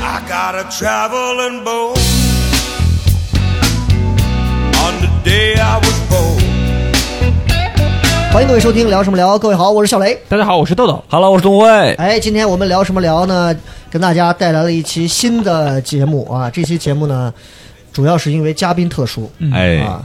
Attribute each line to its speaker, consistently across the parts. Speaker 1: I got a traveling boat on the day I was born.
Speaker 2: 欢迎各位收听聊什么聊？各位好，我是小雷。
Speaker 3: 大家好，我是豆豆。
Speaker 4: Hello，我是东辉。
Speaker 2: 哎，今天我们聊什么聊呢？跟大家带来了一期新的节目啊！这期节目呢，主要是因为嘉宾特殊
Speaker 3: 嗯
Speaker 4: 哎，
Speaker 2: 啊。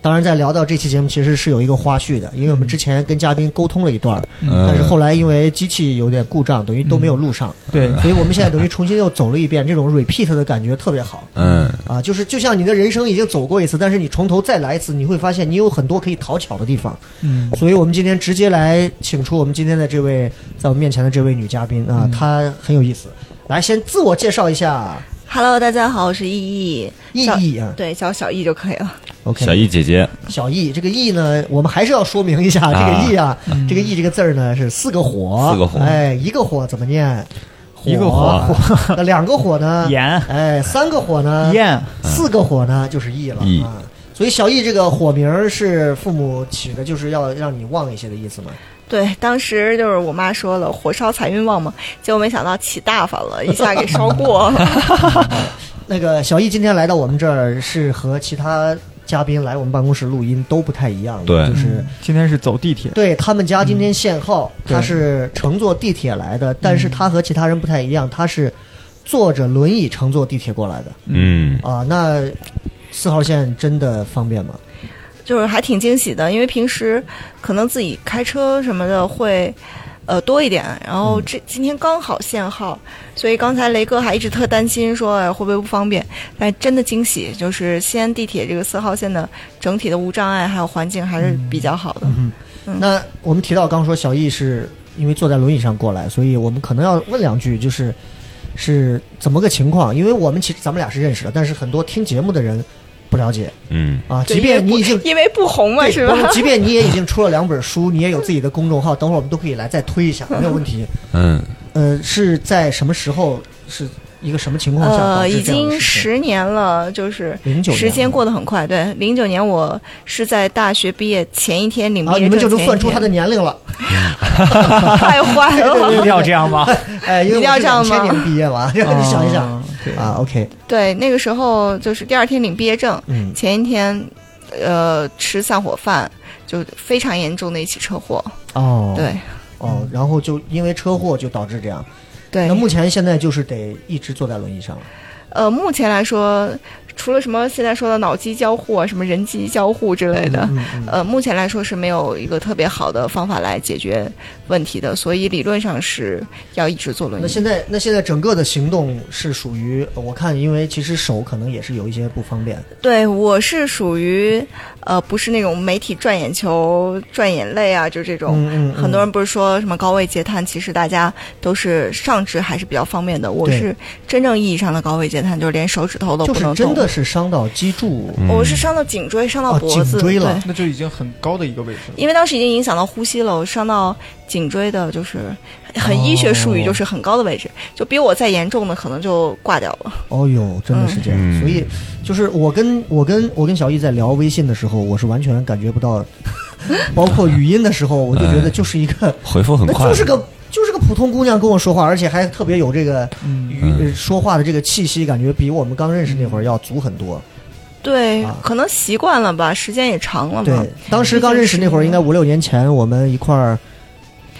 Speaker 2: 当然，在聊到这期节目，其实是有一个花絮的，因为我们之前跟嘉宾沟通了一段儿，但是后来因为机器有点故障，等于都没有录上，
Speaker 3: 对，
Speaker 2: 所以我们现在等于重新又走了一遍，这种 repeat 的感觉特别好。
Speaker 4: 嗯，
Speaker 2: 啊，就是就像你的人生已经走过一次，但是你从头再来一次，你会发现你有很多可以讨巧的地方。
Speaker 3: 嗯，
Speaker 2: 所以我们今天直接来请出我们今天的这位，在我们面前的这位女嘉宾
Speaker 3: 嗯
Speaker 2: 啊，她很有意思。来，先自我介绍一下
Speaker 5: Hello，大家好，我是易
Speaker 2: 意
Speaker 5: 易，小
Speaker 2: 义啊
Speaker 5: 对，叫我小 E 易就可以了。
Speaker 2: ，OK，
Speaker 4: 小易姐姐，
Speaker 2: 小易，这个易呢，我们还是要说明一下，这个易啊，这个易这个字儿呢是四个火，
Speaker 4: 嗯四个火
Speaker 2: 哎，一个火怎么念？
Speaker 3: 一个火，
Speaker 2: 那两个火呢？
Speaker 3: 盐
Speaker 2: 哎，三个火呢？
Speaker 3: 燕
Speaker 2: 四个火呢就是易了
Speaker 4: 易
Speaker 2: 啊。所以小易这个火名儿是父母起的，就是要让你旺一些的意思嘛。
Speaker 5: 对，当时就是我妈说了，火烧财运旺嘛，结果没想到起大发 了，一下给烧过 了。
Speaker 2: 那个小 E 易今天来到我们这儿，是和其他嘉宾来我们办公室录音都不太一样的，
Speaker 4: 对
Speaker 2: 就是
Speaker 3: 今天是走地铁，
Speaker 2: 对他们家今天限号，他是乘坐地铁来的，但是他和其他人不太一样，他是坐着轮椅乘坐地铁过来的
Speaker 4: 嗯，
Speaker 2: 啊。那四号线真的方便吗？
Speaker 5: 就是还挺惊喜的，因为平时可能自己开车什么的会呃多一点，然后
Speaker 2: 嗯
Speaker 5: 这今天刚好限号，所以刚才雷哥还一直特担心说哎会不会不方便，但真的惊喜，就是西安地铁这个四号线的整体的无障碍还有环境还是
Speaker 2: 嗯
Speaker 5: 比较好的。嗯
Speaker 2: 那我们提到刚说小易是因为坐在轮椅上过来，所以我们可能要问两句，就是是怎么个情况？因为我们其实咱们俩是认识的，但是很多听节目的人不了解
Speaker 4: 嗯，
Speaker 2: 啊。
Speaker 5: 对
Speaker 2: 即便
Speaker 5: 因为
Speaker 2: 你
Speaker 5: 不
Speaker 2: 已经
Speaker 5: 因为不红嘛，
Speaker 2: 对，
Speaker 5: 是
Speaker 2: 我们
Speaker 5: 吧？
Speaker 2: 即便你也已经出了两本书，你也有自己的公众号，等会儿我们都可以来再推一下，没有问 题。
Speaker 4: 嗯，
Speaker 2: 呃，是在什么时候？是一个什么情况下导
Speaker 5: 呃，
Speaker 2: 致
Speaker 5: 已
Speaker 2: 这样的事
Speaker 5: 经
Speaker 2: 情？
Speaker 5: 十年了，就是
Speaker 2: 09年
Speaker 5: 时间过得很快。对，零九年我是在大学毕业前一天领毕
Speaker 2: 啊，你
Speaker 5: 业证
Speaker 2: 们
Speaker 5: 前一
Speaker 2: 就能
Speaker 5: 天，
Speaker 2: 算出他的年龄了。
Speaker 5: 太坏了。
Speaker 3: 一定要这样吗？
Speaker 2: 哎，因为
Speaker 5: 一定要这样吗哦
Speaker 2: 两千年毕业嘛，你 想一想
Speaker 3: 啊对
Speaker 2: 啊。OK，
Speaker 5: 对，那个时候就是第二天领毕业证，
Speaker 2: 嗯
Speaker 5: 前一天呃吃散伙饭，就非常严重的一起车祸。
Speaker 2: 哦，
Speaker 5: 对
Speaker 2: 哦，然后就因为车祸就导致这样。
Speaker 5: 对
Speaker 2: 那，目前现在就是得一直坐在轮椅上了。
Speaker 5: 呃，目前来说，除了什么现在说的脑机交互啊、什么人机交互之类的，
Speaker 2: 嗯嗯
Speaker 5: 呃，目前来说是没有一个特别好的方法来解决问题的，所以理论上是要一直坐轮
Speaker 2: 那
Speaker 5: 椅。
Speaker 2: 现在，那现在整个的行动是属于呃我看，因为其实手可能也是有一些不方便。
Speaker 5: 对我是属于呃，不是那种媒体转眼球、转眼泪啊，就是这种。
Speaker 2: 嗯嗯，
Speaker 5: 很多人不是说什么高位截瘫，其实大家都是上肢还是比较方便的。我
Speaker 2: 对
Speaker 5: 是真正意义上的高位截瘫，就是连手指头都
Speaker 2: 就
Speaker 5: 不
Speaker 2: 是
Speaker 5: 能动。
Speaker 2: 真的是伤到脊柱。
Speaker 4: 嗯
Speaker 5: 我是伤到颈椎，伤到
Speaker 2: 哦
Speaker 5: 脖子，
Speaker 2: 颈椎了
Speaker 5: 对
Speaker 3: 那就已经很高的一个位置了。
Speaker 5: 因为当时已经影响到呼吸了，我伤到颈椎的，就是很医学术语，
Speaker 2: 哦
Speaker 5: 就是很高的位置，就比我再严重的可能就挂掉了。
Speaker 2: 哦呦，真的是这样。
Speaker 4: 嗯
Speaker 2: 所以就是我跟我跟我跟小易在聊微信的时候，我是完全感觉不到， 包括语音的时候，我就觉得就是一个，
Speaker 4: 回复很
Speaker 2: 那
Speaker 4: 快，
Speaker 2: 就是个。就是个普通姑娘跟我说话，而且还特别有这个
Speaker 5: 嗯
Speaker 2: 语、呃说话的这个气息，感觉比我们刚认识那会儿要足很多。
Speaker 5: 对，
Speaker 2: 啊
Speaker 5: 可能习惯了吧，时间也长了嘛
Speaker 2: 对。，当时刚认识那会儿，应该五六年前，我们一块儿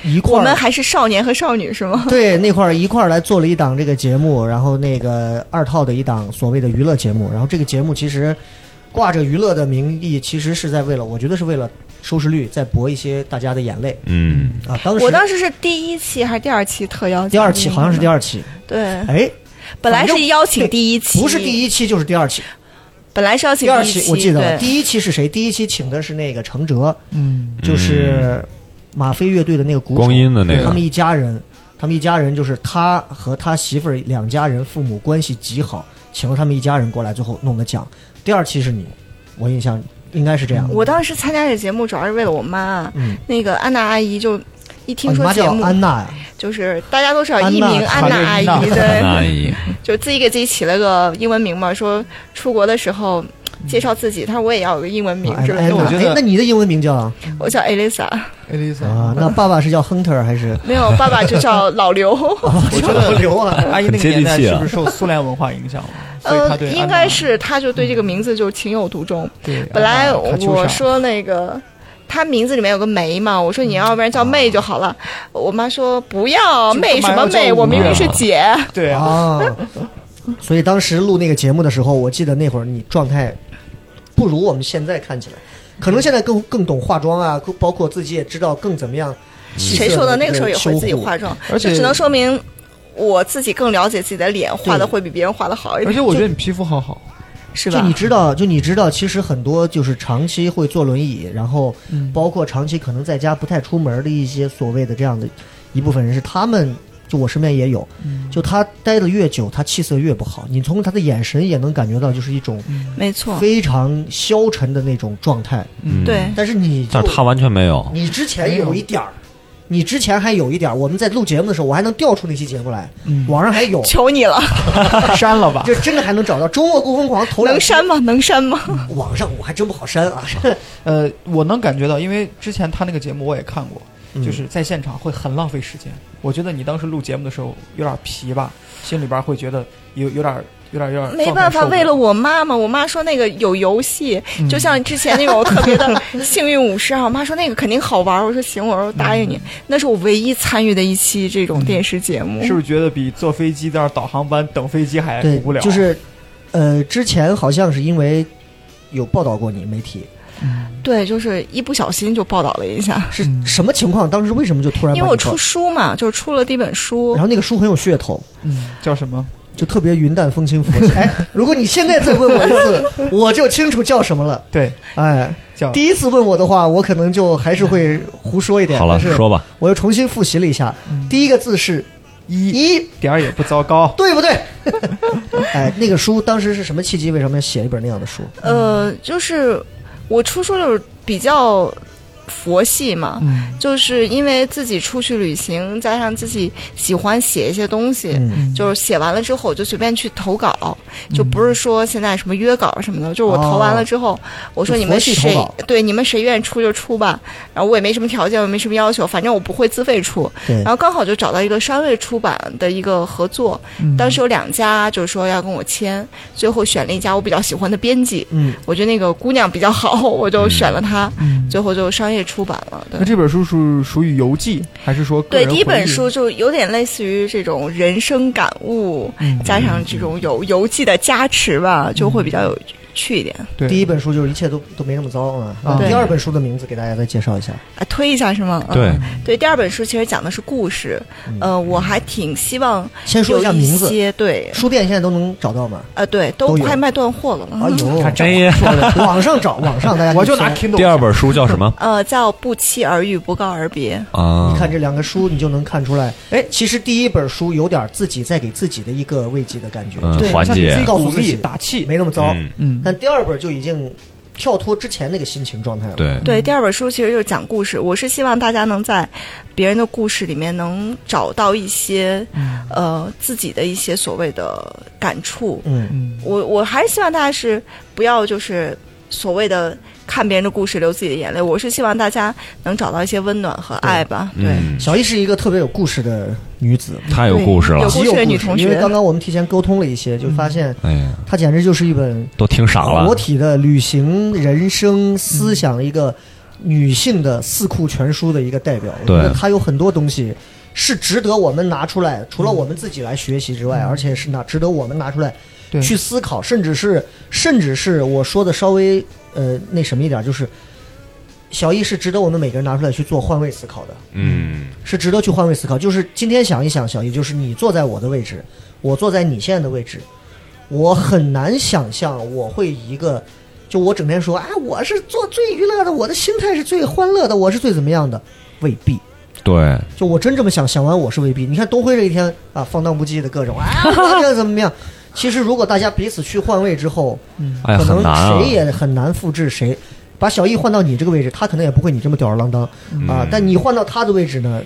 Speaker 2: 一块儿，
Speaker 5: 我们还是少年和少女是吗？
Speaker 2: 对，那块儿一块儿来做了一档这个节目，然后那个二套的一档所谓的娱乐节目，然后这个节目其实挂着娱乐的名义，其实是在为了，我觉得是为了收视率，在博一些大家的眼泪
Speaker 4: 嗯，
Speaker 2: 啊。当时
Speaker 5: 我当时是第一期还是第二期特邀请？
Speaker 2: 第二期好像是第。二期，
Speaker 5: 对，
Speaker 2: 哎，
Speaker 5: 本来
Speaker 2: 反正
Speaker 5: 是邀请第一期，
Speaker 2: 不是第
Speaker 5: 一，
Speaker 2: 一期就是第二期，
Speaker 5: 本来是邀请
Speaker 2: 第二
Speaker 5: 一
Speaker 2: 期
Speaker 5: 期，
Speaker 2: 我记得了，
Speaker 5: 对
Speaker 2: 第一期是谁？第一期请的是那个程哲，
Speaker 3: 嗯，
Speaker 2: 就是马飞乐队的那个鼓手，
Speaker 4: 光阴的那
Speaker 2: 他
Speaker 4: 个
Speaker 2: 们一家人，他们一家人就是他和他媳妇儿两家人父母关系极好，请了他们一家人过来，最后弄个奖。第二期是你，我印象应该是这样。
Speaker 5: 我当时参加这节目主要是为了我妈，
Speaker 2: 嗯，
Speaker 5: 那个安娜阿姨就一
Speaker 2: 哦
Speaker 5: 听
Speaker 2: 你
Speaker 5: 说
Speaker 2: 妈
Speaker 5: 节
Speaker 2: 叫
Speaker 5: 目，
Speaker 2: 安娜呀，
Speaker 5: 就是大家都是要艺
Speaker 2: 安娜
Speaker 5: 名安娜阿
Speaker 3: 卡
Speaker 5: 姨，
Speaker 3: 列
Speaker 4: 哎那
Speaker 5: 对，
Speaker 4: 也
Speaker 5: 就自己给自己起了个英文名嘛，说出国的时候。介绍自己，她说我也要有个英文名
Speaker 2: 安
Speaker 5: 之
Speaker 2: 娜
Speaker 5: 类
Speaker 2: 安
Speaker 5: 的。
Speaker 2: 娜。
Speaker 3: 我觉得
Speaker 2: 哎那你的英文名叫啊？
Speaker 5: 我叫 Elisa，
Speaker 3: 哎 Elisa，
Speaker 2: 啊那爸爸是叫亨特还是？
Speaker 5: 没有爸爸就叫老 刘。
Speaker 2: 我叫老刘啊。
Speaker 3: 阿姨
Speaker 4: 很
Speaker 3: 那个
Speaker 4: 接地
Speaker 3: 年代
Speaker 4: 气
Speaker 3: 是
Speaker 4: 啊
Speaker 3: 不是受苏联文化影响了？所以她
Speaker 5: 呃，
Speaker 3: 对安娜
Speaker 5: 应该是他就对这个名字就情有独钟。
Speaker 3: 对。
Speaker 5: 本来
Speaker 3: 安娜卡秋莎
Speaker 5: 我说那个。他名字里面有个梅嘛，我说你要不然叫妹就好了。我妈说不要
Speaker 3: 啊就
Speaker 5: 妹
Speaker 3: 干嘛
Speaker 5: 什么
Speaker 3: 要叫
Speaker 5: 妹，我明明是
Speaker 4: 我
Speaker 5: 姐。
Speaker 3: 对啊，
Speaker 2: 啊。所以当时录那个节目的时候，我记得那会儿你状态不如我们现在看起来，可能现在更更懂化妆啊，包括自己也知道更怎么样。
Speaker 5: 谁说的？那个时候也会自己化
Speaker 2: 妆。
Speaker 5: 妆，
Speaker 3: 而且
Speaker 5: 就只能说明我自己更了解自己的脸，画的会比别人画的好一
Speaker 3: 而
Speaker 5: 点，
Speaker 3: 且我觉得你皮肤好好，
Speaker 5: 是
Speaker 2: 就
Speaker 5: 吧
Speaker 2: 你？知道，就你知道，其实很多就是长期会坐轮椅，然后
Speaker 3: 嗯
Speaker 2: 包括长期可能在家不太出门的一些所谓的这样的一部分人，是他们就我身边也有，就他待的越久，他气色越不好。你从他的眼神也能感觉到，就是一种
Speaker 5: 没错，
Speaker 2: 非常消沉的那种状态。
Speaker 4: 嗯
Speaker 5: 对，
Speaker 2: 但是你就
Speaker 4: 但是他完全没有，
Speaker 2: 你之前有一点儿，你之前还有一点儿，我们在录节目的时候，我还能调出那期节目来，
Speaker 3: 嗯
Speaker 2: 网上还有，
Speaker 5: 求你了，
Speaker 3: 啊删了 吧？
Speaker 2: 就真的还能找到《周末过疯狂》头两
Speaker 5: 能
Speaker 2: 期，
Speaker 5: 删吗？能 删吗？
Speaker 2: 网上我还真不好删啊。
Speaker 3: 呃，我能感觉到，因为之前他那个节目我也看过，
Speaker 2: 嗯
Speaker 3: 就是在现场会很浪费时间。我觉得你当时录节目的时候有点皮吧，心里边会觉得有有点有点有点
Speaker 5: 没
Speaker 3: 状态
Speaker 5: 办法，
Speaker 3: 受不
Speaker 5: 为了我妈妈，我妈说那个有游戏，就像之前那种特别的幸运五十啊，我妈说那个肯定好玩，我说行，我说答应你，那是我唯一参与的一期这种电视节目，
Speaker 3: 嗯是不是觉得比坐飞机在那儿导航班等飞机还
Speaker 4: 哎
Speaker 2: 对
Speaker 3: 无聊？，啊
Speaker 2: 就是，呃，之前好像是因为有报道过你媒体
Speaker 5: 对，就是一不小心就报道了一下，
Speaker 2: 是什么情况？当时为什么就突然
Speaker 5: 嗯因
Speaker 2: 把
Speaker 5: 为
Speaker 2: 你报
Speaker 5: 我出书嘛，就是出了第一本书
Speaker 2: 然，后那个书很有噱头，
Speaker 3: 嗯，叫什么？
Speaker 2: 就特别云淡风轻佛系。哎，如果你现在再问我一次，我就清楚叫什么了。
Speaker 3: 对，
Speaker 2: 哎，
Speaker 3: 叫
Speaker 2: 第一次问我的话，我可能就还是会胡说一点。
Speaker 4: 好了，
Speaker 2: 但是嗯
Speaker 4: 说吧，
Speaker 2: 我又重新复习了一下，第一个字是
Speaker 3: 一
Speaker 2: 一，
Speaker 3: 点儿也不糟糕。
Speaker 2: 对不 对？哎，那个书当时是什么契机？为什么要写一本那样的书？
Speaker 5: 呃，就是我出书就是比较佛系嘛，
Speaker 3: 嗯
Speaker 5: 就是因为自己出去旅行，加上自己喜欢写一些东西，
Speaker 2: 嗯
Speaker 5: 就是写完了之后我就随便去投稿，就不是说现在什么约稿什么的，就是我投完了之后，我说你们
Speaker 2: 哦就佛系投
Speaker 5: 谁
Speaker 2: 稿
Speaker 5: 对你们谁愿意出就出吧，然后我也没什么条件，我也没什么要求，反正我不会自费出，
Speaker 2: 对
Speaker 5: 然后刚好就找到一个商业出版的一个合作，
Speaker 2: 嗯
Speaker 5: 当时有两家就是说要跟我签，最后选了一家我比较喜欢的编辑，
Speaker 2: 嗯，
Speaker 5: 我觉得那个姑娘比较好，我就选了她，最后就商业出版了。对
Speaker 3: 那这本书是属于游记，还是说个
Speaker 5: 对，
Speaker 3: 人
Speaker 5: 第一
Speaker 3: 回忆
Speaker 5: 本书就有点类似于这种人生感悟，
Speaker 2: 嗯
Speaker 5: 加上这种有游记的加持吧，就会比
Speaker 2: 嗯
Speaker 5: 较有趣一点。
Speaker 3: 对
Speaker 2: 第一本书就是一切都都没那么糟啊。
Speaker 3: 啊
Speaker 2: 那第
Speaker 5: 对
Speaker 2: 二本书的名字给大家再介绍一下。
Speaker 5: 啊，推一下是吗？嗯
Speaker 4: 对，
Speaker 5: 对，第二本书其实讲的是故事，呃，我还挺希望
Speaker 2: 嗯先说一下
Speaker 5: 有
Speaker 2: 名字
Speaker 5: 些对，
Speaker 2: 书店现在都能找到吗？
Speaker 5: 呃，对，都
Speaker 2: 都有
Speaker 5: 快卖断货了。
Speaker 2: 哎呦，
Speaker 4: 哎呀，
Speaker 2: 网上找，网上大家可以
Speaker 3: 我就拿
Speaker 2: 搜
Speaker 3: Kindle
Speaker 4: 第二本书叫什 么
Speaker 5: 呃，叫不期而遇，不告而别。
Speaker 4: 啊？
Speaker 2: 你看这两个书，你就能看出来。哎，其实第一本书有点自己在给自己的一个慰藉的感觉，
Speaker 4: 嗯
Speaker 2: 就
Speaker 3: 对
Speaker 4: 环
Speaker 3: 像你
Speaker 4: 节
Speaker 3: 自己
Speaker 2: 告诉自
Speaker 3: 鼓
Speaker 2: 己
Speaker 3: 励打气，
Speaker 2: 没那么糟。
Speaker 4: 嗯
Speaker 3: 嗯，
Speaker 2: 但第二本就已经跳脱之前那个心情状态了。，
Speaker 4: 对，
Speaker 5: 对，第二本书其实就是讲故事。我是希望大家能在别人的故事里面能找到一些，呃，自己的一些所谓的感触。
Speaker 2: 嗯，
Speaker 5: 我我还是希望大家是不要就是所谓的看别人的故事流自己的眼泪。我是希望大家能找到一些温暖和爱吧。对，
Speaker 4: 嗯，
Speaker 2: 小易是一个特别有故事的女子，
Speaker 4: 太有故事了
Speaker 5: 有，
Speaker 2: 极
Speaker 5: 故
Speaker 2: 有故
Speaker 5: 事的
Speaker 2: 事。
Speaker 5: 女同
Speaker 2: 因为
Speaker 5: 学
Speaker 2: 刚刚我们提前沟通了一些，就发现
Speaker 4: 哎呀，
Speaker 2: 她简直就是一本
Speaker 4: 都听傻了
Speaker 2: 活，体的旅行、人生、思想一个女性的四库全书的一个代表。我觉
Speaker 4: 对
Speaker 2: 得她有很多东西是值得我们拿出来，除了我们自己来学习之外，而且是拿值得我们拿出来
Speaker 3: 对
Speaker 2: 去思考，甚至是甚至是我说的稍微呃那什么一点，就是小易是值得我们每个人拿出来去做换位思考的。
Speaker 4: 嗯，
Speaker 2: 是值得去换位思考。就是今天想一想，小易，就是你坐在我的位置，我坐在你现在的位置，我很难想象我会一个，就我整天说，哎，我是做最娱乐的，我的心态是最欢乐的，我是最怎么样的。未必。
Speaker 4: 对，
Speaker 2: 就我真这么想，想完我是未必。你看东辉这一天啊，放荡不羁的各种啊， 我这怎么样？其实如果大家彼此去换位之后，
Speaker 4: 哎呀，
Speaker 2: 可
Speaker 4: 很
Speaker 2: 能
Speaker 4: 难啊
Speaker 2: 谁。也很难复制谁。把小易换到你这个位置，他可能也不会你这么吊儿郎当啊。但你换到他的位置呢，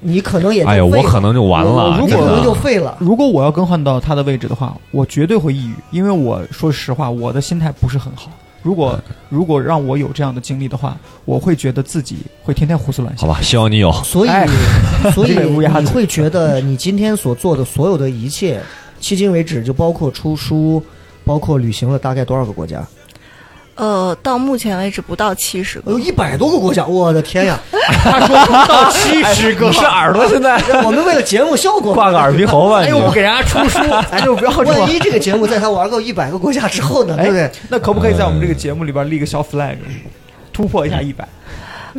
Speaker 2: 你可能也就
Speaker 4: 嗯哎呀，
Speaker 2: 废了
Speaker 4: 我可能就完
Speaker 3: 我
Speaker 4: 了。
Speaker 3: 如
Speaker 2: 你
Speaker 4: 真
Speaker 2: 可
Speaker 3: 果
Speaker 4: 的
Speaker 2: 能就废了。
Speaker 3: 如果我要更换到他的位置的话，我绝对会抑郁，因为我说实话，我的心态不是很好。如果如果让我有这样的经历的话，我会觉得自己会天天胡思乱
Speaker 4: 好
Speaker 3: 想。
Speaker 4: 吧，希望你有。
Speaker 2: 所以，
Speaker 3: 哎
Speaker 2: 所以
Speaker 3: 这个乌鸦嘴
Speaker 2: 你会觉得你今天所做的所有的一切，迄今为止就包括出书，包括旅行了大概多少个国家？
Speaker 5: 呃，到目前为止不到七十
Speaker 2: 哎
Speaker 5: 个
Speaker 2: 呦，，一百多个国家！我的天 呀！
Speaker 4: 七十哎个，你是耳朵现在
Speaker 2: 我们为了节目效果，
Speaker 4: 挂个耳皮喉吧？
Speaker 3: 哎
Speaker 4: 你
Speaker 3: 呦，我给人家出书，哎呦，不要这
Speaker 2: 万
Speaker 3: 么。
Speaker 2: 一这个节目在他玩够一百个国家之后呢，对不对
Speaker 3: 哎？，那可不可以
Speaker 4: 嗯
Speaker 3: 在我们这个节目里边立个小 flag，突破一下一百？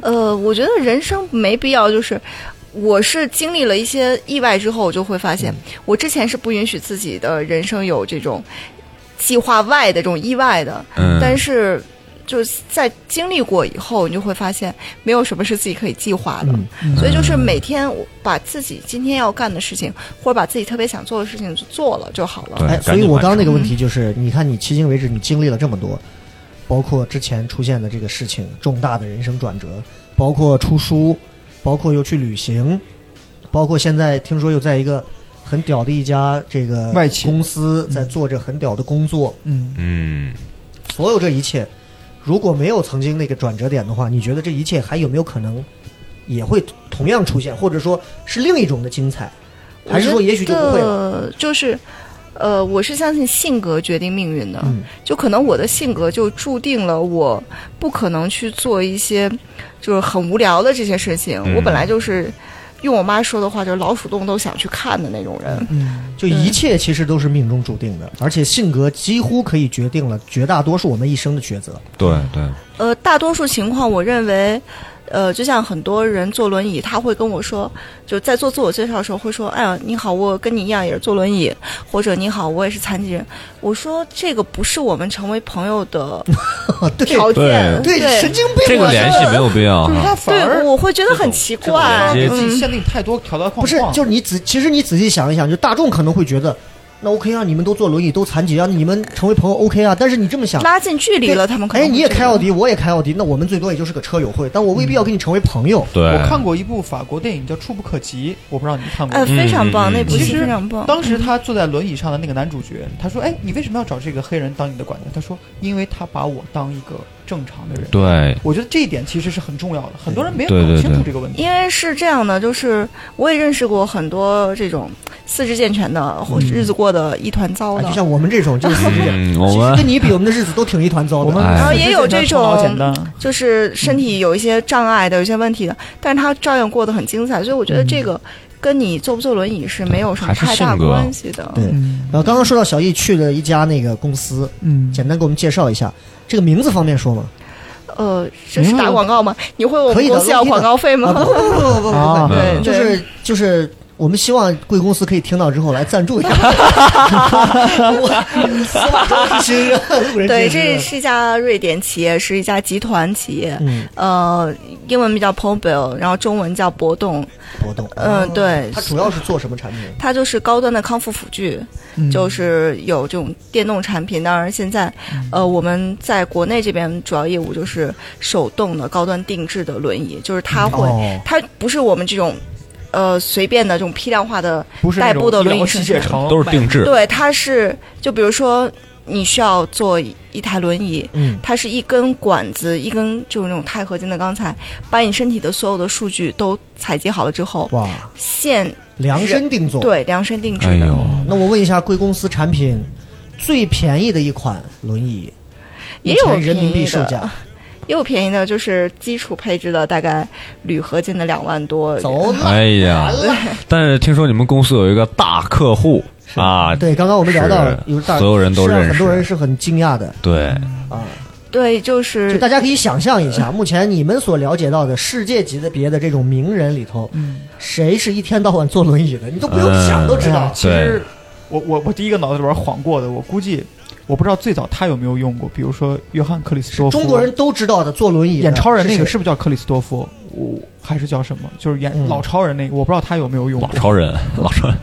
Speaker 5: 呃，我觉得人生没必要，就是我是经历了一些意外之后，我就会发现，
Speaker 2: 嗯
Speaker 5: 我之前是不允许自己的人生有这种计划外的这种意外的，
Speaker 4: 嗯
Speaker 5: 但是。就是在经历过以后，你就会发现没有什么是自己可以计划的，
Speaker 2: 嗯
Speaker 5: 所以就是每天我把自己今天要干的事情，或者把自己特别想做的事情就做了就好了。
Speaker 4: 对
Speaker 2: 哎，
Speaker 4: 赶
Speaker 2: 所以
Speaker 4: 紧
Speaker 2: 我
Speaker 4: 完
Speaker 2: 刚刚那
Speaker 4: 成
Speaker 2: 个问题就是，你看你迄今为止你经历了这么多，包括之前出现的这个事情，重大的人生转折，包括出书，包括又去旅行，包括现在听说又在一个很屌的一家这个
Speaker 3: 外企
Speaker 2: 公司在做着很屌的工作，
Speaker 3: 嗯，
Speaker 4: 嗯，
Speaker 2: 所有这一切，如果没有曾经那个转折点的话，你觉得这一切还有没有可能也会同样出现，或者说是另一种的精彩，还是说也许就不会了？
Speaker 5: 了？就是，呃，我是相信性格决定命运的，
Speaker 2: 嗯
Speaker 5: 就可能我的性格就注定了我不可能去做一些就是很无聊的这些事情。
Speaker 4: 嗯
Speaker 5: 我本来就是用我妈说的话，就是老鼠洞都想去看的那种人。
Speaker 2: 嗯就一切其实都是命中注定的，而且性格几乎可以决定了绝大多数我们一生的抉择。
Speaker 4: 对对，
Speaker 5: 呃，大多数情况，我认为。呃，就像很多人坐轮椅，他会跟我说，就在做自我介绍的时候会说：“哎呀，你好，我跟你一样也是坐轮椅，或者你好，我也是残疾人。”我说这个不是我们成为朋友的
Speaker 2: 啊，对
Speaker 5: 条件，
Speaker 2: 对，神经病啊！
Speaker 4: 这个联系没有必要
Speaker 3: 就是
Speaker 4: 哈。
Speaker 3: 他嗯啊
Speaker 5: 嗯
Speaker 3: 反
Speaker 5: 对，
Speaker 3: 而
Speaker 5: 我会觉得很奇怪。
Speaker 4: 这
Speaker 3: 自
Speaker 4: 种
Speaker 5: 嗯
Speaker 3: 己限定太多条条框框。
Speaker 2: 不是，就是你仔，其实你仔细想一想，就大众可能会觉得，那 OK 啊，你们都坐轮椅，都残疾啊，你们成为朋友 OK 啊。但是你这么想，
Speaker 5: 拉近距离了，他们可能
Speaker 2: 哎，
Speaker 5: 会
Speaker 2: 你也
Speaker 5: 觉得嗯
Speaker 2: 开奥迪，我也开奥迪，那我们最多也就是个车友会，但我未必要跟你成为朋友。
Speaker 4: 对，
Speaker 3: 我看过一部法国电影叫《触不可及》，我不知道你看过
Speaker 5: 哎，
Speaker 3: 没。
Speaker 5: 非常棒，
Speaker 4: 嗯
Speaker 5: 那部
Speaker 3: 其
Speaker 5: 戏
Speaker 3: 实
Speaker 5: 非常棒。
Speaker 3: 当时他坐在轮椅上的那个男主角，他说：“哎，你为什么要找这个黑人当你的管家？”他说：“因为他把我当一个正常的人。”，
Speaker 4: 对，
Speaker 3: 我觉得这一点其实是很重要的，很多人没有
Speaker 4: 对
Speaker 3: 搞
Speaker 4: 对
Speaker 3: 清楚
Speaker 4: 对
Speaker 3: 这个问题。
Speaker 5: 因为是这样的，就是我也认识过很多这种四肢健全的，或日子过得一团糟
Speaker 2: 啊，
Speaker 5: 的
Speaker 2: 就，像我们这种，就是这样。
Speaker 4: 嗯，我
Speaker 2: 其实
Speaker 4: 们
Speaker 2: 跟你比，我们的日子都挺一团糟的。
Speaker 3: 我们
Speaker 4: 哎然
Speaker 5: 后也有这种
Speaker 3: 头脑简单，
Speaker 5: 就是身体有一些障碍的、有一些问题的，但是他照样过得很精彩。所以我觉得这
Speaker 2: 嗯
Speaker 5: 个跟你坐不坐轮椅是没有什么
Speaker 4: 还是
Speaker 5: 太大
Speaker 4: 性格
Speaker 5: 关系的。
Speaker 2: 对
Speaker 3: 嗯
Speaker 2: 然后刚刚说到小易去了一家那个公司，
Speaker 3: 嗯，
Speaker 2: 简单给我们介绍一下，这个名字方便说吗？
Speaker 5: 呃，这是打广告吗？你会问我
Speaker 2: 可以
Speaker 5: 们
Speaker 2: 的
Speaker 5: 公司要
Speaker 2: 可以的
Speaker 5: 广告费
Speaker 2: 啊，
Speaker 5: 吗
Speaker 2: 不？不不不不不
Speaker 3: 啊
Speaker 2: 不，
Speaker 5: 对，
Speaker 4: 嗯
Speaker 2: 就
Speaker 5: 对
Speaker 2: 是就是，我们希望贵公司可以听到之后来赞助一下。我司马昭之心，路人
Speaker 5: 对，
Speaker 2: 皆
Speaker 5: 这
Speaker 2: 知
Speaker 5: 是一家瑞典企业，是一家集团企业，
Speaker 2: 嗯
Speaker 5: 呃，英文名叫 p o b i l 然后中文叫博动，
Speaker 2: 活动。
Speaker 5: 嗯、
Speaker 2: 哦，
Speaker 5: 对，
Speaker 2: 它主要是做什么产品？
Speaker 5: 它就是高端的康复辅具，就是有这种电动产品。当然，现在呃，我们在国内这边主要业务就是手动的高端定制的轮椅，就是它会，
Speaker 2: 哦
Speaker 5: 它不是我们这种呃随便的这种批量化的
Speaker 3: 不是那
Speaker 5: 代步的
Speaker 3: 种
Speaker 5: 轮
Speaker 3: 医疗
Speaker 5: 椅
Speaker 3: 器
Speaker 5: 生产
Speaker 3: 械城，
Speaker 4: 都是定制，
Speaker 5: 对，它是就比如说你需要坐一台轮椅，
Speaker 2: 嗯
Speaker 5: 它是一根管子，一根就是那种钛合金的钢材，把你身体的所有的数据都采集好了之后，
Speaker 2: 哇，
Speaker 5: 现
Speaker 2: 量身定做。，
Speaker 5: 对量身定制
Speaker 4: 哎
Speaker 5: 的。
Speaker 4: 呦，
Speaker 2: 那我问一下，贵公司产品最便宜的一款轮椅，
Speaker 5: 也
Speaker 2: 目前
Speaker 5: 有
Speaker 2: 人民
Speaker 5: 便
Speaker 2: 币
Speaker 5: 宜
Speaker 2: 售
Speaker 5: 的
Speaker 2: 价，
Speaker 5: 又便宜的就是基础配置的，大概铝合金的两万多。
Speaker 2: 走了。
Speaker 4: 哎呀，但是听说你们公司有一个大客户啊，
Speaker 2: 对，刚刚我们聊到
Speaker 4: 是
Speaker 2: 有大，
Speaker 4: 所有人都
Speaker 2: 是啊
Speaker 4: 认识
Speaker 2: 很多人是很惊讶的
Speaker 4: 对，
Speaker 2: 啊。
Speaker 5: 对，就
Speaker 2: 就
Speaker 4: 嗯
Speaker 2: 是大家可以想象一下，目前你们所了解到的世界级的别的这种名人里头，谁是一天到晚坐轮椅的？你都不用想
Speaker 4: 嗯
Speaker 2: 都知
Speaker 3: 哎呀
Speaker 2: 道。
Speaker 3: 其实我我我第一个脑子里边晃过的，我估计我不知道最早他有没有
Speaker 4: 嗯
Speaker 3: 用过，比如说约翰克里斯多夫，
Speaker 2: 中国人都知道的坐轮椅的
Speaker 3: 嗯演超人那个
Speaker 2: 是
Speaker 3: 是不是叫克里斯多夫？我还是叫什么，就是演、
Speaker 2: 嗯
Speaker 3: 老超人那个，我不知道他有没有用过
Speaker 4: 老超人，老超人，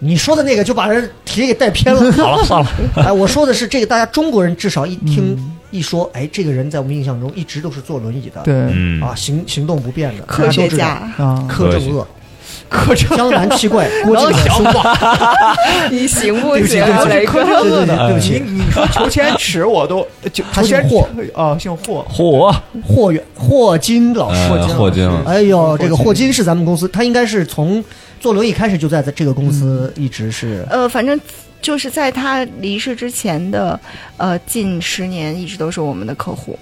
Speaker 2: 你说的那个就把人题给带偏了。
Speaker 4: 好了，算了，
Speaker 2: 哎，我说的是这个，大家中国人至少一听、一说，哎，这个人在我们印象中一直都是坐轮椅的，
Speaker 3: 对、
Speaker 4: 嗯，
Speaker 2: 啊，行行动不便的
Speaker 5: 科学，
Speaker 2: 大
Speaker 5: 家，
Speaker 3: 啊，
Speaker 2: 家都知道柯镇恶、
Speaker 3: 柯震
Speaker 2: 江南七怪、郭靖老兄，
Speaker 5: 你行不
Speaker 2: 对不起
Speaker 5: 行
Speaker 2: 对不？起
Speaker 5: 雷
Speaker 3: 柯
Speaker 5: 哥，
Speaker 3: 震恶的，
Speaker 2: 对不起
Speaker 3: 你你说裘千尺我都就
Speaker 2: 他
Speaker 3: 裘千
Speaker 2: 姓霍
Speaker 3: 尺啊，姓霍，
Speaker 4: 嚯，
Speaker 2: 霍元霍金老师。
Speaker 4: 呃霍金，
Speaker 2: 哎呦，这个霍金是咱们公司，他应该是从坐轮椅开始就在这个公司
Speaker 3: 嗯
Speaker 2: 一直是
Speaker 5: 呃，反正就是在他离世之前的呃近十年，一直都是我们的客户。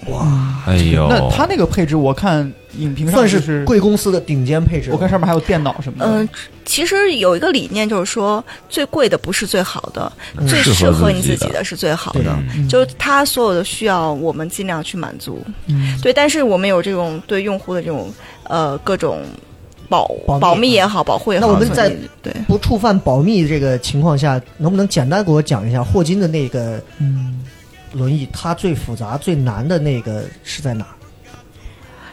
Speaker 4: 哎呦，
Speaker 3: 那他那个配置，我看影评上
Speaker 2: 算
Speaker 3: 就是
Speaker 2: 贵公司的顶尖配置。
Speaker 3: 我看上面还有电脑什么的，
Speaker 5: 嗯、其实有一个理念就是说，最贵的不是最好的，
Speaker 2: 嗯
Speaker 5: 最
Speaker 4: 适合
Speaker 5: 适合你
Speaker 4: 自己
Speaker 5: 自己
Speaker 4: 的
Speaker 5: 的是最好
Speaker 2: 对
Speaker 5: 的。
Speaker 4: 嗯
Speaker 5: 就是他所有的需要，我们尽量去满足。
Speaker 3: 嗯
Speaker 5: 对，但是我们有这种对用户的这种呃各种保
Speaker 2: 保密
Speaker 5: 密也好，保护也好。
Speaker 2: 那我们
Speaker 5: 所以
Speaker 2: 在
Speaker 5: 对
Speaker 2: 不触犯保密这个情况下，能不能简单给我讲一下霍金的那个
Speaker 3: 嗯，
Speaker 2: 轮椅，它最复杂、最难的那个是在哪儿？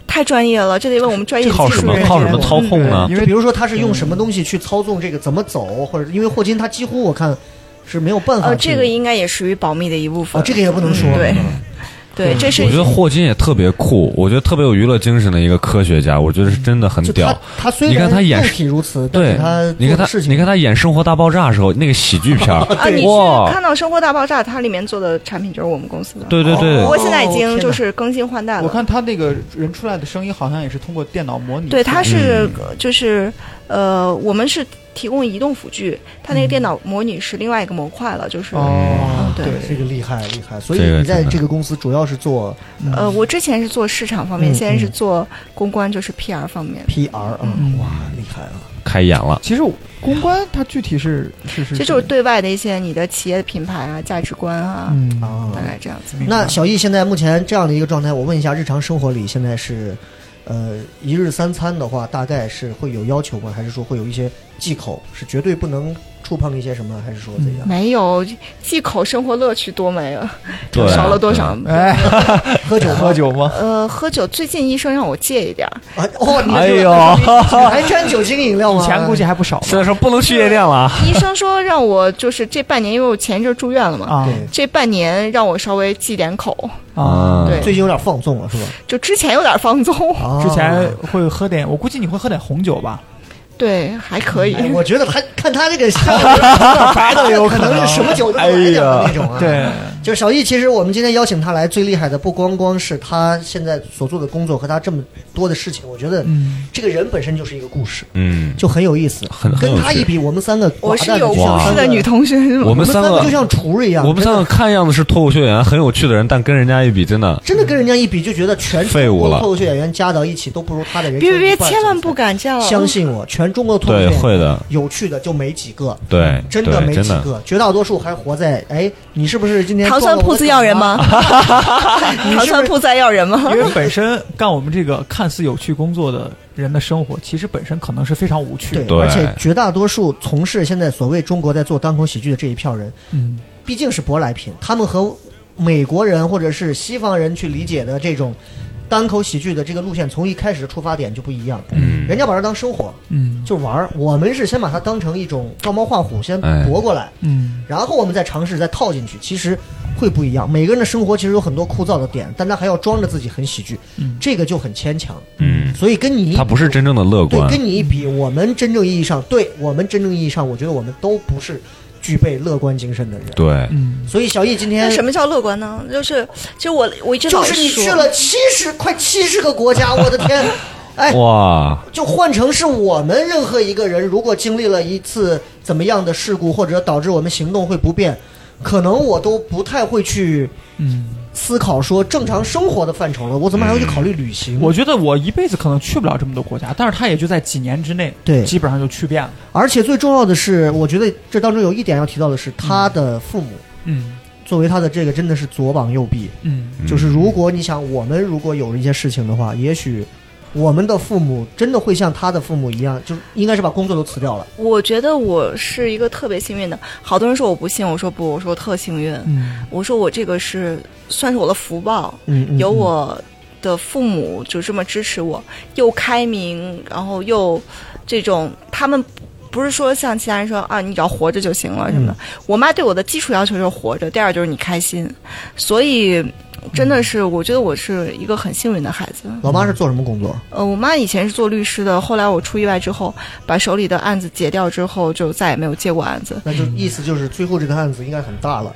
Speaker 5: 太专业了，这得问我们专业技
Speaker 4: 靠什
Speaker 5: 术
Speaker 4: 么
Speaker 5: 人
Speaker 4: 靠什
Speaker 5: 员
Speaker 4: 么操控呢
Speaker 3: 嗯因？
Speaker 2: 就
Speaker 3: 为
Speaker 2: 比如说，他是用什么东西去操纵这个怎么走，或者因为霍金他几乎我看是没有办法
Speaker 4: 嗯
Speaker 5: 呃，
Speaker 2: 去。
Speaker 5: 这个应该也属于保密的一部分。
Speaker 2: 哦，这个也不能说。嗯
Speaker 5: 嗯对对，这是
Speaker 4: 我觉得霍金也特别酷，我觉得特别有娱乐精神的一个科学家，我觉得是真的很
Speaker 2: 就
Speaker 4: 屌
Speaker 2: 他。他虽
Speaker 4: 你看
Speaker 2: 然
Speaker 4: 他演
Speaker 2: 肉
Speaker 4: 示
Speaker 2: 体如此，但
Speaker 4: 对
Speaker 2: 是他，
Speaker 4: 你
Speaker 2: 做的
Speaker 4: 看他
Speaker 2: 事，情
Speaker 4: 你看他演《生活大爆炸》的时候，那个喜 剧片儿，
Speaker 5: 啊，你是
Speaker 4: 哇
Speaker 5: 看，到《生活大爆炸》它里面做的产品就是我们公司的。
Speaker 4: 对对对
Speaker 5: 不，过现在已
Speaker 2: 哦天
Speaker 5: 经
Speaker 2: 哪
Speaker 5: 就是更新换代
Speaker 3: 我
Speaker 5: 了。
Speaker 3: 看他那个人出来的声音好像也是通过电脑模拟出
Speaker 5: 对，
Speaker 3: 来的，
Speaker 5: 它是呃就是呃，我们是提供移动辅具，它那个电脑模拟是另外一个模块了，就是
Speaker 3: 哦
Speaker 5: 嗯，对
Speaker 2: 对这个厉害厉害。所以
Speaker 4: 这个
Speaker 2: 你在
Speaker 4: 真的
Speaker 2: 这个公司主要是做
Speaker 3: 嗯
Speaker 5: 呃，我之前是做市场方面，
Speaker 2: 嗯
Speaker 5: 现在是
Speaker 2: 嗯
Speaker 5: 做公关，就是 PR 方面。
Speaker 2: PR 啊，
Speaker 3: 嗯
Speaker 2: 哇，厉害啊！
Speaker 4: 开演了，
Speaker 3: 其实公关它具体是是是，
Speaker 5: 这就是对外的一些你的企业的品牌啊、价值观啊，
Speaker 3: 嗯
Speaker 2: 啊
Speaker 5: 大，概这样子。
Speaker 3: 明白
Speaker 2: 那小易现在目前这样的一个状态，我问一下，日常生活里现在是，呃，一日三餐的话，大概是会有要求吗？还是说会有一些忌口，是绝对不能触碰一些什么，还是说怎 样？
Speaker 5: 没有忌口，生活乐趣多没了，
Speaker 4: 对啊
Speaker 5: 少了多少？
Speaker 3: 哎，
Speaker 2: 喝酒吗
Speaker 3: 喝酒 吗？
Speaker 5: 呃，喝酒最近医生让我戒一点儿，
Speaker 2: 啊？哦，你
Speaker 4: 哎
Speaker 2: 这
Speaker 4: 呦
Speaker 2: 个，还沾酒精饮料
Speaker 3: 以
Speaker 2: 吗？
Speaker 3: 前估计还不少
Speaker 4: 现在说不能去夜店了啊，
Speaker 5: 医生说让我就是这半年，因为我前一阵住院了嘛，
Speaker 3: 啊
Speaker 2: 对，
Speaker 5: 这半年让我稍微忌点口，
Speaker 4: 嗯
Speaker 3: 啊！
Speaker 5: 对
Speaker 2: 最近有点放纵了，是吧？
Speaker 5: 就之前有点放纵，
Speaker 2: 啊
Speaker 3: 之前会喝点，我估计你会喝点红酒吧？
Speaker 5: 对，还可以。
Speaker 2: 哎我觉得他看他这个像白的 有可能是什么酒都来点
Speaker 4: 哎
Speaker 2: 的那种啊。
Speaker 3: 对，
Speaker 2: 就是小易，其实我们今天邀请他来，最厉害的不光光是他现在所做的工作和他这么多的事情，我觉得
Speaker 3: 嗯
Speaker 2: 这个人本身就是一个故事，
Speaker 4: 嗯，
Speaker 2: 就很有意思。
Speaker 4: 很很
Speaker 2: 跟
Speaker 4: 有
Speaker 2: 他一
Speaker 4: 趣。
Speaker 2: 比，我们三个
Speaker 5: 我
Speaker 2: 寡
Speaker 5: 是
Speaker 2: 淡
Speaker 5: 有
Speaker 2: 就
Speaker 4: 哇
Speaker 5: 故
Speaker 2: 像
Speaker 5: 事的女啊同学是吗？
Speaker 4: 我
Speaker 2: 我们
Speaker 4: 们三
Speaker 2: 个
Speaker 4: 个
Speaker 2: 就像厨儿一样，
Speaker 4: 我们三
Speaker 2: 真
Speaker 4: 个
Speaker 2: 的
Speaker 4: 看样子是脱口秀演员，很有趣的人，但跟人家一比，真的
Speaker 2: 真的跟人家一比，就觉得全中
Speaker 4: 废物
Speaker 2: 国
Speaker 4: 了
Speaker 2: 脱口秀演员加到一起都不如他的人生
Speaker 5: 别
Speaker 2: 一半。
Speaker 5: 别别，千万不敢这样！
Speaker 2: 相信我，全中国脱口秀
Speaker 4: 对
Speaker 2: 演员
Speaker 4: 会的
Speaker 2: 有趣的就没几个。
Speaker 4: 对，
Speaker 2: 真
Speaker 4: 对
Speaker 2: 的没
Speaker 4: 真
Speaker 2: 几
Speaker 4: 的
Speaker 2: 个，绝大多数还活在哎，你是不是今天
Speaker 5: 糖
Speaker 2: 撞
Speaker 5: 酸
Speaker 2: 了我
Speaker 5: 铺
Speaker 2: 的
Speaker 5: 子要人
Speaker 2: 梗
Speaker 5: 吗
Speaker 2: 啊？？
Speaker 5: 糖酸铺子还要人吗
Speaker 3: 因？为本身干我们这个看似有趣工作的人的生活，其实本身可能是非常无趣
Speaker 2: 对，
Speaker 3: 的。
Speaker 4: 对
Speaker 2: 而且绝大多数从事现在所谓中国在做单口喜剧的这一票人，
Speaker 3: 嗯，
Speaker 2: 毕竟是舶来品，他们和美国人或者是西方人去理解的这种单口喜剧的这个路线，从一开始的出发点就不一样。
Speaker 4: 嗯
Speaker 2: 人家把它当生活，
Speaker 3: 嗯
Speaker 2: 就玩儿；我们是先把它当成一种照猫画虎，先
Speaker 4: 哎
Speaker 2: 博过来，
Speaker 3: 嗯，
Speaker 2: 然后我们再尝试再套进去，其实会不一样。每个人的生活其实有很多枯燥的点，但他还要装着自己很喜剧，这个就很牵强。
Speaker 4: 嗯，
Speaker 2: 所以跟你
Speaker 4: 他不是真正的乐
Speaker 2: 对
Speaker 4: 观，
Speaker 2: 跟你一比，我们真正意义上，对我们真正意义上，我觉得我们都不是具备乐观精神的人。
Speaker 4: 对，
Speaker 3: 嗯
Speaker 2: 所以小易今
Speaker 5: 那
Speaker 2: 天
Speaker 5: 什么叫乐观呢？就是，其实我我一直
Speaker 2: 就
Speaker 5: 老
Speaker 2: 是你去
Speaker 5: 说
Speaker 2: 了七十快七十个国家，我的天！哎，
Speaker 4: 哇，
Speaker 2: 就换成是我们任何一个人，如果经历了一次怎么样的事故，或者导致我们行动会不便，可能我都不太会去
Speaker 3: 嗯，
Speaker 2: 思考说正常生活的范畴了。我怎么还要去考虑旅行？
Speaker 3: 我觉得我一辈子可能去不了这么多国家，但是他也就在几年之内，
Speaker 2: 对
Speaker 3: 基本上就去遍了。
Speaker 2: 而且最重要的是，我觉得这当中有一点要提到的是，他的父母
Speaker 3: 嗯
Speaker 2: 作为他的这个真的是左膀右臂。
Speaker 3: 嗯
Speaker 2: 就是如果你想，我们如果有一些事情的话，也许我们的父母真的会像他的父母一样，就应该是把工作都辞掉了。
Speaker 5: 我觉得我是一个特别幸运的。好多人说我不信，我说不，我说我特幸运。
Speaker 3: 嗯
Speaker 5: 我说我这个是算是我的福报，
Speaker 2: 嗯，嗯
Speaker 5: 有我的父母就这么支持我，又开明，然后又这种他们。不是说像其他人说啊，你只要活着就行了什么的。
Speaker 3: 嗯
Speaker 5: 我妈对我的基础要求就是活着，第二就是你开心，所以真的是我觉得我是一个很幸运的孩子。
Speaker 2: 老妈是做什么工作？。
Speaker 5: 呃，我妈以前是做律师的，后来我出意外之后，把手里的案子结掉之后，就再也没有接过案 子
Speaker 2: 那就意思就是最后这个案子应该很大了，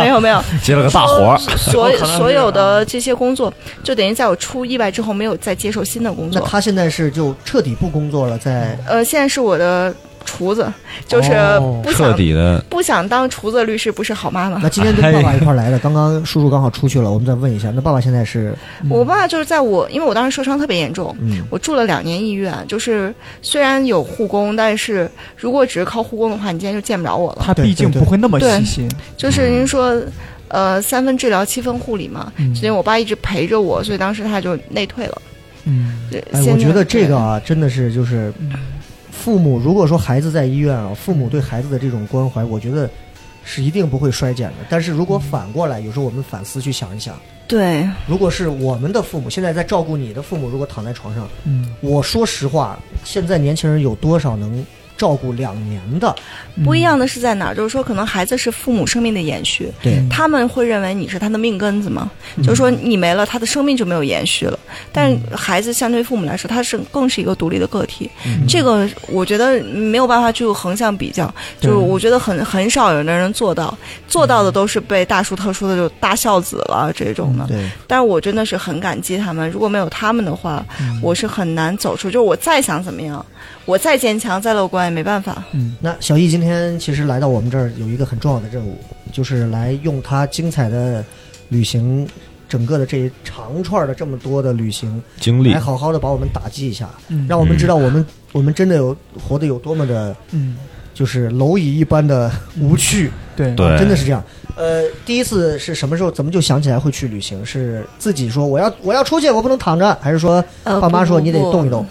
Speaker 5: 没有没 有，
Speaker 4: 接了个大活儿，
Speaker 5: 所
Speaker 3: 有可能是
Speaker 5: 所有的这些工作，就等于在我出意外之后，没有再接受新的工
Speaker 2: 那
Speaker 5: 作。
Speaker 2: 她现在是就彻底不工作了，在
Speaker 5: 呃，现在是我的厨子，就是
Speaker 2: 哦
Speaker 5: 不想、
Speaker 4: 彻底的
Speaker 5: 不想当厨子律师，不是好妈妈
Speaker 2: 那。今天跟爸爸一块儿来的，刚刚叔叔刚好出去了，我们再问一下，那爸爸现在是
Speaker 5: 我爸就是在我，因为我当时受伤特别严重，
Speaker 2: 嗯
Speaker 5: 我住了两年医院，就是虽然有护工，但是如果只是靠护工的话，你今天就见不着我了。
Speaker 3: 他毕竟不会那么
Speaker 5: 对对
Speaker 3: 细心，
Speaker 5: 就是
Speaker 2: 嗯
Speaker 5: 您说，呃，三分治疗七分护理嘛，
Speaker 3: 嗯
Speaker 5: 所以我爸一直陪着我，所以当时他就内退了。
Speaker 3: 嗯，
Speaker 5: 对
Speaker 2: 哎，我
Speaker 5: 现在嗯
Speaker 2: 觉得这个啊，真的是就是，父母如果说孩子在医院啊，父母对孩子的这种关怀，我觉得是一定不会衰减的。但是如果反过来，有时候我们反思去想一想，
Speaker 5: 对
Speaker 2: 如果是我们的父母现在在照顾你的父母，如果躺在床上，
Speaker 3: 嗯
Speaker 2: 我说实话，现在年轻人有多少能照顾两年的？
Speaker 5: 不一样的是在哪儿？就是说，可能孩子是父母生命的延续，
Speaker 2: 对嗯
Speaker 5: 他们会认为你是他的命根子嘛，就是说你没了，他的生命就没有延续了。但孩子相对于父母来说，他是更是一个独立的个体，
Speaker 2: 嗯
Speaker 5: 这个我觉得没有办法去横向比较，就是我觉得很很少有的人做到，做到的都是被大书特书的就大孝子了这种的。
Speaker 2: 嗯对，
Speaker 5: 但是我真的是很感激他们，如果没有他们的话，
Speaker 2: 嗯
Speaker 5: 我是很难走出。就是我再想怎么样，我再坚强、再乐观也没办法。
Speaker 2: 那小易今天其实来到我们这儿有一个很重要的任务，就是来用他精彩的旅行，整个的这一长串的这么多的旅行，
Speaker 4: 经历
Speaker 2: 来，好好的把我们打击一下，
Speaker 3: 嗯
Speaker 2: 让我们知道我们我们真的有活得有多么的，
Speaker 3: 嗯，
Speaker 2: 就是蝼蚁一般的无趣，
Speaker 3: 对
Speaker 4: 对
Speaker 2: 真的是这样。呃，第一次是什么时候？怎么就想起来会去旅行？是自己说我要我要出去，我不能躺着，还是说
Speaker 5: 呃
Speaker 2: 爸妈
Speaker 5: 不
Speaker 2: 说
Speaker 5: 不
Speaker 2: 你得
Speaker 5: 不
Speaker 2: 动一动？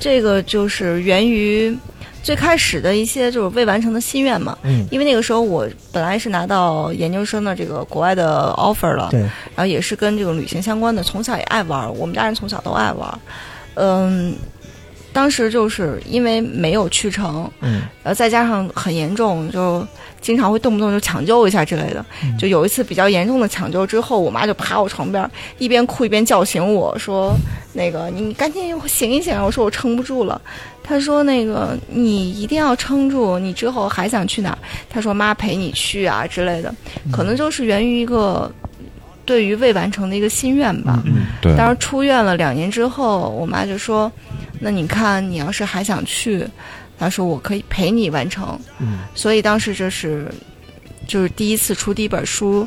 Speaker 5: 这个就是源于最开始的一些就是未完成的心愿嘛。
Speaker 2: 嗯，
Speaker 5: 因为那个时候我本来是拿到研究生的这个国外的 offer 了，
Speaker 2: 对，
Speaker 5: 然后也是跟这种旅行相关的，从小也爱玩儿，我们家人从小都爱玩儿，嗯，当时就是因为没有去成，
Speaker 2: 嗯，
Speaker 5: 然后再加上很严重，就经常会动不动就抢救一下之类的。就有一次比较严重的抢救之后，我妈就爬我床边儿，一边哭一边叫醒我说：“那个你赶紧醒一醒啊！”我说我撑不住了。她说：“那个你一定要撑住，你之后还想去哪儿？”她说：“妈陪你去啊之类的。”可能就是源于一个对于未完成的一个心愿吧。
Speaker 3: 嗯
Speaker 2: 嗯
Speaker 4: 对，
Speaker 5: 当时出院了两年之后，我妈就说：“那你看，你要是还想去，她说我可以陪你完成。”
Speaker 2: 嗯，
Speaker 5: 所以当时这是就是第一次出第一本书，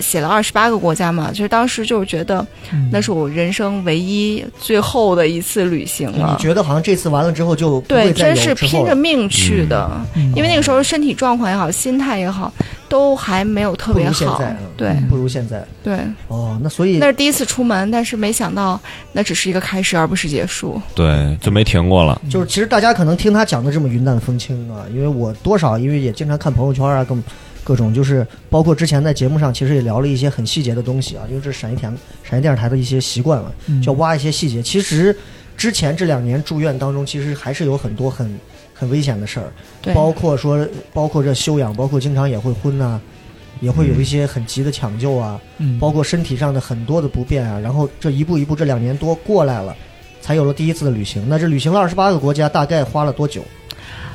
Speaker 5: 写了二十八个国家嘛，就是当时就是觉得
Speaker 2: 嗯
Speaker 5: 那是我人生唯一最后的一次旅行
Speaker 2: 你
Speaker 5: 了。
Speaker 2: 觉得好像这次完了之后就不
Speaker 5: 啊对，
Speaker 2: 会再有
Speaker 5: 真是
Speaker 2: 之
Speaker 5: 拼
Speaker 2: 后嗯
Speaker 5: 着
Speaker 2: 了
Speaker 5: 命去的，因为那个时候身体状况也好，心态也好，都还没有特
Speaker 2: 不
Speaker 5: 别
Speaker 2: 如现
Speaker 5: 好
Speaker 2: 在，啊，
Speaker 5: 对
Speaker 2: 不如现在
Speaker 5: 对。
Speaker 2: 哦，那所以
Speaker 5: 那是第一次出门，但是没想到那只是一个开始，而不是结束。
Speaker 4: 对，就没停过了，
Speaker 2: 就是其实大家可能听他讲的这么云淡风轻啊，因为我多少因为也经常看朋友圈啊，各各种就是包括之前在节目上其实也聊了一些很细节的东西啊，因为这是陕西台陕西电视台的一些习惯嘛，
Speaker 5: 嗯
Speaker 3: 嗯
Speaker 2: 就要挖一些细节。其实之前这两年住院当中，其实还是有很多很很危险的事儿，
Speaker 5: 对，
Speaker 2: 包括说包括这休养，包括经常也会昏啊，也会有
Speaker 5: 嗯
Speaker 2: 一些很急的抢救啊，
Speaker 3: 嗯
Speaker 2: 包括身体上的很多的不便啊，然后这一步一步这两年多过来了，才有了第一次的旅行。那这旅行了二十八个国家，大概花了多久？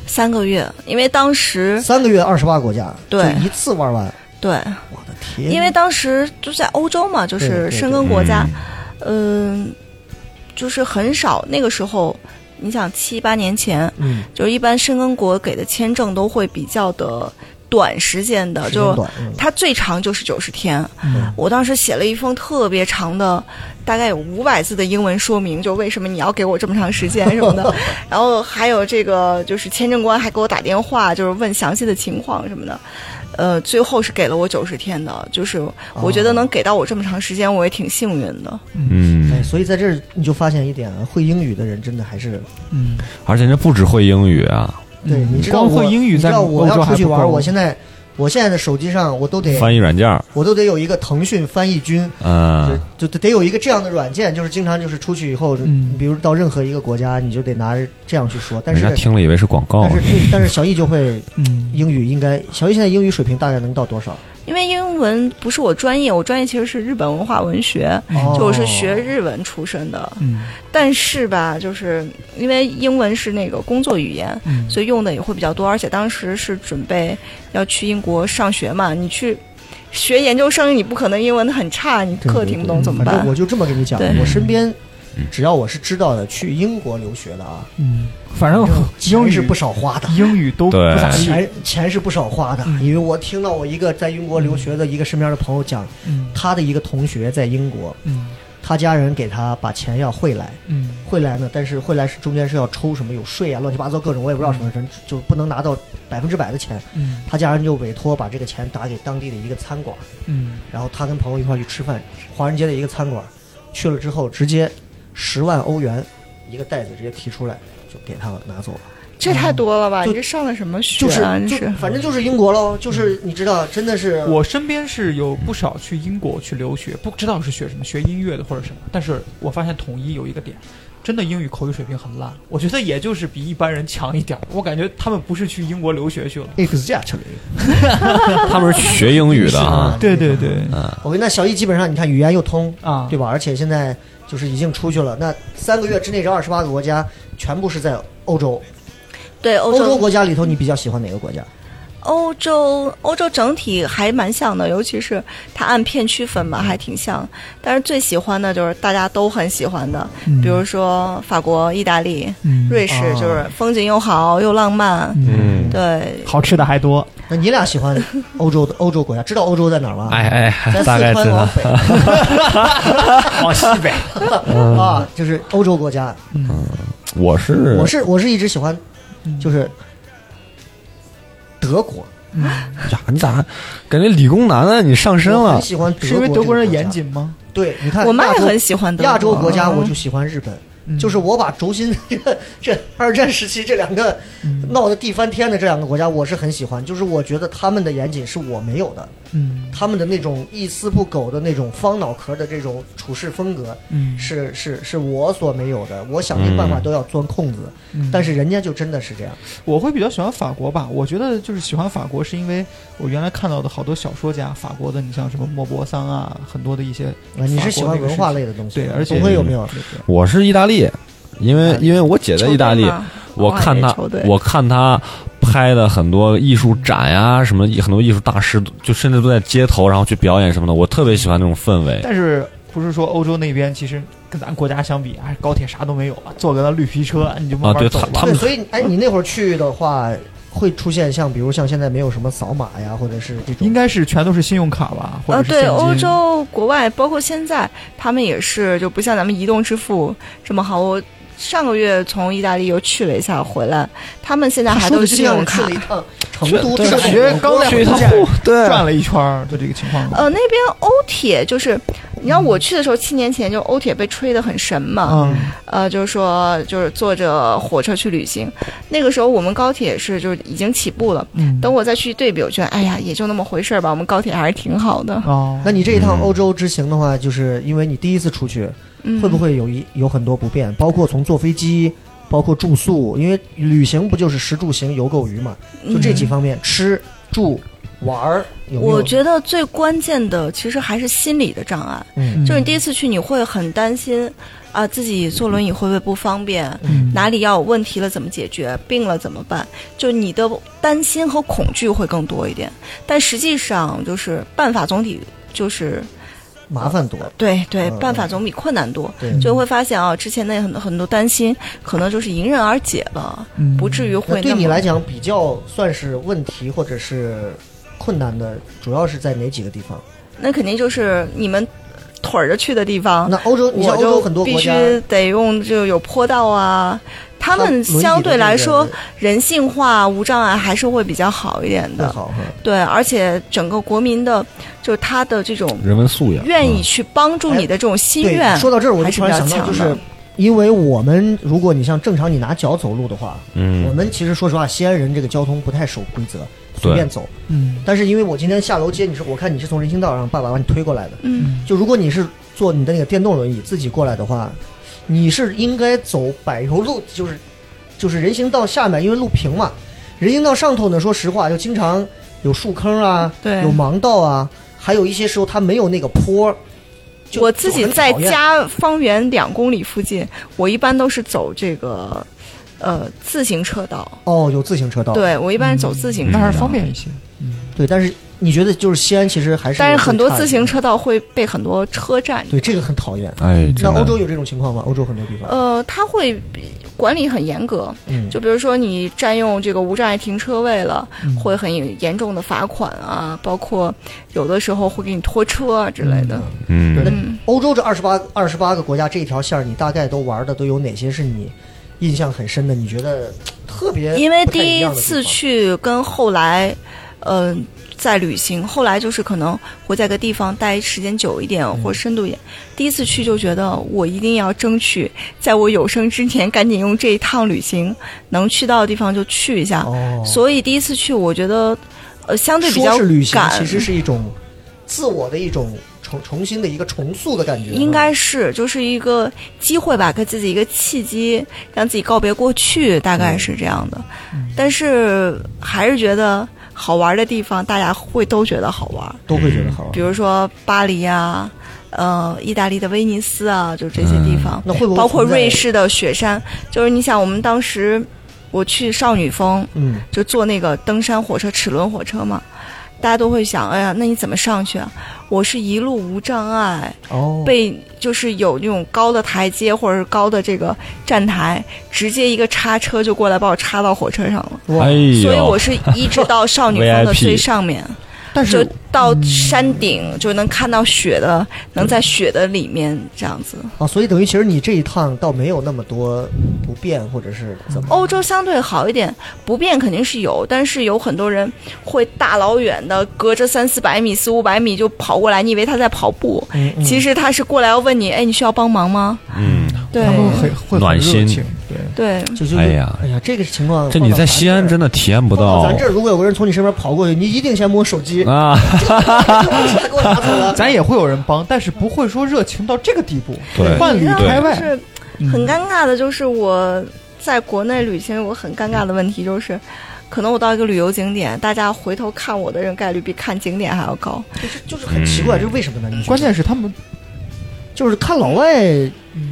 Speaker 5: 三个月，因为当时
Speaker 2: 三个月，二十八个国家，
Speaker 5: 嗯对
Speaker 2: 就一次玩完。
Speaker 5: 对，
Speaker 2: 我的天！
Speaker 5: 因为当时就在欧洲嘛，就
Speaker 2: 对对
Speaker 5: 是
Speaker 2: 对
Speaker 5: 申根国家
Speaker 4: 嗯，
Speaker 5: 嗯、就是很少。那个时候，你想七八年前，
Speaker 2: 嗯，
Speaker 5: 就是一般申根国给的签证都会比较的短时间的，
Speaker 2: 时间
Speaker 5: 就
Speaker 2: 短，嗯
Speaker 5: 它最长就是九十天。
Speaker 3: 嗯
Speaker 5: 我当时写了一封特别长的，大概有五百字的英文说明，就为什么你要给我这么长时间什么的。然后还有这个就是签证官还给我打电话，就是问详细的情况什么的。呃，最后是给了我九十天的，就是我觉得能给到我这么长时间，我也挺幸运的。
Speaker 2: 哎，
Speaker 4: 嗯，
Speaker 2: 所以在这儿你就发现一点啊，会英语的人真的还是
Speaker 3: 嗯，
Speaker 4: 而且人家不只会英语啊，
Speaker 2: 对，
Speaker 3: 嗯
Speaker 2: 你知道
Speaker 3: 光
Speaker 2: 我
Speaker 3: 会英语
Speaker 2: 你知
Speaker 3: 在
Speaker 2: 道
Speaker 3: 欧
Speaker 2: 我
Speaker 3: 洲
Speaker 2: 要
Speaker 3: 还
Speaker 2: 出去
Speaker 3: 不
Speaker 2: 玩，
Speaker 3: 够
Speaker 2: 我现在我现在的手机上我都得
Speaker 4: 翻译软件儿，
Speaker 2: 我都得有一个腾讯翻译君，
Speaker 4: 嗯，
Speaker 2: 就就得有一个这样的软件，就是经常就是出去以后，
Speaker 3: 嗯
Speaker 2: 比如到任何一个国家，你就得拿着这样去说。但
Speaker 4: 人
Speaker 2: 是
Speaker 4: 家听了以为是广告
Speaker 3: 哦
Speaker 2: 但。是但是小易就会
Speaker 3: 嗯，
Speaker 2: 英语应该，小易现在英语水平大概能到多少？
Speaker 5: 因为英文不是我专业，我专业其实是日本文化文学，
Speaker 2: 哦
Speaker 5: 哎就我是学日文出身的。
Speaker 3: 嗯
Speaker 5: 但是吧，就是因为英文是那个工作语言，
Speaker 3: 嗯，
Speaker 5: 所以用的也会比较多。而且当时是准备要去英国上学嘛，你去学研究生，你不可能英文很差，你
Speaker 2: 对
Speaker 5: 课听不懂怎么
Speaker 2: 反
Speaker 5: 办
Speaker 2: 正？我就这么跟你讲
Speaker 5: 对，
Speaker 2: 我身边只要我是知道的去英国留学的啊，
Speaker 3: 嗯，反正 英
Speaker 2: 钱
Speaker 3: 语
Speaker 2: 是不少花的。
Speaker 3: 英语都不
Speaker 4: 对
Speaker 3: 咋地。
Speaker 2: 钱钱是不少花的，
Speaker 3: 嗯
Speaker 2: 因为我听到我一个在英国留学的一个身边的朋友讲，
Speaker 3: 嗯
Speaker 2: 他的一个同学在英国，
Speaker 3: 嗯
Speaker 2: 他家人给他把钱要汇来，
Speaker 3: 嗯
Speaker 2: 汇来呢，但是汇来是中间是要抽什么有税啊，乱七八糟各种，我也不知道什么人就不能拿到百分之百的钱。
Speaker 3: 嗯
Speaker 2: 他家人就委托把这个钱打给当地的一个餐馆，
Speaker 3: 嗯，
Speaker 2: 然后他跟朋友一块去吃饭，华人街的一个餐馆，去了之后直接十万欧元一个袋子直接提出来就给他拿走了，
Speaker 5: 这太多了吧？
Speaker 2: 就
Speaker 5: 你这上的什么学
Speaker 2: 就是
Speaker 5: 啊？这
Speaker 2: 就是反正就是英国喽，就是你知道，真的是
Speaker 3: 我身边是有不少去英国去留学，不知道是学什么，学音乐的或者什么。但是我发现统一有一个点，真的英语口语水平很烂，我觉得也就是比一般人强一点儿。我感觉他们不是去英国留学去了，
Speaker 2: exactly
Speaker 4: 他们是学英语 的啊，
Speaker 3: 对对对，
Speaker 2: 我跟那小易基本上，你看语言又通
Speaker 3: 啊
Speaker 2: 对吧？而且现在就是已经出去了，那三个月之内这二十八个国家全部是在欧洲。
Speaker 5: 对欧
Speaker 2: 欧洲
Speaker 5: 洲
Speaker 2: 国家里头，你比较喜欢哪个国家？
Speaker 5: 欧洲欧洲整体还蛮像的，尤其是它按片区分嘛，还挺像。但是最喜欢的就是大家都很喜欢的，
Speaker 2: 嗯
Speaker 5: 比如说法国、意大利、
Speaker 3: 嗯
Speaker 5: 瑞士，
Speaker 2: 哦
Speaker 5: 就是风景又好又浪漫。
Speaker 4: 嗯，
Speaker 5: 对，
Speaker 3: 好吃的还多。
Speaker 2: 那你俩喜欢欧洲的欧洲国家？知道欧洲在哪儿吗？
Speaker 4: 哎
Speaker 2: 咱
Speaker 4: 哎，
Speaker 2: 四
Speaker 4: 大概
Speaker 2: 川哦
Speaker 4: 知
Speaker 2: 往
Speaker 4: 道。
Speaker 2: 北
Speaker 3: 往西北，
Speaker 5: 嗯
Speaker 2: 啊，就是欧洲国家。
Speaker 4: 我是
Speaker 2: 我是我是一直喜欢，
Speaker 3: 嗯
Speaker 2: 就是德国。
Speaker 4: 呀，你咋感觉理工男啊？你上身
Speaker 2: 我
Speaker 4: 了
Speaker 2: 很？喜欢德国，
Speaker 3: 是因为德国人严。谨吗？啊
Speaker 2: 对，你看
Speaker 5: 我妈
Speaker 2: 亚
Speaker 5: 也
Speaker 2: 洲
Speaker 5: 很喜欢德国
Speaker 2: 亚洲国家，我就喜欢日本。
Speaker 3: 嗯
Speaker 2: 就是我把轴心 这这二战时期这两个
Speaker 3: 嗯
Speaker 2: 闹得地翻天的这两个国家，我是很喜欢。就是我觉得他们的严谨是我没有的，
Speaker 3: 嗯
Speaker 2: 他们的那种一丝不苟的那种方脑壳的这种处事风格，
Speaker 3: 嗯
Speaker 2: 是是是我所没有的。我想尽办法都要钻空子，
Speaker 3: 嗯
Speaker 2: 但是人家就真的是这样。
Speaker 3: 我会比较喜欢法国吧。我觉得就是喜欢法国，是因为我原来看到的好多小说家，法国的，你像什么莫泊桑啊，很多的一些
Speaker 2: 啊你是喜欢文化类的东西，
Speaker 3: 对而且
Speaker 2: 总会有没有？
Speaker 4: 我是意大利，因为因为我姐在意大利
Speaker 5: 球队，嘛
Speaker 4: 我
Speaker 2: 啊
Speaker 4: 看
Speaker 5: 哇
Speaker 4: 她
Speaker 5: 这球队
Speaker 4: 我看她拍的很多艺术展呀、什么很多艺术大师，就甚至都在街头，然后去表演什么的。我特别喜欢那种氛围。
Speaker 3: 但是不是说欧洲那边其实跟咱国家相比，哎，高铁啥都没有啊，坐个那绿皮车你就慢
Speaker 4: 啊对
Speaker 3: 慢走
Speaker 4: 他
Speaker 3: 吧。
Speaker 4: 们
Speaker 2: 对，所以哎，你那会儿去的话，会出现像比如像现在没有什么扫码呀，或者是这种
Speaker 3: 应该是全都是信用卡吧，或
Speaker 5: 呃，
Speaker 3: 者是现
Speaker 5: 对，
Speaker 3: 金。
Speaker 5: 欧洲国外包括现在，他们也是就不像咱们移动支付这么好。我上个月从意大利又去了一下回来，他们现在还都
Speaker 2: 的
Speaker 5: 是信用
Speaker 2: 去
Speaker 5: 卡
Speaker 2: 了一。 趟成都，
Speaker 4: 对
Speaker 2: 这
Speaker 3: 上学刚在
Speaker 4: 去一趟
Speaker 3: 福建
Speaker 4: 不对
Speaker 3: 转了一圈儿的这个情况。
Speaker 5: 呃，那边欧铁就是，你知道我去的时候，七年前就欧铁被吹得很神嘛，
Speaker 3: 嗯
Speaker 5: 呃，就是说就是坐着火车去旅行，那个时候我们高铁是就是已经起步了，
Speaker 3: 嗯，
Speaker 5: 等我再去对比，我觉得哎呀也就那么回事儿吧，我们高铁还是挺好的。
Speaker 3: 哦，
Speaker 2: 那你这一趟欧洲之行的话，就是因为你第一次出去，
Speaker 5: 嗯
Speaker 2: 会不会有一有很多不便？包括从坐飞机，包括住宿，因为旅行不就是食住行游购娱嘛？
Speaker 5: 嗯
Speaker 2: 就这几方面，吃住玩儿，有没有
Speaker 5: 我觉得最关键的其实还是心理的障碍，
Speaker 2: 嗯
Speaker 5: 就是你第一次去你会很担心啊、自己坐轮椅会不会不方便，
Speaker 3: 嗯
Speaker 5: 哪里要有问题了怎么解决，病了怎么办，就你的担心和恐惧会更多一点。但实际上就是办法总比就是
Speaker 2: 麻烦多。
Speaker 5: 对对，
Speaker 2: 嗯
Speaker 5: 办法总比困难多。
Speaker 2: 对，
Speaker 5: 就会发现啊，之前那很多很多担心，可能就是迎刃而解了，
Speaker 3: 嗯
Speaker 5: 不至于
Speaker 2: 那
Speaker 5: 会那
Speaker 2: 对
Speaker 5: 么
Speaker 2: 你来讲比较算是问题或者是困难的，主要是在哪几个地方？
Speaker 5: 那肯定就是你们腿儿着去的地方
Speaker 2: 那，欧洲，你像
Speaker 5: 啊我
Speaker 2: 欧洲
Speaker 5: 就
Speaker 2: 很多
Speaker 5: 必
Speaker 2: 国
Speaker 5: 须
Speaker 2: 家，
Speaker 5: 得用就有坡道啊。他
Speaker 2: 他
Speaker 5: 们相对来说
Speaker 2: 轮椅的
Speaker 5: 人性化、无障碍还是会比较好一点
Speaker 2: 这个更
Speaker 5: 的，
Speaker 2: 好嗯哈。
Speaker 5: 对，而且整个国民的，就是他的这种
Speaker 4: 人文素养，
Speaker 5: 愿意去帮助你的这种心
Speaker 2: 嗯对，
Speaker 5: 愿，
Speaker 2: 说到这儿，我就
Speaker 5: 还是
Speaker 2: 突
Speaker 5: 比
Speaker 2: 然
Speaker 5: 较
Speaker 2: 想到，
Speaker 5: 强
Speaker 2: 就
Speaker 5: 的。
Speaker 2: 是因为我们如果你像正常你拿脚走路的话，我
Speaker 4: 嗯，
Speaker 2: 们其实说实话，西安人这个交通不太守规则，随
Speaker 4: 对
Speaker 2: 便走。
Speaker 3: 嗯
Speaker 2: 但是因为我今天下楼接你是，我看你是从人行道上，爸爸把你推过来的。
Speaker 5: 嗯，
Speaker 2: 就如果你是坐你的那个电动轮椅自己过来的话，你是应该走柏油路，就是就是人行道下面，因为路平嘛。人行道上头呢，说实话，就经常有树坑啊，
Speaker 5: 对
Speaker 2: 有盲道啊，还有一些时候它没有那个坡。就
Speaker 5: 我自己在，
Speaker 2: 就很讨厌
Speaker 5: 家方圆两公里附近，我一般都是走这个呃自行车道。
Speaker 2: 哦，有自行车道，
Speaker 5: 对我一般是走自行车
Speaker 3: 那
Speaker 5: 道，
Speaker 3: 还是方便一些。
Speaker 2: 对但是你觉得就是西安其实还是
Speaker 5: 但是
Speaker 2: 有这个
Speaker 5: 很多
Speaker 2: 差距
Speaker 5: 自行车道会被很多车站。
Speaker 2: 对这个很讨厌。
Speaker 4: 哎，
Speaker 2: 那
Speaker 4: 真
Speaker 2: 欧
Speaker 4: 的
Speaker 2: 洲有这种情况吗？欧洲很多地方，
Speaker 5: 呃，它会比管理很严格，
Speaker 2: 嗯，
Speaker 5: 就比如说你占用这个无障碍停车位了，会很严重的罚款啊，包括有的时候会给你拖车啊之类的。
Speaker 4: 嗯，
Speaker 2: 对欧洲这二十八二十八个国家这一条线儿，你大概都玩的都有哪些是你印象很深的？你觉得特别
Speaker 5: 因为
Speaker 2: 不太
Speaker 5: 第
Speaker 2: 样
Speaker 5: 一
Speaker 2: 的地
Speaker 5: 次
Speaker 2: 方，
Speaker 5: 去跟后来，嗯、在旅行，后来就是可能会在个地方待时间久一点或深度一点。第一次去就觉得我一定要争取，在我有生之年赶紧用这一趟旅行能去到的地方就去一下。
Speaker 2: 哦，
Speaker 5: 所以第一次去，我觉得呃相对比较
Speaker 2: 说是旅行，
Speaker 5: 赶，
Speaker 2: 其实是一种自我的一种重重新的一个重塑的感觉，
Speaker 5: 应该是就是一个机会吧，给自己一个契机，让自己告别过去，大
Speaker 2: 嗯
Speaker 5: 概是这样的。但是还是觉得好玩的地方，大家会都觉得好玩，
Speaker 2: 都会觉得好玩
Speaker 5: 比。如说巴黎啊，呃，意大利的威尼斯啊，就这些地方，
Speaker 2: 嗯那会不会
Speaker 5: 包括
Speaker 2: 存在
Speaker 5: 瑞？士的雪山，就是你想，我们当时我去少女峰，
Speaker 2: 嗯，
Speaker 5: 就坐那个登山火车、齿轮火车嘛。大家都会想，哎呀，那你怎么上去啊？我是一路无障碍，
Speaker 2: 哦，
Speaker 5: 被就是有那种高的台阶或者是高的这个站台，直接一个叉车就过来把我插到火车上了。
Speaker 2: 哇
Speaker 4: 哎，呦，
Speaker 5: 所以我是一直到少女峰的
Speaker 4: VIP
Speaker 5: 最上面，
Speaker 2: 但
Speaker 5: 就是到山顶就能看到雪的，能在雪的里面这样子。
Speaker 2: 啊，所以等于其实你这一趟倒没有那么多不便，或者是怎么？
Speaker 5: 欧洲相对好一点，不便肯定是有，但是有很多人会大老远的隔着三四百米、四五百米就跑过来，你以为他在跑步，
Speaker 2: 嗯嗯
Speaker 5: 其实他是过来要问你，哎，你需要帮忙吗？
Speaker 4: 嗯，
Speaker 5: 对
Speaker 3: 他们会会很
Speaker 4: 暖
Speaker 3: 热
Speaker 4: 心
Speaker 3: 情，对，
Speaker 5: 对，
Speaker 2: 就就
Speaker 4: 哎呀
Speaker 2: 哎呀，这个情况
Speaker 4: 这你在西安
Speaker 2: 真。
Speaker 4: 真的体验不哦
Speaker 2: 放到
Speaker 4: 到
Speaker 2: 咱这儿如果有个人从你身边跑过去，你一定先摸手 机，
Speaker 4: 啊，
Speaker 2: 把给我拿走了。
Speaker 3: 咱也会有人帮，但是不会说热情到这个地步。
Speaker 4: 对
Speaker 3: 万
Speaker 5: 你
Speaker 3: 里
Speaker 5: 知道
Speaker 3: 开
Speaker 5: 就
Speaker 3: 外，
Speaker 5: 是
Speaker 3: 嗯
Speaker 5: 很尴尬的，就是我在国内旅行，我很尴尬的问题就是。可能我到一个旅游景点，大家回头看我的人概率比看景点还要高。
Speaker 2: 就是就是很奇怪，这
Speaker 4: 嗯
Speaker 2: 是为什么呢？你觉得
Speaker 3: 关键是他们
Speaker 2: 就是看老外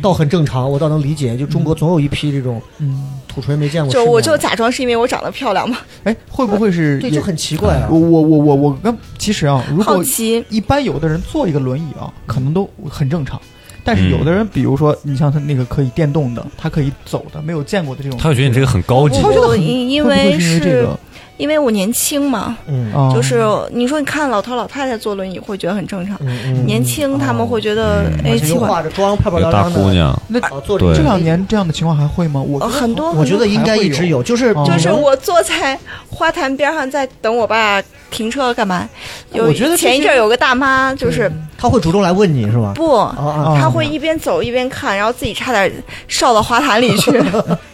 Speaker 2: 倒很正常，我倒能理解。就中国总有一批这种
Speaker 3: 嗯，
Speaker 2: 土锤没见过世
Speaker 5: 就
Speaker 2: 面的，
Speaker 5: 我就假装是因为我长得漂亮嘛，
Speaker 3: 哎，会不会是
Speaker 2: 对，
Speaker 3: 也
Speaker 2: 就很奇怪啊
Speaker 3: 我。我我我我跟其实啊，如
Speaker 5: 好
Speaker 3: 果
Speaker 5: 奇。
Speaker 3: 一般有的人坐一个轮椅啊，可能都很正常。但
Speaker 4: 嗯
Speaker 3: 是有的人，比如说你像他那个可以电动的，他可以走的，没有见过的这种，
Speaker 4: 他会觉得你这个很高级
Speaker 3: 他，会觉得
Speaker 5: 我
Speaker 3: 很
Speaker 5: 因因
Speaker 3: 会不会
Speaker 5: 为
Speaker 3: 是因为这
Speaker 5: 是
Speaker 3: 个
Speaker 5: 因为我年轻嘛，
Speaker 2: 嗯
Speaker 3: 啊，
Speaker 5: 就是你说你看老头老太太坐轮椅会觉得很正常，
Speaker 2: 嗯嗯，
Speaker 5: 年轻他们会觉得
Speaker 3: 哦
Speaker 4: 嗯
Speaker 5: 哎
Speaker 2: 而且
Speaker 5: 奇
Speaker 2: 又
Speaker 5: 怪。
Speaker 2: 化着妆，漂漂
Speaker 4: 有
Speaker 2: 亮
Speaker 4: 大
Speaker 2: 亮的。
Speaker 4: 姑娘，
Speaker 3: 那
Speaker 2: 啊，做
Speaker 4: 对
Speaker 3: 这两年这样的情况还会吗？我哦
Speaker 5: 呃很多
Speaker 2: 我觉得应该一直有，就是
Speaker 3: 就
Speaker 5: 就是
Speaker 2: 可能
Speaker 5: 我坐在花坛边上，在等我爸停车干嘛？有
Speaker 3: 我觉得这嗯
Speaker 5: 前一阵儿有个大妈，就是
Speaker 2: 他会主动来问你是吧？
Speaker 5: 不，
Speaker 2: 啊啊，
Speaker 3: 啊
Speaker 5: 她会一边走一边看，然后自己差点烧到花坛 里去。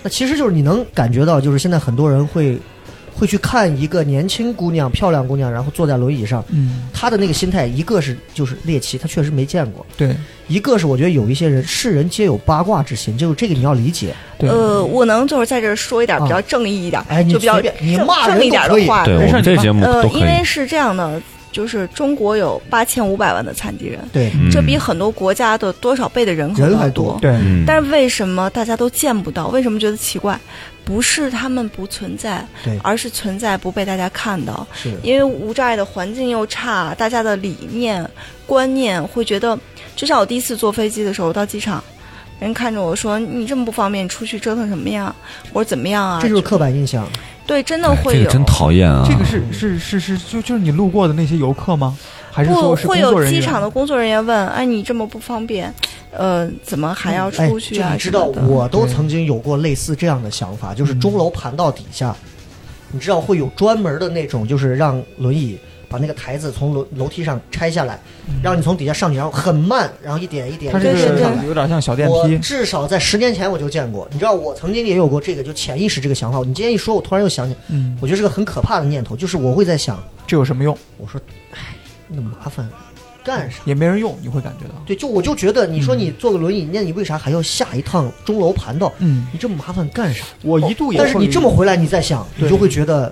Speaker 2: 那其实就是你能感觉到，就是现在很多人会会去看一个年轻姑娘、漂亮姑娘，然后坐在轮椅上，
Speaker 3: 嗯，
Speaker 2: 她的那个心态，一个是就是猎奇，她确实没见过；
Speaker 3: 对
Speaker 2: 一个是我觉得有一些人，世人皆有八卦之心，就是这个你要理解。
Speaker 3: 对，
Speaker 5: 呃，我能就是在这儿说一点比较正义一点，
Speaker 2: 啊哎，你
Speaker 5: 就比较
Speaker 2: 随便你
Speaker 5: 正
Speaker 2: 骂人
Speaker 5: 正一点
Speaker 2: 都可
Speaker 5: 的
Speaker 2: 以
Speaker 5: 话。
Speaker 4: 对我
Speaker 3: 没事
Speaker 4: 们这
Speaker 3: 你
Speaker 4: 节目
Speaker 5: 呃，
Speaker 4: 都可
Speaker 5: 因为
Speaker 4: 以，
Speaker 5: 是这样的，就是中国有八千五百万的残疾人，
Speaker 2: 对，
Speaker 4: 嗯
Speaker 5: 这比很多国家的多少倍的人口
Speaker 2: 人
Speaker 5: 都
Speaker 2: 还
Speaker 5: 要
Speaker 2: 多
Speaker 5: 多。
Speaker 3: 对，
Speaker 4: 嗯
Speaker 5: 但是为什么大家都见不到？为什么觉得奇怪？不是他们不存在
Speaker 2: 对，
Speaker 5: 而是存在不被大家看到。
Speaker 2: 是
Speaker 5: 因为无障碍的环境又差，大家的理念观念会觉得，就像我第一次坐飞机的时候，我到机场，人看着我说：“你这么不方便，你出去折腾什么呀？”我说：“怎么样啊？”
Speaker 2: 这就是刻板印象。
Speaker 5: 对，真的
Speaker 4: 哎
Speaker 5: 会
Speaker 4: 这
Speaker 5: 有
Speaker 4: 个。真讨厌啊，
Speaker 3: 这个是是是是，就就是你路过的那些游客吗？还是
Speaker 5: 不
Speaker 3: 说是工
Speaker 5: 会
Speaker 3: 作
Speaker 5: 有
Speaker 3: 人员？
Speaker 5: 机场的工作人员问：“哎，你这么不方便，呃，怎么还
Speaker 3: 嗯
Speaker 5: 要
Speaker 2: 哎，
Speaker 5: 出去
Speaker 2: 就
Speaker 5: 啊？”
Speaker 2: 你知道，
Speaker 5: 什么的
Speaker 2: 我都曾经有过类似这样的想法，就是钟楼盘道底下，你知道会有专门的那种，就是让轮椅把那个台子从楼楼梯上拆下来，让你从底下上去，然后很慢，然后一点一点
Speaker 3: 它这
Speaker 2: 一点升
Speaker 5: 对
Speaker 3: 个
Speaker 5: 对
Speaker 2: 上来。
Speaker 3: 有点像小电
Speaker 2: 我
Speaker 3: 梯，
Speaker 2: 至少在十年前我就见过，你知道我曾经也有过这个，就潜意识这个想法。你今天一说，我突然又想起，
Speaker 3: 嗯，
Speaker 2: 我觉得是个很可怕的念头，就是我会在想，
Speaker 3: 这有什么用？
Speaker 2: 我说，哎，那么麻烦，干啥？
Speaker 3: 也没人用，你会感觉到，
Speaker 2: 对，就我就觉得，你说你坐个轮椅，那你为啥还要下一趟钟楼盘道？
Speaker 3: 嗯，
Speaker 2: 你这么麻烦干啥？
Speaker 3: 我一度也
Speaker 2: 但是
Speaker 3: 会
Speaker 2: 你这么回来，你再想，你
Speaker 3: 对
Speaker 2: 就会觉得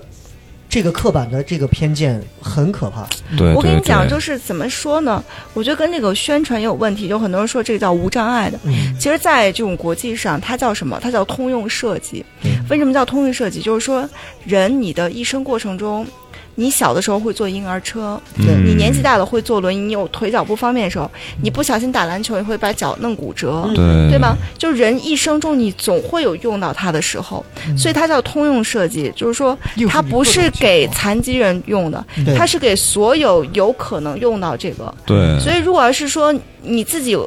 Speaker 2: 这个刻板的这个偏见很可怕。
Speaker 4: 对，
Speaker 5: 我跟你
Speaker 4: 对
Speaker 5: 讲，
Speaker 4: 对
Speaker 5: 就是怎么说呢？我觉得跟这个宣传也有问题。有很多人说这个叫无障碍的，
Speaker 2: 嗯
Speaker 5: 其实，在这种国际上，它叫什么？它叫通用设计。为什么叫通用设计？就是说，人你的一生过程中，你小的时候会坐婴儿车，
Speaker 4: 嗯
Speaker 5: 你年纪大了会坐轮椅，你有腿脚不方便的时候，你不小心打篮球，你会把脚弄骨折。
Speaker 4: 对
Speaker 5: 对吗？？就是人一生中，你总会有用到它的时候，所以它叫通用设计，就是说
Speaker 3: 应付
Speaker 5: 它
Speaker 3: 你
Speaker 5: 不
Speaker 3: 各种
Speaker 5: 是
Speaker 3: 情
Speaker 5: 给
Speaker 3: 况
Speaker 5: 残疾人用的，
Speaker 2: 对
Speaker 5: 它是给所有有可能用到这个。
Speaker 4: 对，
Speaker 5: 所以，如果要是说你自己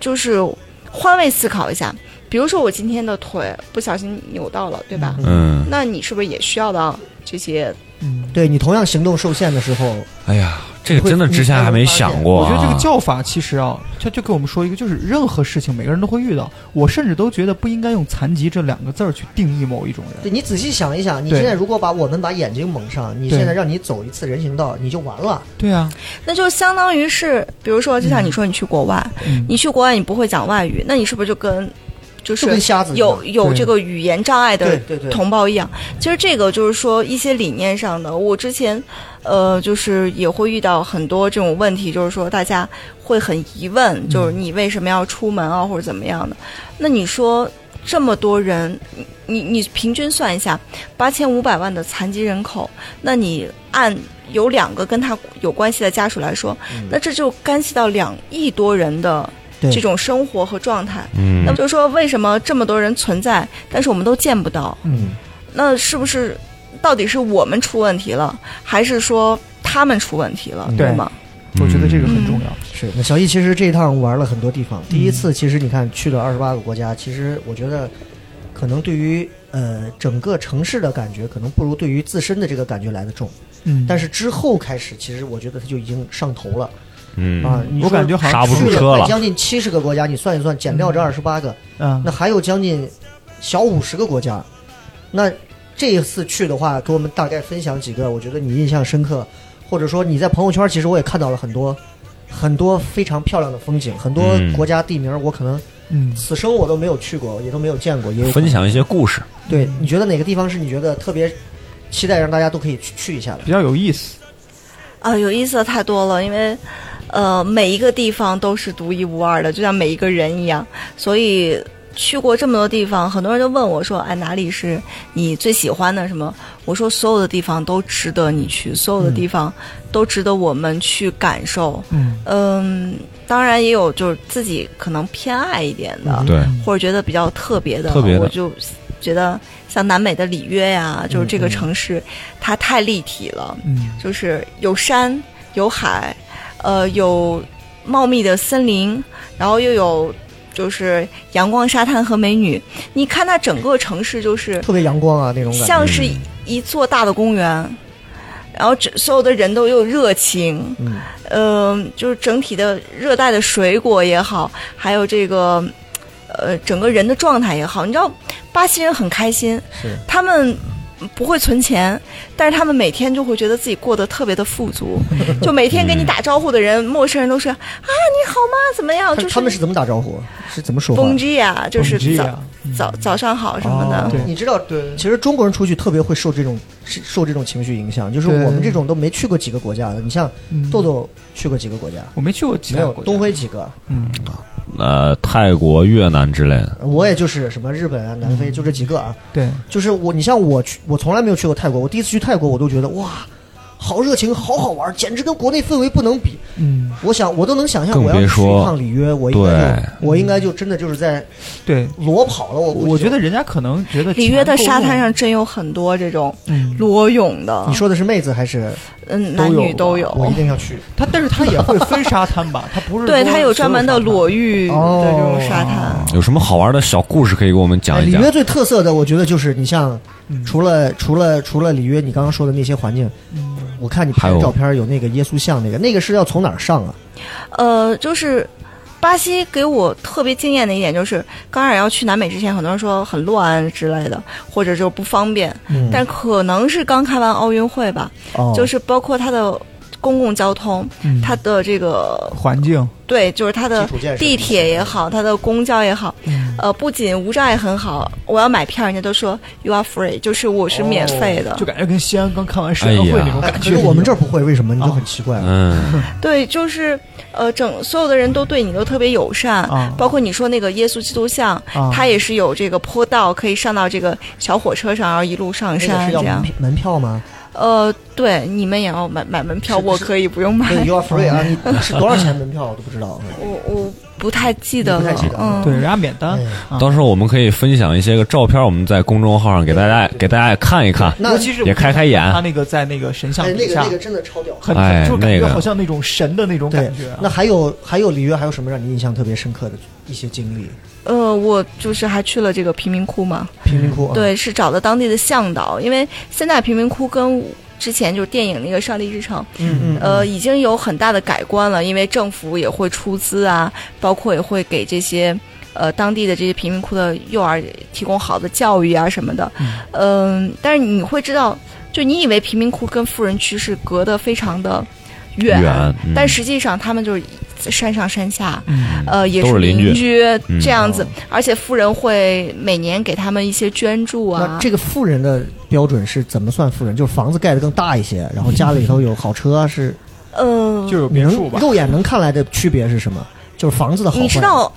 Speaker 5: 就是换位思考一下，比如说我今天的腿不小心扭到了，对吧？
Speaker 4: 嗯，
Speaker 5: 那你是不是也需要到这些？
Speaker 3: 嗯，
Speaker 2: 对你同样行动受限的时候，
Speaker 4: 哎呀，这个真的之前还没想过
Speaker 3: 我觉
Speaker 4: 啊。
Speaker 3: 得这个叫法其实啊，它就给我们说一个，就是任何事情每个人都会遇到，我甚至都觉得不应该用残疾这两个字儿去定义某一种人。
Speaker 2: 对你仔细想一想，你
Speaker 3: 对
Speaker 2: 现在如果把我们把眼睛蒙上，你
Speaker 3: 对
Speaker 2: 现在让你走一次人行道，你就完了。
Speaker 3: 对啊，
Speaker 5: 那就相当于是，比如说，就像你说你去国外，
Speaker 3: 嗯
Speaker 5: 你去国外你不会讲外语，那你是不是就跟就
Speaker 2: 就跟
Speaker 5: 是
Speaker 2: 瞎子一样
Speaker 5: 有有
Speaker 3: 对
Speaker 5: 这个语言障碍
Speaker 2: 对
Speaker 5: 的
Speaker 2: 对对，
Speaker 5: 同胞一样？其实这个就是说一些理念上的，我之前呃就是也会遇到很多这种问题，就是说大家会很疑问，
Speaker 2: 嗯
Speaker 5: 就是你为什么要出门啊，或者怎么样的？那你说这么多人，你你你平均算一下，八千五百万的残疾人口，那你按有两个跟他有关系的家属来说，那这就干系到两亿多人的
Speaker 2: 嗯对
Speaker 5: 这种生活和状态。
Speaker 4: 嗯
Speaker 5: 那么就是说，为什么这么多人存在，但是我们都见不到？
Speaker 2: 嗯，
Speaker 5: 那是不是到底是我们出问题了，还是说他们出问题了，
Speaker 2: 嗯
Speaker 5: 对吗？
Speaker 3: 我觉得这个很重要。
Speaker 2: 是。那小易其实这一趟玩了很多地方，第一
Speaker 4: 嗯
Speaker 2: 次其实你看去了二十八个国家，其实我觉得可能对于呃整个城市的感觉，可能不如对于自身的这个感觉来的重。
Speaker 3: 嗯，
Speaker 2: 但
Speaker 3: 是
Speaker 2: 是之后开始，其实我觉得他就已经上头了
Speaker 4: 嗯，
Speaker 2: 啊！你
Speaker 3: 我
Speaker 2: 说
Speaker 3: 感觉好
Speaker 4: 刹
Speaker 3: 像
Speaker 4: 不
Speaker 3: 是
Speaker 4: 住
Speaker 2: 去
Speaker 4: 车
Speaker 2: 了
Speaker 4: 了
Speaker 2: 将近七十个国家，你算一算，减掉这二十八个，
Speaker 3: 嗯
Speaker 2: 那还有将近小五十个国家。那这一次去的话，给我们大概分享几个，我觉得你印象深刻，或者说你在朋友圈，其实我也看到了很多很多非常漂亮的风景，很多
Speaker 4: 嗯
Speaker 2: 国家地名我可能
Speaker 3: 嗯，
Speaker 2: 此生我都没有去过，也都没有见过，也有可能
Speaker 4: 分享一些故事，
Speaker 2: 对，你觉得哪个地方是你觉得特别期待让大家都可以去去一下的？
Speaker 3: 比较有意思。
Speaker 5: 啊，有意思的太多了，因为。呃，每一个地方都是独一无二的，就像每一个人一样。所以去过这么多地方，很多人就问我说：“哎，哪里是你最喜欢的？什么？”我说：“所有的地方都值得你去，所有的地方都值得我们去感受。
Speaker 3: 嗯，
Speaker 5: 嗯”当然也有就是自己可能偏爱一点的，
Speaker 4: 对，
Speaker 5: 或者觉得比较特别的，
Speaker 4: 特别的
Speaker 5: 我就觉得像南美的里约呀、就是这
Speaker 4: 嗯
Speaker 5: 个城市，它太立体了，
Speaker 3: 嗯，
Speaker 5: 就是有山有海，呃，有茂密的森林，然后又有就是阳光、沙滩和美女。你看它整个城市就是
Speaker 2: 特别阳光啊那种感觉。
Speaker 5: 像是
Speaker 4: 嗯
Speaker 5: 一座大的公园，然后这所有的人都又热情，
Speaker 2: 嗯，
Speaker 5: 嗯、就是整体的热带的水果也好，还有这个呃整个人的状态也好，你知道巴西人很开心，
Speaker 2: 是
Speaker 5: 他们不会存钱，但是他们每天就会觉得自己过得特别的富 足，就每天跟你打招呼的人，陌生人都是啊你好吗？怎么样？
Speaker 2: 他
Speaker 5: 就是
Speaker 2: 他们是怎么打招呼？是怎么说话？
Speaker 5: 蹦迪啊，就是早、早早上好什么的。
Speaker 2: 嗯哦
Speaker 3: 对
Speaker 2: 你知道，
Speaker 3: 对
Speaker 2: 其实中国人出去特别会受这种是受这种情绪影响，就是
Speaker 3: 对
Speaker 2: 我们这种都没去过几个国家的。你像
Speaker 3: 嗯
Speaker 2: 豆豆去过几个国家？
Speaker 3: 我没去过其
Speaker 2: 没
Speaker 3: 他
Speaker 2: 有
Speaker 3: 国，家。
Speaker 2: 东，辉几个，
Speaker 3: 嗯，
Speaker 4: 呃，泰国、越南之类的，
Speaker 2: 我也就是什么日本啊、
Speaker 3: 嗯
Speaker 2: 南非，就这几个啊。
Speaker 3: 对，
Speaker 2: 就是我，你像我去，我从来没有去过泰国，我第一次去泰国，我都觉得哇，好热情，好好玩，简直跟国内氛围不能比。
Speaker 3: 嗯，
Speaker 2: 我想，我都能想象，
Speaker 4: 更
Speaker 2: 我要
Speaker 4: 别
Speaker 2: 是去
Speaker 4: 说
Speaker 2: 一趟里约，我应该
Speaker 4: 对
Speaker 2: 就我应该就真的就是在
Speaker 3: 对，
Speaker 2: 裸跑了。我估计
Speaker 3: 我
Speaker 2: 就
Speaker 3: 觉得人家可能觉得
Speaker 5: 里约的
Speaker 3: 钱够
Speaker 5: 沙
Speaker 3: 用
Speaker 5: 滩上真有很多这种
Speaker 3: 嗯
Speaker 5: 裸泳的，
Speaker 2: 啊你说的是妹子还是
Speaker 5: 嗯，
Speaker 3: 都
Speaker 5: 男
Speaker 3: 有
Speaker 5: 女都
Speaker 3: 吧
Speaker 5: 有。
Speaker 2: 我一定要去？
Speaker 3: 它，但是它也会分沙滩吧？它不是
Speaker 5: 对，
Speaker 3: 说
Speaker 5: 它有专门的裸
Speaker 3: 所有沙滩哦
Speaker 5: 浴的
Speaker 2: 哦
Speaker 5: 这种沙滩。
Speaker 4: 有什么好玩的小故事可以给我们
Speaker 2: 哎
Speaker 4: 讲一
Speaker 2: 里
Speaker 4: 讲？
Speaker 2: 约最特色的，我觉得就是你像
Speaker 3: 嗯
Speaker 2: 除了除了除了里约，你刚刚说的那些环境，我看你拍
Speaker 4: 还
Speaker 2: 的
Speaker 4: 有
Speaker 2: 照片有那个耶稣像那个，那个是要从哪儿上啊？
Speaker 5: 呃，就是巴西给我特别惊艳的一点就是，刚开始要去南美之前，很多人说很乱之类的，或者就不方便。
Speaker 2: 嗯，
Speaker 5: 但可能是刚开完奥运会吧，
Speaker 2: 哦，
Speaker 5: 就是包括它的公共交通，
Speaker 3: 嗯
Speaker 5: 它的这个
Speaker 3: 环境，
Speaker 5: 对，就是它的
Speaker 2: 基础建设嗯
Speaker 5: 地铁也好，它的公交也好，呃，不仅无障碍很好，我要买票，人家都说 you are free，就是我是免
Speaker 2: 哦
Speaker 5: 费的。
Speaker 3: 就感觉跟西安刚看完世博会
Speaker 4: 哎呀
Speaker 3: 那种
Speaker 2: 哎
Speaker 3: 感
Speaker 2: 可
Speaker 3: 觉一
Speaker 2: 是
Speaker 3: 样。
Speaker 2: 我们这儿不会，为什么？你就很奇怪。啊
Speaker 4: 嗯，
Speaker 5: 对，就是呃，整所有的人都对你都特别友善，
Speaker 3: 啊
Speaker 5: 包括你说那个耶稣基督像，
Speaker 3: 啊
Speaker 5: 它也是有这个坡道，可以上到这个小火车上，然后一路
Speaker 2: 那
Speaker 5: 上
Speaker 2: 个是
Speaker 5: 山这
Speaker 2: 要
Speaker 5: 样
Speaker 2: 门。门票吗？
Speaker 5: 呃，对，你们也要买买门票，
Speaker 2: 是
Speaker 5: 我
Speaker 2: 是
Speaker 5: 可以不用买
Speaker 2: 那，个 You are free 啊， 你是多少钱门票我都不知道。
Speaker 5: 我我不太记得
Speaker 2: 你不
Speaker 5: 了，
Speaker 2: 太记得
Speaker 5: 嗯，
Speaker 3: 对人家免单啊
Speaker 2: 哎，
Speaker 4: 到时候我们可以分享一些个照片，我们在公众号上给大家给大家看一看，
Speaker 2: 那
Speaker 3: 尤其是
Speaker 4: 也开开
Speaker 3: 他
Speaker 4: 眼。
Speaker 3: 那个在那个神像
Speaker 2: 哎，那
Speaker 3: 底
Speaker 2: 个
Speaker 3: 下
Speaker 2: 那，个真的超屌。
Speaker 3: 很
Speaker 4: 哎
Speaker 3: 就感
Speaker 4: 那
Speaker 3: 觉
Speaker 4: 个
Speaker 3: 好像那种神的那种
Speaker 2: 对
Speaker 3: 感觉啊，。
Speaker 2: 那还有还有里约还有什么让你印象特别深刻的一些经历？
Speaker 5: 呃，我就是还去了这个贫民窟嘛，
Speaker 2: 贫民窟啊，
Speaker 5: 对，是找的当地的向导，因为现在贫民窟跟之前就是电影那个《上帝之城》，
Speaker 2: 嗯，嗯嗯，
Speaker 5: 呃，已经有很大的改观了，因为政府也会出资啊，包括也会给这些呃当地的这些贫民窟的幼儿提供好的教育啊什么的，嗯、但是你会知道，就你以为贫民窟跟富人区是隔得非常的远，
Speaker 4: 远嗯
Speaker 5: 但实际上他们就是山上山下，
Speaker 3: 嗯
Speaker 5: 呃，也
Speaker 4: 都
Speaker 5: 是
Speaker 4: 是邻居
Speaker 5: 邻居
Speaker 4: 嗯
Speaker 5: 这样子，而且富人会每年给他们一些捐助啊，
Speaker 2: 那这个富人的标准是怎么算富人？就是房子盖得更大一些，然后家里头有好车，是
Speaker 5: 呃，
Speaker 3: 就有
Speaker 2: 你
Speaker 3: 别
Speaker 2: 能
Speaker 3: 墅吧。
Speaker 2: 肉眼能看来的区别是什么？就是房子的好坏。啊
Speaker 5: 你知道，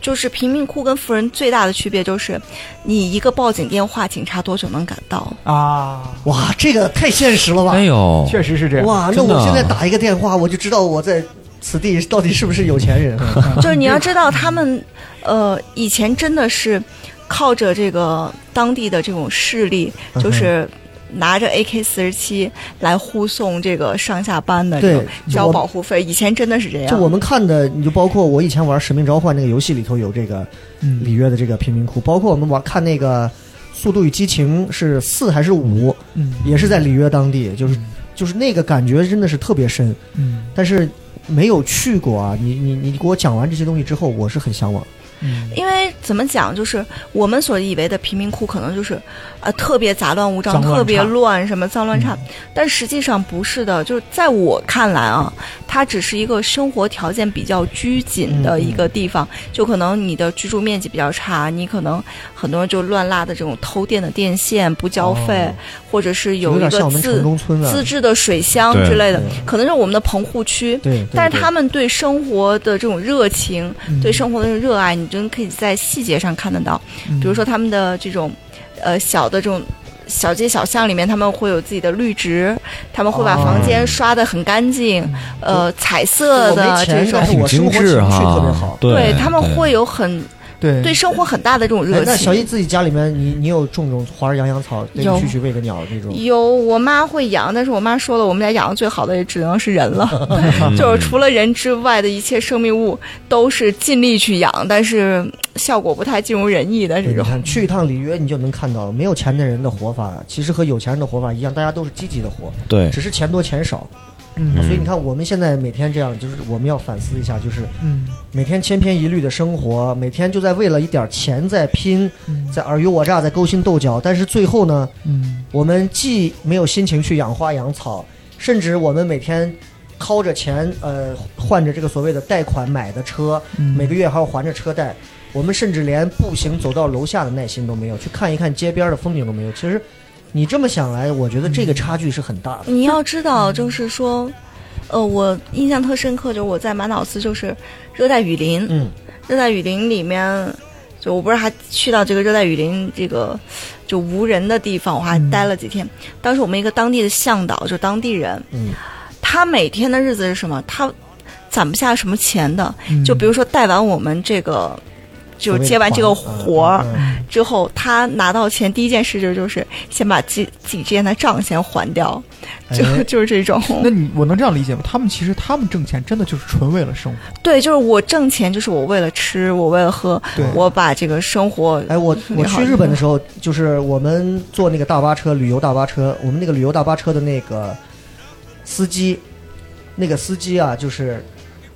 Speaker 5: 就是贫民窟跟富人最大的区别就是，你一个报警电话，警察多久能赶到？
Speaker 3: 啊，
Speaker 2: 哇，这个太现实了吧！
Speaker 4: 哎呦，
Speaker 3: 确实是这样。
Speaker 2: 哇，那
Speaker 4: 真的
Speaker 2: 我
Speaker 4: 啊
Speaker 2: 现在打一个电话，我就知道我在此地到底是不是有钱人。
Speaker 5: 就是你要知道，他们呃以前真的是靠着这个当地的这种势力，
Speaker 2: 嗯哼
Speaker 5: 就是。拿着 AK 四十七来护送这个上下班的，
Speaker 2: 对
Speaker 5: 这种交
Speaker 2: 我
Speaker 5: 保护费，以前真的是这
Speaker 2: 就我
Speaker 5: 样。
Speaker 2: 们看的，你就包括我以前玩《使命召唤》那个游戏里头有这个
Speaker 3: 嗯
Speaker 2: 里约的这个贫民窟，包括我们玩看那个《速度与激情》是四还是五，
Speaker 3: 嗯
Speaker 2: 也是在里约当地，就是就是那个感觉真的是特别深，
Speaker 3: 嗯
Speaker 2: 但是没有去过啊。你你你给我讲完这些东西之后，我是很向往。
Speaker 3: 嗯，
Speaker 5: 因为怎么讲，就是我们所以为的贫民窟，可能就是呃特别杂乱无章、
Speaker 3: 脏乱
Speaker 5: 特别
Speaker 3: 差
Speaker 5: 乱，什么脏乱
Speaker 2: 嗯
Speaker 5: 差。但实际上不是的，就是在我看来啊，它只是一个生活条件比较拘谨
Speaker 2: 嗯
Speaker 5: 的一个地方，就可能你的居住面积比较差，你可能很多人就乱拉的这种偷电的电线不交费，
Speaker 2: 哦
Speaker 5: 或者是
Speaker 2: 有
Speaker 5: 有一
Speaker 2: 点像
Speaker 5: 个
Speaker 2: 我们城
Speaker 5: 自
Speaker 2: 中村啊
Speaker 5: 自，制的水箱之类的
Speaker 2: 对，
Speaker 5: 可能是我们的棚户区。
Speaker 2: 对，对
Speaker 5: 但是
Speaker 2: 对
Speaker 5: 他们对生活的这种热情，
Speaker 3: 嗯
Speaker 5: 对生活的这种热爱，你真可以在细节上看得到。
Speaker 2: 嗯
Speaker 5: 比如说他们的这种，呃，小的这种小街小巷里面，他们会有自己的绿植，他们会把
Speaker 2: 哦嗯
Speaker 5: 房间刷得很干净，呃，彩色
Speaker 2: 我没
Speaker 5: 的
Speaker 2: 钱
Speaker 5: 这种
Speaker 2: 但。是
Speaker 4: 挺
Speaker 2: 我生
Speaker 4: 精
Speaker 2: 活情绪
Speaker 4: 致
Speaker 2: 特别
Speaker 4: 哈
Speaker 2: 好，
Speaker 5: 对他们会有很
Speaker 3: 对
Speaker 5: 对生活很大的这种
Speaker 2: 哎
Speaker 5: 热
Speaker 2: 那小易
Speaker 5: 情。
Speaker 2: 自己家里面，你你有种种花儿养养草，那个
Speaker 5: 有
Speaker 2: 去去喂个鸟那种。
Speaker 5: 有我妈会养，但是我妈说了，我们家养的最好的也只能是人了，
Speaker 4: 嗯
Speaker 5: 就是除了人之外的一切生命物都是尽力去养，但是嗯效果不太尽如人意的
Speaker 2: 对
Speaker 5: 这
Speaker 2: 你
Speaker 5: 种。
Speaker 2: 看，去一趟里约，你就能看到没有钱的人的活法，其实和有钱人的活法一样，大家都是积极的活，
Speaker 4: 嗯对
Speaker 2: 只是钱多钱少。
Speaker 3: 嗯
Speaker 2: 啊所以你看，我们现在每天这样，就是我们要反思一下，就是
Speaker 3: 嗯
Speaker 2: 每天千篇一律的生活，每天就在为了一点钱在拼，
Speaker 3: 嗯
Speaker 2: 在尔虞我诈，在勾心斗角。但是最后呢，
Speaker 3: 嗯
Speaker 2: 我们既没有心情去养花养草，甚至我们每天掏着钱，呃，换着这个所谓的贷款买的车，
Speaker 3: 嗯
Speaker 2: 每个月还要还着车贷。我们甚至连步行走到楼下的耐心都没有，去看一看街边的风景都没有。其实，你这么想来，我觉得这个差距是很大的。
Speaker 5: 你要知道，就是说，呃，我印象特深刻，就是我在马瑙斯，就是热带雨林，
Speaker 2: 嗯，
Speaker 5: 热带雨林里面，就我不是还去到这个热带雨林这个就无人的地方，我
Speaker 2: 嗯
Speaker 5: 还待了几天。当时我们一个当地的向导，就当地人，
Speaker 2: 嗯，
Speaker 5: 他每天的日子是什么？他攒不下什么钱的，
Speaker 3: 嗯
Speaker 5: 就比如说带完我们这个，就
Speaker 2: 所谓
Speaker 5: 是
Speaker 2: 的
Speaker 5: 接完这个
Speaker 2: 还
Speaker 5: 活儿，
Speaker 2: 嗯嗯嗯
Speaker 5: 之后，他拿到钱第一件事情就是先把自己自己之前的账先还掉，就、
Speaker 2: 哎
Speaker 5: 就是这种。
Speaker 3: 那你我能这样理解吗？他们其实他们挣钱真的就是纯为了生活。
Speaker 5: 对，就是我挣钱，就是我为了吃，我为了喝
Speaker 3: 对，
Speaker 5: 我把这个生活，
Speaker 2: 哎， 我
Speaker 5: 你
Speaker 2: 我
Speaker 5: 好
Speaker 2: 去日本的时候，就是我们坐那个大巴车，旅游大巴车，我们那个旅游大巴车的那个司机，那个司机啊，就是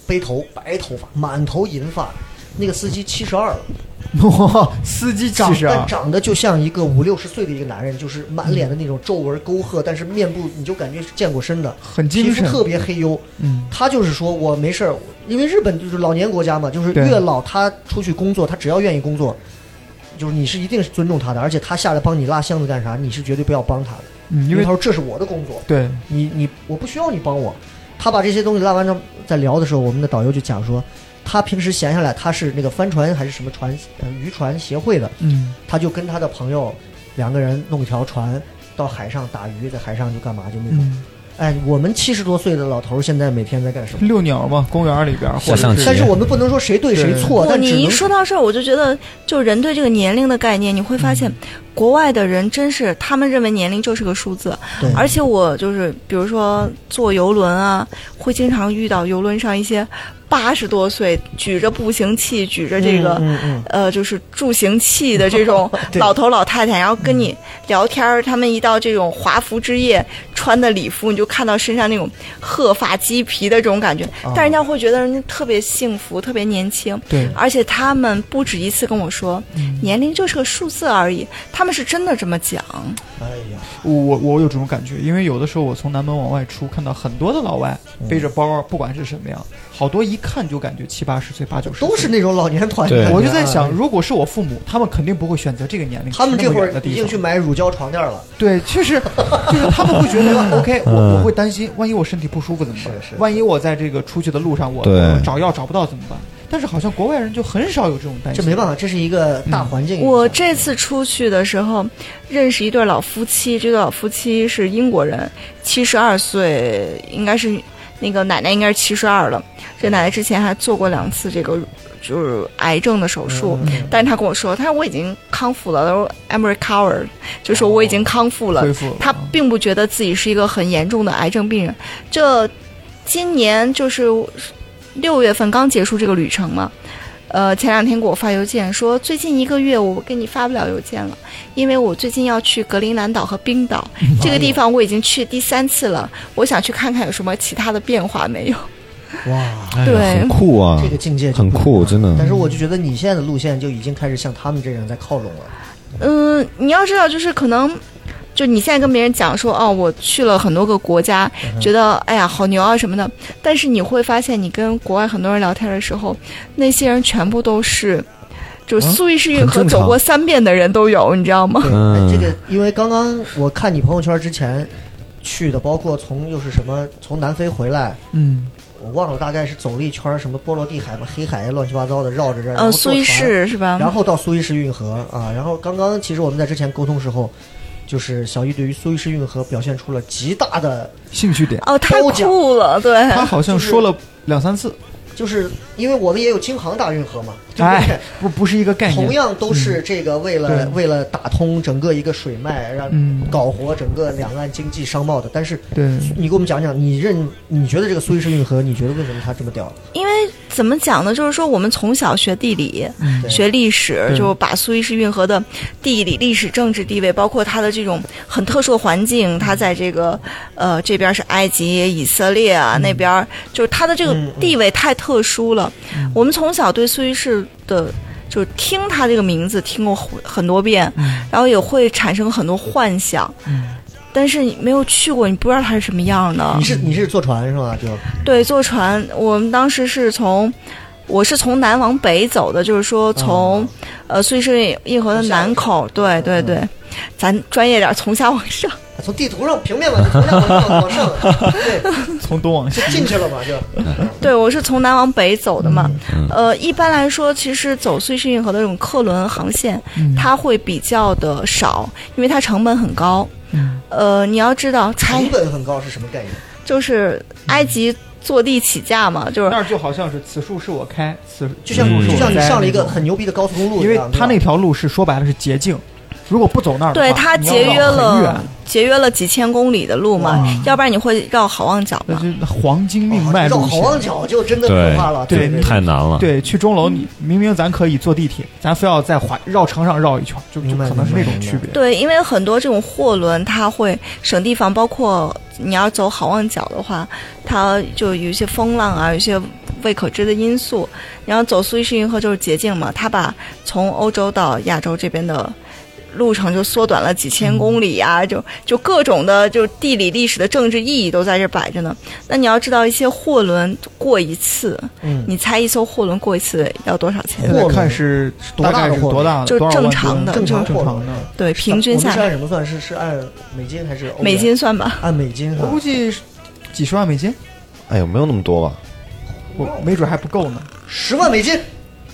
Speaker 2: 背头白头发，满头银发，那个司机七十二了，
Speaker 3: 哇，司机
Speaker 2: 长
Speaker 3: 其实
Speaker 2: 得
Speaker 3: 啊，
Speaker 2: 长得就像一个五六十岁的一个男人，就是满脸的那种皱纹沟壑，但是面部你就感觉是健过身的，
Speaker 3: 很
Speaker 2: 皮
Speaker 3: 精
Speaker 2: 肤
Speaker 3: 神，
Speaker 2: 特别黑黝。
Speaker 3: 嗯，
Speaker 2: 他就是说我没事儿，因为日本就是老年国家嘛，就是
Speaker 3: 对
Speaker 2: 越老他出去工作，他只要愿意工作，就是你是一定是尊重他的，而且他下来帮你拉箱子干啥，你是绝对不要帮他的，
Speaker 3: 嗯，
Speaker 2: 因
Speaker 3: 因
Speaker 2: 为
Speaker 3: 为
Speaker 2: 他说这是我的工作，
Speaker 3: 对，
Speaker 2: 你你我不需要你帮我。他把这些东西拉完之后，在聊的时候，我们的导游就讲说，他平时闲下来，他是那个帆船还是什么船呃渔船协会的，
Speaker 3: 嗯，
Speaker 2: 他就跟他的朋友两个人弄条船到海上打鱼，在海上就干嘛就那种。
Speaker 3: 嗯，
Speaker 2: 哎，我们七十多岁的老头儿现在每天在干什么？
Speaker 3: 遛鸟嘛，公园里边，
Speaker 4: 下
Speaker 3: 或者
Speaker 4: 象棋
Speaker 3: 是
Speaker 2: 但是我们不能说谁对谁错，
Speaker 5: 不，
Speaker 2: 但只
Speaker 5: 你一
Speaker 2: 能
Speaker 5: 说到这儿，我就觉得，就人对这个年龄的概念，你会发
Speaker 2: 嗯
Speaker 5: 现，国外的人真是他们认为年龄就是个数字。
Speaker 2: 对，
Speaker 5: 而且我就是，比如说坐游轮啊，会经常遇到游轮上一些八十多岁举着步行器、举着这个、
Speaker 2: 嗯嗯
Speaker 5: 呃，就是助行器的这种
Speaker 2: 对
Speaker 5: 老头老太太，然后跟你聊天儿。他们一到这种华服之夜，穿的礼服，你就看到身上那种鹤发鸡皮的这种感觉，
Speaker 2: 哦
Speaker 5: 但人家会觉得人家特别幸福，特别年轻。
Speaker 3: 对，
Speaker 5: 而且他们不止一次跟我说，年龄就是个数字而已。他们是真的这么讲，
Speaker 2: 嗯，哎呀，
Speaker 3: 我我我有这种感觉，因为有的时候我从南门往外出，看到很多的老外
Speaker 4: 嗯
Speaker 3: 背着包，不管是什么样，好多一看就感觉七八十岁、八九十岁，
Speaker 2: 都是。那种老年团。啊嗯
Speaker 4: 对
Speaker 3: 我就在想，，如果是我父母，他们肯定不会选择这个年龄去
Speaker 2: 他们
Speaker 3: 那
Speaker 2: 这
Speaker 3: 么
Speaker 2: 会
Speaker 3: 远
Speaker 2: 儿
Speaker 3: 的
Speaker 2: 已
Speaker 3: 地
Speaker 2: 经去
Speaker 3: 方。
Speaker 2: 买乳胶床垫了。
Speaker 3: 对，确实，就是他们会 觉得，OK，
Speaker 4: 嗯
Speaker 3: 我我会担心，万一我身体不舒服怎么办
Speaker 2: 是是？
Speaker 3: 万一我在这个出去的路上，我
Speaker 4: 对
Speaker 3: 我找药找不到怎么办？但是好像国外人就很少有这种担
Speaker 2: 这
Speaker 3: 心，
Speaker 2: 没办法，这是一个大
Speaker 3: 嗯
Speaker 2: 环境影响。
Speaker 5: 我这次出去的时候，认识一对老夫妻，这对老夫妻是英国人，七十二岁，应该是那个奶奶应该是七十二了。这奶奶之前还做过两次这个就是癌症的手术，
Speaker 2: 嗯
Speaker 5: 但是她跟我说，她说我已经康复了，她说 I'm recovered，就说我已经康复了，
Speaker 3: 恢复了
Speaker 5: 他
Speaker 3: 啊
Speaker 5: 并不觉得自己是一个很严重的癌症病人。这今年就是六月份刚结束这个旅程嘛，呃，前两天给我发邮件说，最近一个月我给你发不了邮件了，因为我最近要去格陵兰岛和冰岛这个地方，我已经去第三次了，我想去看看有什么其他的变化没有。
Speaker 2: 哇，
Speaker 4: 哎呀
Speaker 5: 对
Speaker 4: 很酷啊
Speaker 2: 这，个境界就
Speaker 4: 很
Speaker 2: 不一
Speaker 4: 酷，
Speaker 2: 样
Speaker 4: 真的。
Speaker 2: 但是我就觉得你现在的路线就已经开始向他们这样在靠拢了。
Speaker 5: 嗯，你要知道，就是可能，就你现在跟别人讲说，哦，我去了很多个国家，
Speaker 2: 嗯
Speaker 5: 觉得哎呀好牛啊什么的，但是你会发现，你跟国外很多人聊天的时候，那些人全部都是，
Speaker 2: 嗯
Speaker 5: 就苏伊士运
Speaker 4: 很
Speaker 5: 河
Speaker 4: 正常
Speaker 5: 走过三遍的人都有，你知道吗？
Speaker 2: 对，
Speaker 4: 嗯
Speaker 2: 哎这个因为刚刚我看你朋友圈之前去的，包括从又是什么从南非回来，
Speaker 3: 嗯，
Speaker 2: 我忘了大概是走了一圈儿什么波罗的海嘛、黑海乱七八糟的绕着这儿，然后
Speaker 5: 呃，
Speaker 2: 坐
Speaker 5: 苏伊
Speaker 2: 船
Speaker 5: 士是吧？
Speaker 2: 然后到苏伊士运河啊，然后刚刚其实我们在之前沟通时候，就是小易对于苏伊士运河表现出了极大的，
Speaker 3: 兴趣点，
Speaker 5: 哦，太
Speaker 2: 褒奖
Speaker 5: 酷了， 对，
Speaker 3: 他好像
Speaker 2: 就是
Speaker 3: 说了两三次，
Speaker 2: 就是因为我们也有京杭大运河嘛，对不对？
Speaker 3: 哎，不不是一个概
Speaker 2: 同
Speaker 3: 念，嗯
Speaker 2: 样都是这个为了、
Speaker 3: 对
Speaker 2: 为了打通整个一个水脉，让
Speaker 3: 嗯
Speaker 2: 搞活整个两岸经济商贸的。但是
Speaker 3: 对，
Speaker 2: 你给我们讲讲，你认你觉得这个苏伊士运河，你觉得为什么它这么屌？
Speaker 5: 因为怎么讲呢？就是说我们从小学地理，
Speaker 3: 嗯
Speaker 2: 对
Speaker 5: 学历史，
Speaker 3: 对
Speaker 5: 就把苏伊士运河的地理、历史、政治地位，包括它的这种很特殊的环境，它在这个呃这边是埃及、以色列啊，那边儿就是它的这个
Speaker 2: 嗯嗯
Speaker 5: 地位太特殊了。我们从小对苏伊士的。就是听它这个名字听过很很多遍，然后也会产生很多幻想，但是你没有去过，你不知道它是什么样的。
Speaker 2: 你是你是坐船是吧？就啊
Speaker 5: 对，坐船，我们当时是从，我是从南往北走的，就是说从，呃，苏伊士运河的南口，对对对，咱专业点儿，从下往上。
Speaker 2: 从地图上平面嘛，就从下往上往上，啊对，
Speaker 3: 从东往西，
Speaker 2: 就进去了嘛， 就
Speaker 5: 对，我是从南往北走的嘛。呃，一般来说，其实走苏伊士运河的这种客轮航线，它会比较的少，因为它成本很高。呃，你要知道，才
Speaker 2: 成本很高是什么概念？
Speaker 5: 就是埃及坐地起价嘛，就是
Speaker 3: 那儿就好像是此树是我开，此
Speaker 2: 就像
Speaker 4: 嗯
Speaker 2: 就像你上了一个
Speaker 3: 很。
Speaker 2: 很牛逼的高速公路一
Speaker 3: 因
Speaker 2: 样，
Speaker 3: 为他那
Speaker 2: 对吧哦
Speaker 3: 条路是说白了是捷径，如果不走那儿的话，
Speaker 5: 对它
Speaker 3: 你要
Speaker 5: 节
Speaker 3: 绕
Speaker 5: 约
Speaker 3: 很远
Speaker 5: 了节约了几千公里的路嘛，要不然你会绕好望角
Speaker 3: 那
Speaker 5: 嘛。
Speaker 3: 就黄金命
Speaker 2: 哦
Speaker 3: 脉
Speaker 2: 绕
Speaker 3: 路
Speaker 2: 好
Speaker 3: 线。
Speaker 2: 望角嗯就真的
Speaker 4: 对
Speaker 2: 可怕了，
Speaker 3: 对
Speaker 2: 对，
Speaker 4: 太难了。
Speaker 3: 对，去钟楼，你明明咱可以坐地铁，咱非要在环绕城上绕一圈，就就
Speaker 2: 明白
Speaker 3: 可能是那
Speaker 2: 明白
Speaker 3: 种
Speaker 2: 明白
Speaker 3: 区别。
Speaker 5: 对，因为很多这种货轮它会省地方，包括你要走好望角的话，它就有一些风浪啊，有一些未可知的因素。然后走苏伊士运河就是捷径嘛，它把从欧洲到亚洲这边的路程就缩短了几千公里啊，
Speaker 3: 嗯
Speaker 5: 就就各种的就地理、历史的政治意义都在这摆着呢。那你要知道，一些货轮过一次，
Speaker 2: 嗯，
Speaker 5: 你猜一艘货轮过一次要多少钱
Speaker 2: 货？
Speaker 3: 现在
Speaker 2: 轮
Speaker 3: 看是
Speaker 2: 多
Speaker 3: 大
Speaker 2: 大
Speaker 3: 概
Speaker 2: 的
Speaker 3: 是
Speaker 2: 货
Speaker 3: 多大的，
Speaker 5: 就是
Speaker 3: 多少
Speaker 5: 正
Speaker 3: 万
Speaker 5: 常的
Speaker 3: 吨
Speaker 2: 正常嗯
Speaker 3: 正
Speaker 2: 货
Speaker 3: 常
Speaker 2: 轮
Speaker 3: 的。
Speaker 5: 对，平均下
Speaker 2: 我们是按
Speaker 5: 来
Speaker 2: 什么算？是是按美金还是欧元
Speaker 5: 美？金算吧。
Speaker 2: 按美金
Speaker 3: 我
Speaker 2: 哈
Speaker 3: 估，计是几十万美金，
Speaker 6: 哎呦，没有那么多吧？
Speaker 3: 我没准还不够呢。
Speaker 2: 十万美金，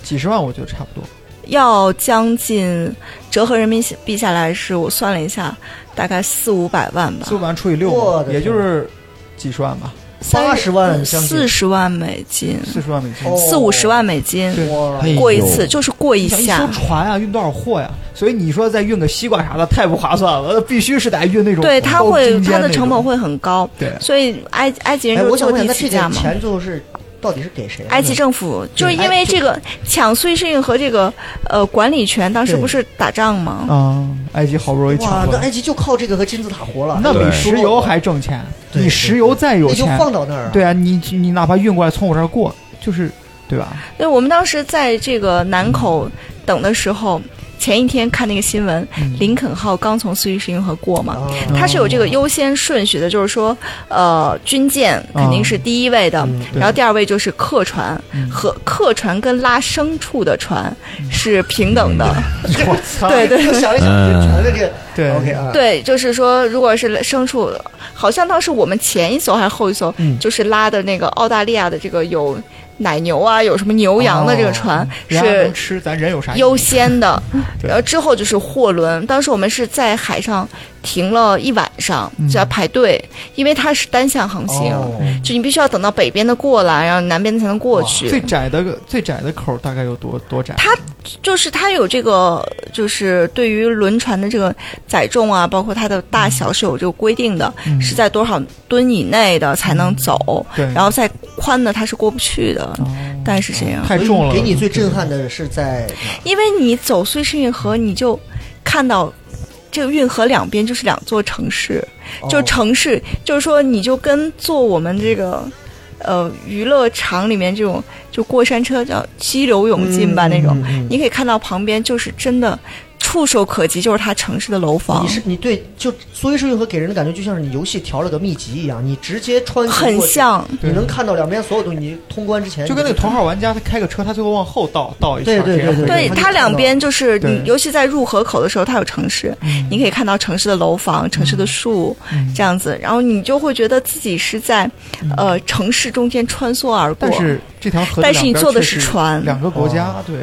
Speaker 3: 几十万我觉得差不多，
Speaker 5: 要将近折合人民币下来是我算了一下，大概四五百万吧
Speaker 3: 四，五万除以六
Speaker 2: 我
Speaker 3: 嘛，
Speaker 2: 的
Speaker 3: 也
Speaker 2: 天
Speaker 3: 就是几十万吧，
Speaker 2: 八十万将
Speaker 5: 嗯四
Speaker 2: 近，
Speaker 5: 十万美金，
Speaker 3: 四十万美金。
Speaker 2: 哦
Speaker 5: 四五十万美金，
Speaker 3: 对
Speaker 2: 哇
Speaker 6: 哎呦
Speaker 5: 过一次就是过一
Speaker 3: 你想一
Speaker 5: 下
Speaker 3: 艘。船啊，运多少货呀、所以你说再运个西瓜啥的，太不划算了，必须是得运那种
Speaker 5: 对，它会它
Speaker 3: 它
Speaker 5: 的成本会很高，
Speaker 3: 对
Speaker 5: 所以埃埃及人
Speaker 2: 哎，
Speaker 5: 就
Speaker 2: 我
Speaker 5: 是
Speaker 2: 想
Speaker 5: 坐
Speaker 2: 问一
Speaker 5: 地
Speaker 2: 下，那这
Speaker 5: 起价
Speaker 2: 个
Speaker 5: 嘛。
Speaker 2: 钱哎最后是到底是给谁的啊呢？
Speaker 5: 埃及政府就是因为这个抢苏伊士运河这个呃管理权，当时
Speaker 2: 对嗯
Speaker 5: 不是打仗吗？
Speaker 3: 啊、埃及好不容易抢
Speaker 2: 哇，
Speaker 3: 回
Speaker 2: 那
Speaker 3: 来，
Speaker 2: 埃及就靠这个和金字塔活了，
Speaker 3: 那比
Speaker 4: 对
Speaker 3: 石油还挣钱。
Speaker 2: 对
Speaker 3: 你石油再有
Speaker 2: 那就
Speaker 3: 钱，
Speaker 2: 放到那儿啊，
Speaker 3: 对啊，你你哪怕运过来从我这儿过，就是对吧？
Speaker 5: 对，我们当时在这个南口等的时候，前一天看那个新闻，
Speaker 3: 嗯哦
Speaker 5: 林肯号刚从苏伊士运河过嘛，
Speaker 2: 啊，
Speaker 5: 它是有这个优先顺序的，就是说，呃，军舰肯定是第一位的，
Speaker 2: 嗯
Speaker 3: 对
Speaker 5: 然后第二位就是客船，
Speaker 3: 嗯
Speaker 5: 和客船跟拉牲畜的船是平等
Speaker 3: 嗯
Speaker 5: 的。
Speaker 3: 我操
Speaker 5: 对对
Speaker 2: 我 想一想，这船的这个
Speaker 3: 嗯对
Speaker 2: OK 啊，
Speaker 5: 对，就是说，如果是牲畜，好像当时我们前一艘还是后一艘，
Speaker 2: 嗯
Speaker 5: 就是拉的那个澳大利亚的这个有奶牛啊，有什么牛羊的这个船、
Speaker 3: 人家
Speaker 5: 是
Speaker 3: 能吃，咱人有啥意义
Speaker 5: 优先的，
Speaker 3: 对
Speaker 5: 然后之后就是货轮。当时我们是在海上停了一晚上，
Speaker 3: 嗯
Speaker 5: 就要排队，因为它是单向航行，
Speaker 2: 哦
Speaker 5: 就你必须要等到北边的过来，然后南边的才能过去。
Speaker 3: 最窄的个最窄的口大概有多多窄？
Speaker 5: 它就是它有这个，就是对于轮船的这个载重啊，包括它的大小是有这个规定的，
Speaker 3: 嗯
Speaker 5: 是在多少吨以内的才能走，
Speaker 3: 对
Speaker 5: 然后再宽的它是过不去的，
Speaker 3: 哦
Speaker 5: 但是这样。
Speaker 3: 太重了，
Speaker 2: 给你最震撼的是在哪
Speaker 5: 因为你走苏伊士运河，你就看到这个运河两边就是两座城市，
Speaker 2: 哦
Speaker 5: 就是城市，就是说你就跟坐我们这个呃娱乐场里面这种就过山车叫激流勇进吧、
Speaker 2: 嗯
Speaker 5: 那种
Speaker 2: 嗯嗯，
Speaker 5: 你可以看到旁边就是真的触手可及，就是它城市的楼房
Speaker 2: 你。是你对，就苏伊士运河给人的感觉就像是你游戏调了个秘籍一样，你直接穿行
Speaker 5: 很
Speaker 2: 过去，
Speaker 5: 像，
Speaker 2: 你能看到两边所有东西。你通关之前
Speaker 3: 就跟那个
Speaker 2: 你
Speaker 3: 头号玩家，他开个车，他最后往后倒倒一
Speaker 2: 对
Speaker 3: 圈儿，
Speaker 2: 对
Speaker 3: 这样
Speaker 2: 对
Speaker 5: 对
Speaker 2: 它就
Speaker 5: 它
Speaker 2: 看
Speaker 5: 两
Speaker 2: 到
Speaker 5: 边就是
Speaker 3: 对
Speaker 5: 你，尤其在入河口的时候，它有城市，你可以看到城市的楼房、城市的树这样子，然后你就会觉得自己是在呃城市中间穿梭而过
Speaker 3: 但。是这条河的两
Speaker 5: 但
Speaker 3: 边
Speaker 5: 是你坐的
Speaker 3: 确
Speaker 5: 是
Speaker 3: 实
Speaker 5: 船，
Speaker 3: 两个国家
Speaker 2: 哦，
Speaker 3: 对，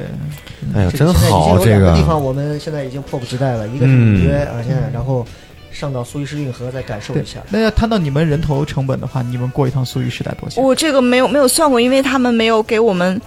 Speaker 4: 哎呀，
Speaker 2: 这个
Speaker 4: 真
Speaker 2: 现在已经
Speaker 4: 好
Speaker 2: 有
Speaker 4: 这
Speaker 2: 两
Speaker 4: 个
Speaker 2: 地。方我们现在已经迫不及待了，一个是
Speaker 4: 嗯
Speaker 2: 纽约啊，现在然后上到苏伊士运河再感受
Speaker 3: 对
Speaker 2: 一下，。
Speaker 3: 那要摊到你们人头成本的话，你们过一趟苏伊士得多少钱？
Speaker 5: 我这个没有没有算过，因为他们没有给我们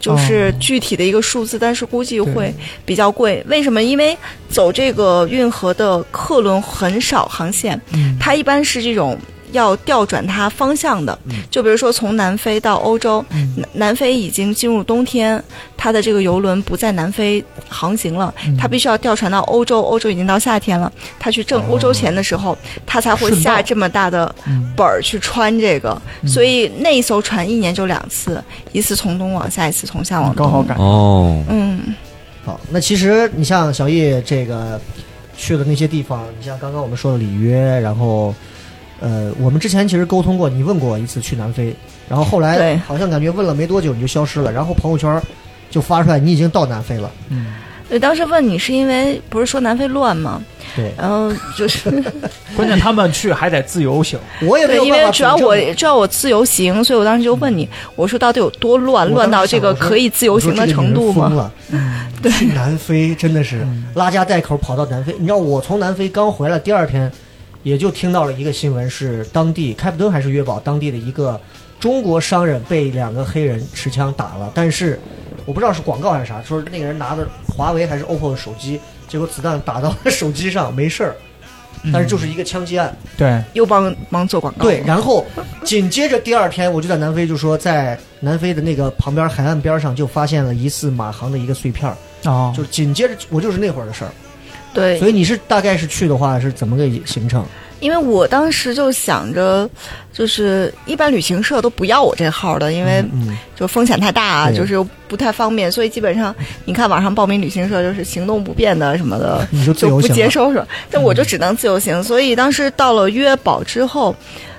Speaker 5: 就是具体的一个数字，但是估计会比较贵。为什么？因为走这个运河的客轮很少航线，
Speaker 3: 嗯
Speaker 5: 它一般是这种。要调转它方向的，
Speaker 3: 嗯
Speaker 5: 就比如说从南非到欧洲，南南非已经进入冬天，它的这个游轮不在南非航行了，
Speaker 3: 嗯
Speaker 5: 它必须要调船到欧洲，欧洲已经到夏天了，它去挣欧洲钱的时候，它才会
Speaker 3: 哦顺道
Speaker 5: 下这么大的
Speaker 3: 嗯
Speaker 5: 本儿去穿这个，所以那艘船一年就两次，一次从东往下，一次从下往东。
Speaker 3: 刚嗯好赶上。
Speaker 4: 哦，
Speaker 5: 嗯，
Speaker 2: 好，那其实你像小易这个去的那些地方，你像刚刚我们说的里约，然后呃，我们之前其实沟通过，你问过我一次去南非，然后后来
Speaker 5: 对
Speaker 2: 好像感觉问了没多久你就消失了，然后朋友圈就发出来你已经到南非了，
Speaker 3: 嗯，
Speaker 5: 对，当时问你是因为不是说南非乱吗？
Speaker 2: 对
Speaker 5: 然后就是
Speaker 3: 关键他们去还得自由行，
Speaker 2: 我也没
Speaker 5: 对，
Speaker 2: 有
Speaker 5: 因
Speaker 2: 办
Speaker 5: 为
Speaker 2: 法
Speaker 5: 主要
Speaker 2: 保证
Speaker 5: 我主要我自由行，所以我当时就问你，我说到底有多乱，
Speaker 2: 我
Speaker 5: 乱
Speaker 2: 当
Speaker 5: 到
Speaker 2: 时
Speaker 5: 这
Speaker 2: 想
Speaker 5: 个
Speaker 2: 我说
Speaker 5: 可以自由行的程
Speaker 2: 我说
Speaker 5: 度嗯
Speaker 2: 这个女人疯
Speaker 5: 吗？
Speaker 2: 了，嗯去南非真的是拉家带口跑到南非。你知道我从南非刚回来第二天，也就听到了一个新闻，是当地开普敦还是约堡当地的一个中国商人被两个黑人持枪打了，但是我不知道是广告还是啥，说那个人拿着华为还是 OPPO 的手机，结果子弹打到了手机上没事儿，但是就是一个枪击案。
Speaker 3: 对，
Speaker 5: 又帮忙做广告。
Speaker 2: 对，然后紧接着第二天，我就在南非就说，在南非的那个旁边海岸边上就发现了疑似马航的一个碎片儿，
Speaker 3: 哦，
Speaker 2: 就是紧接着我就是那会儿的事儿。
Speaker 5: 对，
Speaker 2: 所以你是大概是去的话是怎么个行程？
Speaker 5: 因为我当时就想着，就是一般旅行社都不要我这号的，因为
Speaker 2: 嗯，
Speaker 5: 就风险太大，啊
Speaker 2: 对
Speaker 5: 就是不太方便，所以基本上你看网上报名旅行社就是行动不便的什么的，
Speaker 2: 你嗯就自
Speaker 5: 就
Speaker 2: 由
Speaker 5: 不
Speaker 2: 行
Speaker 5: 接
Speaker 2: 了。嗯
Speaker 5: 收是吧？但我就只能自由行，所以当时到了约堡之后，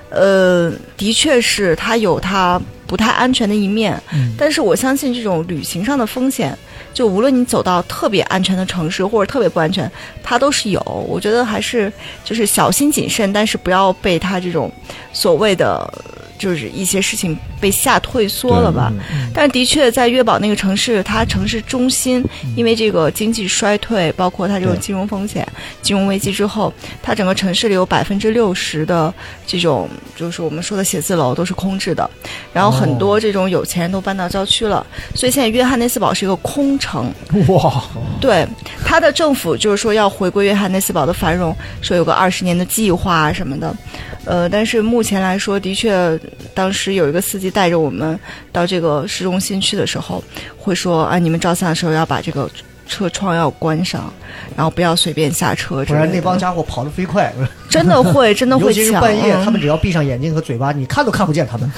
Speaker 5: 呃，的确是它有它不太安全的一面，
Speaker 3: 嗯
Speaker 5: 但是我相信这种旅行上的风险，就无论你走到特别安全的城市或者特别不安全，它都是有。我觉得还是就是小心谨慎，但是不要被它这种所谓的就是一些事情被吓退缩了吧。但的确，在粤宝那个城市，它城市中心因为这个经济衰退，包括它这种
Speaker 2: 对
Speaker 5: 金融风险、金融危机之后，它整个城市里有百分之六十的这种就是我们说的写字楼都是空置的，然后很多这种有钱人都搬到郊区了，所以现在约翰内斯堡是一个空城。
Speaker 3: 哇，
Speaker 5: 对，他的政府就是说要回归约翰内斯堡的繁荣，说有个二十年的计划啊什么的。呃，但是目前来说，的确，当时有一个司机带着我们到这个市中心去的时候，会说啊，你们照相的时候要把这个车窗要关上，然后不要随便下车之
Speaker 2: 不
Speaker 5: 类的。
Speaker 2: 然那帮家伙跑得飞快，
Speaker 5: 真的 会，真的
Speaker 2: 尤
Speaker 5: 会
Speaker 2: 其是
Speaker 5: 抢，
Speaker 2: 半夜，
Speaker 5: 嗯
Speaker 2: 他们只要闭上眼睛和嘴巴，你看都看不见他 们，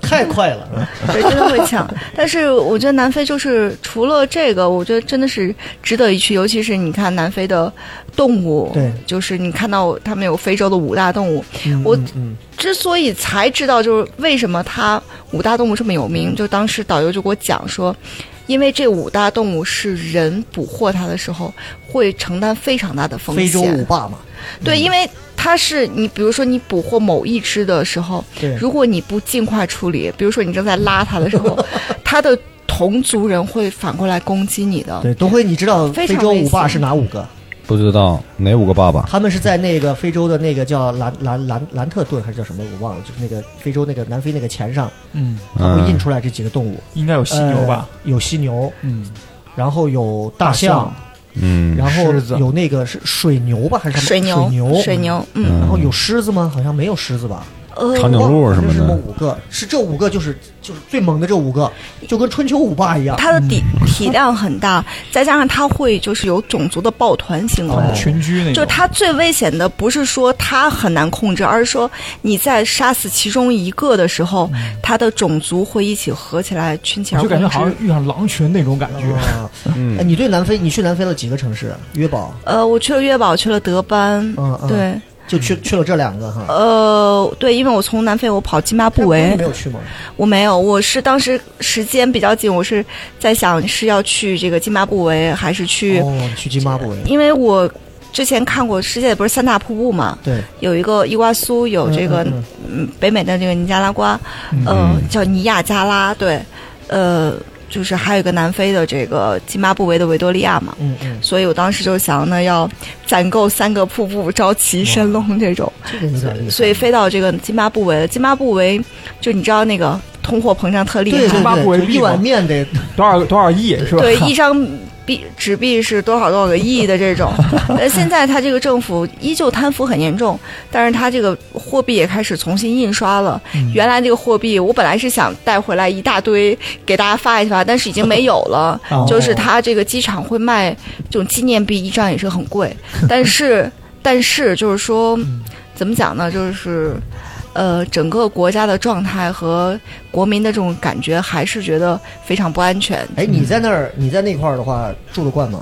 Speaker 2: 太快了。
Speaker 5: 对，真的会 抢。但是我觉得南非就是除了这个，我觉得真的是值得一去，尤其是你看南非的动物，
Speaker 2: 对
Speaker 5: 就是你看到他们有非洲的五大动物。我
Speaker 2: 嗯嗯，
Speaker 5: 之所以才知道，就是为什么它五大动物这么有名，就当时导游就给我讲说。因为这五大动物是人捕获它的时候会承担非常大的风
Speaker 2: 非
Speaker 5: 险，
Speaker 2: 洲五霸嘛，
Speaker 5: 对，因为它是你，比如说你捕获某一只的时候，
Speaker 2: 对，
Speaker 5: 如果你不尽快处理，比如说你正在拉它的时候，它的同族人会反过来攻击你的。
Speaker 2: 对，东辉，你知道
Speaker 5: 非
Speaker 2: 非
Speaker 5: 常
Speaker 2: 洲
Speaker 5: 危
Speaker 2: 五霸
Speaker 5: 险
Speaker 2: 是哪五个？
Speaker 4: 不知道
Speaker 6: 哪五个爸爸？
Speaker 2: 他们是在那个非洲的那个叫兰兰兰兰特顿还是叫什么，我忘了，就是那个非洲那个南非那个钱上，
Speaker 3: 嗯，
Speaker 2: 它会印出来这几个动物，
Speaker 3: 应该有犀牛吧？
Speaker 2: 呃有犀牛，
Speaker 3: 嗯，
Speaker 2: 然后有
Speaker 3: 大
Speaker 2: 大象
Speaker 3: 象，
Speaker 4: 嗯，
Speaker 2: 然
Speaker 3: 狮子
Speaker 2: 后有那个是水牛吧还是什么
Speaker 5: 水牛，
Speaker 2: 牛，
Speaker 5: 水。牛，嗯，
Speaker 4: 嗯
Speaker 2: 然后有狮子吗？好像没有狮子吧？
Speaker 5: 呃，
Speaker 4: 长颈
Speaker 5: 我
Speaker 4: 鹿
Speaker 2: 反
Speaker 4: 什
Speaker 2: 正
Speaker 4: 么
Speaker 2: 是这么
Speaker 4: 的，
Speaker 2: 五个，是这五个就是就是最猛的这五个，就跟春秋五霸一样。
Speaker 5: 它的体体量很大，再加上它会就是有种族的抱团行为。
Speaker 2: 哦
Speaker 3: 群居那种，
Speaker 5: 就是它最危险的，不是说它很难控制，而是说你在杀死其中一个的时候，它的种族会一起合起来群起
Speaker 3: 我
Speaker 5: 而
Speaker 3: 就感觉
Speaker 5: 攻
Speaker 3: 好
Speaker 5: 之
Speaker 3: 像。遇上狼群那种感觉。
Speaker 2: 啊，
Speaker 4: 嗯
Speaker 2: 哎，你对南非，你去南非了几个城市？约堡，
Speaker 5: 呃，我去了月堡，去了德班，
Speaker 2: 嗯嗯，，
Speaker 5: 对，
Speaker 2: 就去去了这两个哈。
Speaker 5: 呃，对，因为我从南非我跑津巴布
Speaker 2: 你
Speaker 5: 韦
Speaker 2: 没，有去吗？
Speaker 5: 我没有，我是当时时间比较紧，我是在想是要去这个津巴布韦还是去，
Speaker 2: 哦，你去津巴布韦，
Speaker 5: 因为我之前看过世界不是三大瀑布嘛，
Speaker 2: 对，
Speaker 5: 有一个伊瓜苏，有这个
Speaker 2: 嗯嗯
Speaker 5: 嗯北美的这个尼加拉瓜，呃，
Speaker 4: 嗯
Speaker 5: 叫尼亚加拉，对，呃，就是还有一个南非的这个津巴布韦的维多利亚嘛。
Speaker 2: 嗯嗯，
Speaker 5: 所以我当时就想呢，要攒够三个瀑布，招齐神
Speaker 2: 嗯
Speaker 5: 龙这种。
Speaker 2: 这个有点意思。
Speaker 5: 所以飞到这个津巴布韦，津巴布韦就你知道那个通货膨胀特厉害，
Speaker 2: 对对
Speaker 3: 津巴布韦
Speaker 2: 对，就
Speaker 3: 币
Speaker 2: 一碗
Speaker 3: 嘛
Speaker 2: 面得
Speaker 3: 多少多少亿是吧？
Speaker 5: 对一张币纸币是多少多少个亿的 这种。呃，现在他这个政府依旧贪腐很严重，但是他这个货币也开始重新印刷了。
Speaker 3: 嗯
Speaker 5: 原来这个货币，我本来是想带回来一大堆给大家发一发，但是已经没有了。
Speaker 3: 哦
Speaker 5: 就是他这个机场会卖这种纪念币，一张也是很 贵，但是但是就是说，
Speaker 3: 嗯
Speaker 5: 怎么讲呢？就是。呃，整个国家的状态和国民的这种感觉，还是觉得非常不安全。
Speaker 2: 哎，你在那儿，你在那块儿的话，住得惯吗？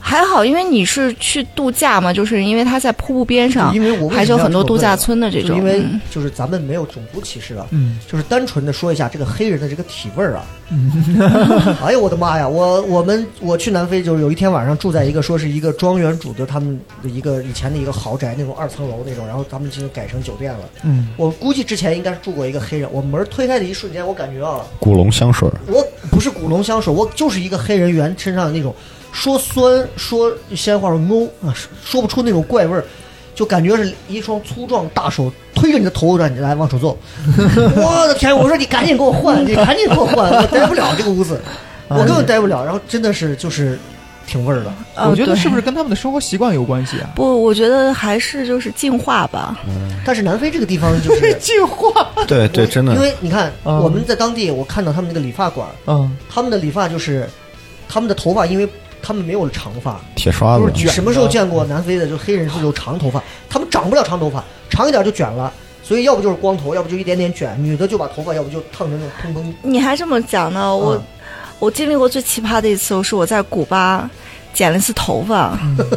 Speaker 5: 还好，因为你是去度假嘛，就是因为它在瀑布边上，
Speaker 2: 因为我为什么
Speaker 5: 还是有
Speaker 2: 要
Speaker 5: 很
Speaker 2: 这
Speaker 5: 多
Speaker 2: 么
Speaker 5: 度
Speaker 2: 问
Speaker 5: 假
Speaker 2: 呢
Speaker 5: 村的这啊
Speaker 2: 就
Speaker 5: 种。
Speaker 2: 因为
Speaker 5: 嗯
Speaker 2: 就是咱们没有种族歧视啊，
Speaker 3: 嗯
Speaker 2: 就是单纯的说一下这个黑人的这个体味儿 啊。哎呦我的妈呀！我我们我去南非就是有一天晚上住在一个说是一个庄园主的他们的一个以前的一个豪宅那种二层楼那种，然后他们现在改成酒店了。
Speaker 3: 嗯，
Speaker 2: 我估计之前应该是住过一个黑人，我门推开的一瞬间，我感觉啊，
Speaker 6: 古龙香水儿，
Speaker 2: 我不是古龙香水，我就是一个黑人猿身上的那种，说酸说西安话说 no 啊，说不出那种怪味儿，就感觉是一双粗壮大手推着你的头让你来往出走。我的天！我说你赶紧给我换，你赶紧给我换，我待不了这个屋子，我根本待不了。然后真的是就是挺味儿的，
Speaker 5: 呃
Speaker 3: 我觉得是不是
Speaker 5: 对
Speaker 3: 跟他们的生活习惯有关系啊？
Speaker 5: 不？我觉得还是就是进化吧。
Speaker 2: 但是南非这个地方就是
Speaker 3: 进化，
Speaker 6: 对对，
Speaker 2: 我
Speaker 6: 真
Speaker 2: 因
Speaker 6: 的，
Speaker 2: 为你看
Speaker 3: 嗯
Speaker 2: 我们在当地，我看到他们那个理发馆，
Speaker 3: 嗯，
Speaker 2: 他们的理发就是他们的头发，因为他们没有长发，
Speaker 6: 铁
Speaker 4: 啊
Speaker 6: 刷
Speaker 3: 不
Speaker 6: 子
Speaker 3: 是，卷的
Speaker 2: 什么时候见过南非的就黑人是有长头发？他们长不了长头发，长一点就卷了，所以要不就是光头，要不就一点点卷。女的就把头发，要不就烫成那种蓬蓬。
Speaker 5: 你还这么讲呢？
Speaker 3: 哦
Speaker 5: 我、
Speaker 2: 嗯
Speaker 5: 我经历过最奇葩的一次，是我在古巴剪了一次头发。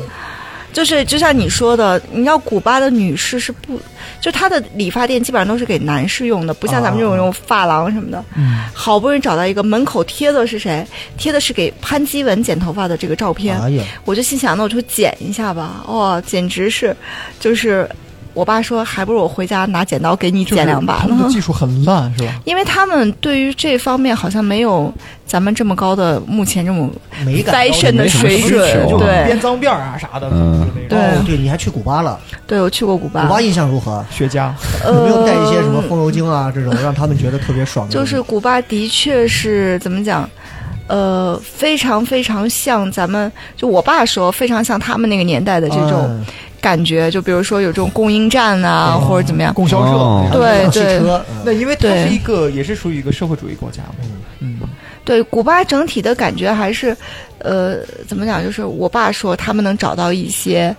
Speaker 5: 就是就像你说的，你知道古巴的女士是不，就她的理发店基本上都是给男士用的，不像咱们这种用发廊什么的。
Speaker 3: 嗯
Speaker 5: 好不容易找到一个，门口贴的是谁？贴的是给潘基文剪头发的这个照片。
Speaker 2: 呀，
Speaker 5: 我就心想，那我就剪一下吧。哦，简直是，就是我爸说，还不如我回家拿剪刀给你
Speaker 3: 就是
Speaker 5: 剪两把
Speaker 3: 他
Speaker 5: 呢
Speaker 3: 们的。技术很烂是吧？
Speaker 5: 因为他们对于这方面好像没有咱们这么高的目前这种
Speaker 2: 美感高
Speaker 5: fashion
Speaker 2: 级
Speaker 5: 的水准
Speaker 4: 没什么需，求啊
Speaker 5: 对
Speaker 3: 编脏辫儿啊啥的，
Speaker 4: 嗯
Speaker 3: 就是那种
Speaker 2: 哦
Speaker 5: 对，
Speaker 2: 对，你还去古巴了？
Speaker 5: 对我去过古
Speaker 2: 古
Speaker 5: 巴
Speaker 2: 巴，印象如何？
Speaker 3: 雪茄，
Speaker 2: 有没有带一些什么
Speaker 5: 呃
Speaker 2: 风油精啊这种让他们觉得特别爽的东
Speaker 5: 就
Speaker 2: 西？
Speaker 5: 是古巴的确是怎么讲，呃，非常非常像咱们，就我爸说非常像他们那个年代的这种
Speaker 2: 嗯
Speaker 5: 感觉，就比如说有这种供应站啊，或 者怎么样，
Speaker 3: 供销
Speaker 4: 哦
Speaker 3: 社。呃
Speaker 5: 对
Speaker 2: 汽
Speaker 5: 对
Speaker 2: 车，
Speaker 3: 那
Speaker 2: 嗯
Speaker 3: 因为它
Speaker 5: 对
Speaker 3: 是一个，也是属于一个社会主义国家嘛，嗯，
Speaker 5: 对古巴整体的感觉还是，呃，怎么讲？就是我爸说他们能找到一些，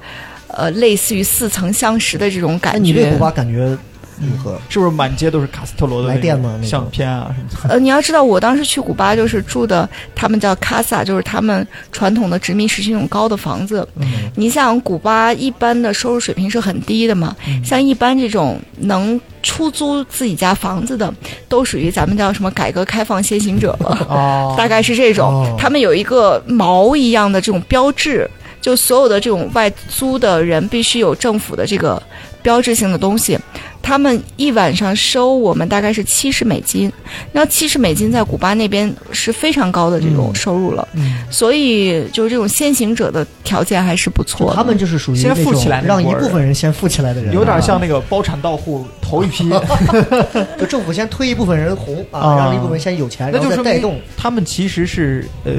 Speaker 5: 呃，类似于似曾相识的这种
Speaker 2: 那
Speaker 5: 感
Speaker 2: 哎你对
Speaker 5: 觉
Speaker 2: 古。巴感觉如何？
Speaker 3: 是不是满街都是卡斯特罗的
Speaker 2: 来电吗那
Speaker 3: 种
Speaker 2: 种
Speaker 3: 相片啊什么的？
Speaker 5: 呃，你要知道，我当时去古巴就是住的，他们叫卡萨，就是他们传统的殖民时期那种高的房子。
Speaker 2: 嗯
Speaker 5: 你像古巴一般的收入水平是很低的嘛，
Speaker 2: 嗯
Speaker 5: 像一般这种能出租自己家房子的，都属于咱们叫什么改革开放先行者 了。
Speaker 3: 哦
Speaker 5: 大概是这种。
Speaker 2: 哦
Speaker 5: 他们有一个毛一样的这种标志，就所有的这种外租的人必须有政府的这个标志性的东西。他们一晚上收我们大概是七十美金，然后七十美金在古巴那边是非常高的这种收入了，
Speaker 3: 嗯
Speaker 5: 所以就是这种先行者的条件还是不错的。
Speaker 2: 他们就是属于
Speaker 3: 先
Speaker 2: 那
Speaker 3: 富
Speaker 2: 种
Speaker 3: 起来那
Speaker 2: 让一
Speaker 3: 波人
Speaker 2: 部分人先富起来的人，啊
Speaker 3: 有点像那个包产到户头 一批，
Speaker 2: 就政府先推一部分人红啊，
Speaker 3: 啊
Speaker 2: 让一部分人先有钱，
Speaker 3: 那
Speaker 2: 然后再
Speaker 3: 就说
Speaker 2: 带
Speaker 3: 明
Speaker 2: 动。
Speaker 3: 他们其实是呃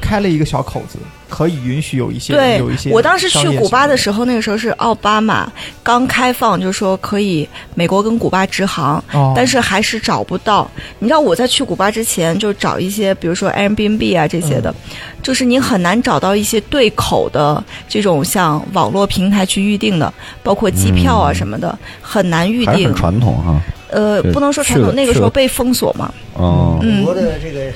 Speaker 3: 开了一个小口子，可以允许有一些人
Speaker 5: 对
Speaker 3: 有一，些。
Speaker 5: 我当时去古巴的时候，那个时候是奥巴马刚开放，就说可以美国跟古巴直航，
Speaker 3: 哦
Speaker 5: 但是还是找不到。你知道我在去古巴之前，就找一些比如说 Airbnb 啊这些的，
Speaker 3: 嗯
Speaker 5: 就是你很难找到一些对口的这种像网络平台去预定的，包括机票啊什么的，很难预
Speaker 4: 还是
Speaker 5: 定
Speaker 4: 很。传统哈。
Speaker 5: 呃，
Speaker 4: 对
Speaker 5: 不能说
Speaker 4: 去
Speaker 5: 传统，
Speaker 4: 了
Speaker 5: 那个
Speaker 4: 去
Speaker 5: 时候
Speaker 4: 了
Speaker 5: 被封锁嘛。
Speaker 4: 哦，
Speaker 5: 嗯
Speaker 2: 美国的这个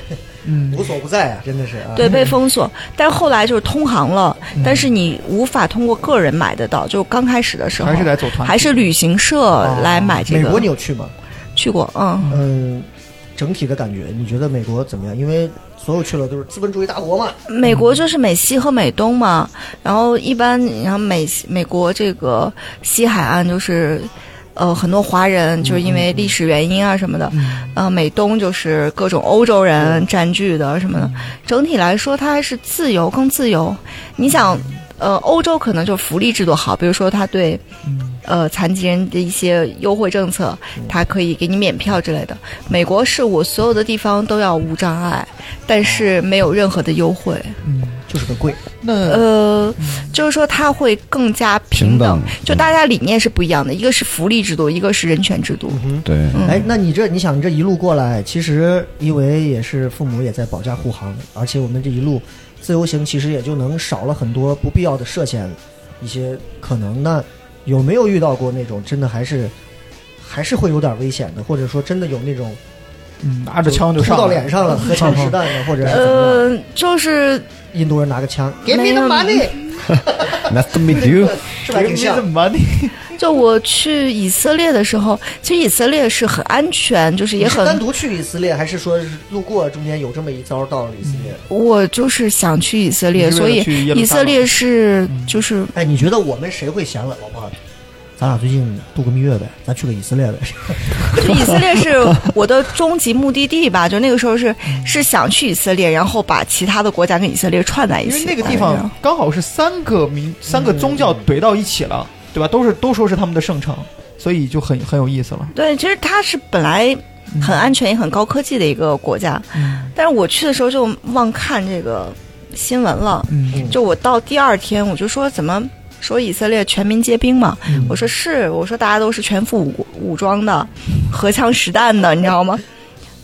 Speaker 3: 嗯，
Speaker 2: 无所不在啊，真的是啊。
Speaker 5: 对，被封锁，但后来就是通航了，
Speaker 3: 嗯
Speaker 5: 但是你无法通过个人买得到，就刚开始的时候
Speaker 3: 还是得走团体，
Speaker 5: 还是旅行社来买这个。
Speaker 2: 哦美国你有去吗？
Speaker 5: 去过，嗯，
Speaker 2: 嗯，整体的感觉，你觉得美国怎么样？因为所有去了都是资本主义大国嘛，
Speaker 5: 美国就是美西和美东嘛，然后一般然后美美国这个西海岸就是。呃，很多华人就是因为历史原因啊什么的，呃，美东就是各种欧洲人占据的什么的。整体来说，它还是自由，更自由。你想，呃，欧洲可能就福利制度好，比如说它对
Speaker 3: 嗯
Speaker 5: 呃残疾人的一些优惠政策，它可以给你免票之类的。美国是我所有的地方都要无障碍，但是没有任何的优惠。
Speaker 3: 嗯，
Speaker 2: 就是个贵。
Speaker 3: 那
Speaker 5: 呃，就是说它会更加平
Speaker 4: 平等
Speaker 5: 就大家理念是不一样的，一个是福利制度，一个是人权制度。
Speaker 4: 对，
Speaker 5: 嗯
Speaker 2: 哎，那你这你想，你这一路过来，其实因为也是父母也在保驾护航，而且我们这一路自由行，其实也就能少了很多不必要的涉险，一些可能。那有没有遇到过那种真的还是还是会有点危险的，或者说真的有那种
Speaker 3: 嗯拿着枪就
Speaker 2: 扑
Speaker 3: 上
Speaker 2: 到
Speaker 3: 来
Speaker 2: 脸 上了，荷枪实弹的，或者是怎么样？
Speaker 5: 呃，就是
Speaker 2: 印度人拿个枪，Give
Speaker 5: 没
Speaker 2: me
Speaker 5: 有
Speaker 2: the money，
Speaker 4: Nice to meet you。
Speaker 2: 是吧？挺像
Speaker 3: Give me the money
Speaker 5: 就我去以色列的时候，其实以色列是很安全，就是也
Speaker 2: 你是单
Speaker 5: 很，
Speaker 2: 独去以色列，还是说是路过中间有这么一遭到了以色列？
Speaker 5: 我就是想去以色列，
Speaker 3: 你是为
Speaker 5: 所
Speaker 3: 了
Speaker 5: 以
Speaker 3: 去耶路撒冷嗯
Speaker 5: 以色列是 就是
Speaker 2: 哎，你觉得我们谁会闲了，老婆？咱俩最近度个蜜月呗，咱去个以色列呗。
Speaker 5: 就以色列是我的终极目的地吧，就那个时候是是想去以色列，然后把其他的国家跟以色列串在一嗯
Speaker 3: 因
Speaker 5: 起，
Speaker 3: 为那个地方刚好是三个民、三个宗教怼到一起了，对吧？都是都说是他们的圣城，所以就很很有意思了。
Speaker 5: 对，其实它是本来很安全也很高科技的一个国家，
Speaker 3: 嗯
Speaker 5: 但是我去的时候就忘看这个新闻了。
Speaker 3: 嗯
Speaker 5: 就我到第二天，我就说怎么说以色列全民皆兵嘛？
Speaker 3: 嗯
Speaker 5: 我说是，我说大家都是全副武武装的，荷枪实弹的，你知道吗？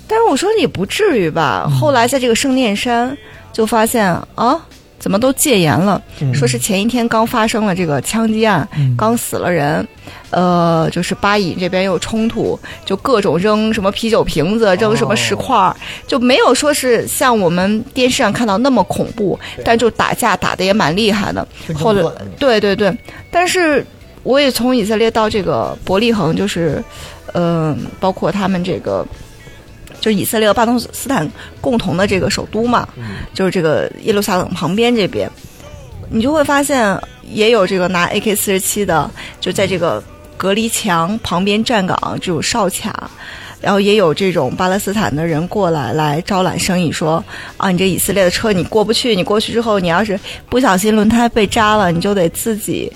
Speaker 5: 但是我说也不至于吧。后来在这个圣殿山就发现啊，怎么都戒严了？
Speaker 2: 嗯
Speaker 5: 说是前一天刚发生了这个枪击案，
Speaker 3: 嗯
Speaker 5: 刚死了人，呃，就是巴以这边有冲突，就各种扔什么啤酒瓶子，扔什么石块儿，就没有说是像我们电视上看到那么恐怖，但就打架打的也蛮厉害的。后来
Speaker 2: 来，
Speaker 5: 对对对，但是我也从以色列到这个伯利恒，就是，嗯、包括他们这个，就是以色列和巴东斯坦共同的这个首都嘛，
Speaker 2: 嗯
Speaker 5: 就是这个耶路撒冷旁边这边，你就会发现也有这个拿 AK 四十七的，就在这个隔离墙旁边站岗这种哨卡。然后也有这种巴勒斯坦的人过来来招揽生意，说啊，你这以色列的车你过不去，你过去之后，你要是不小心轮胎被扎了，你就得自己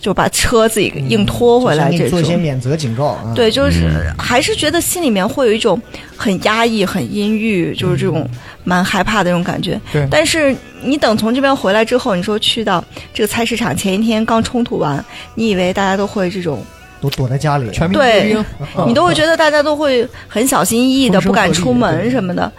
Speaker 5: 就把车自己硬拖回来。
Speaker 2: 就先给你做
Speaker 5: 这种
Speaker 2: 一些免责警告啊。
Speaker 5: 对，就是还是觉得心里面会有一种很压抑、很阴郁，就是这种蛮害怕的那种感觉。
Speaker 3: 对
Speaker 5: 但是你等从这边回来之后，你说去到这个菜市场前一天刚冲突完，你以为大家都会这种，
Speaker 2: 都躲在家里，
Speaker 3: 全民嗯皆
Speaker 5: 对
Speaker 3: 兵，
Speaker 5: 你都会觉得大家都会很小心翼翼的，
Speaker 2: 风声
Speaker 5: 不敢出
Speaker 2: 鹤唳对
Speaker 5: 门什么的，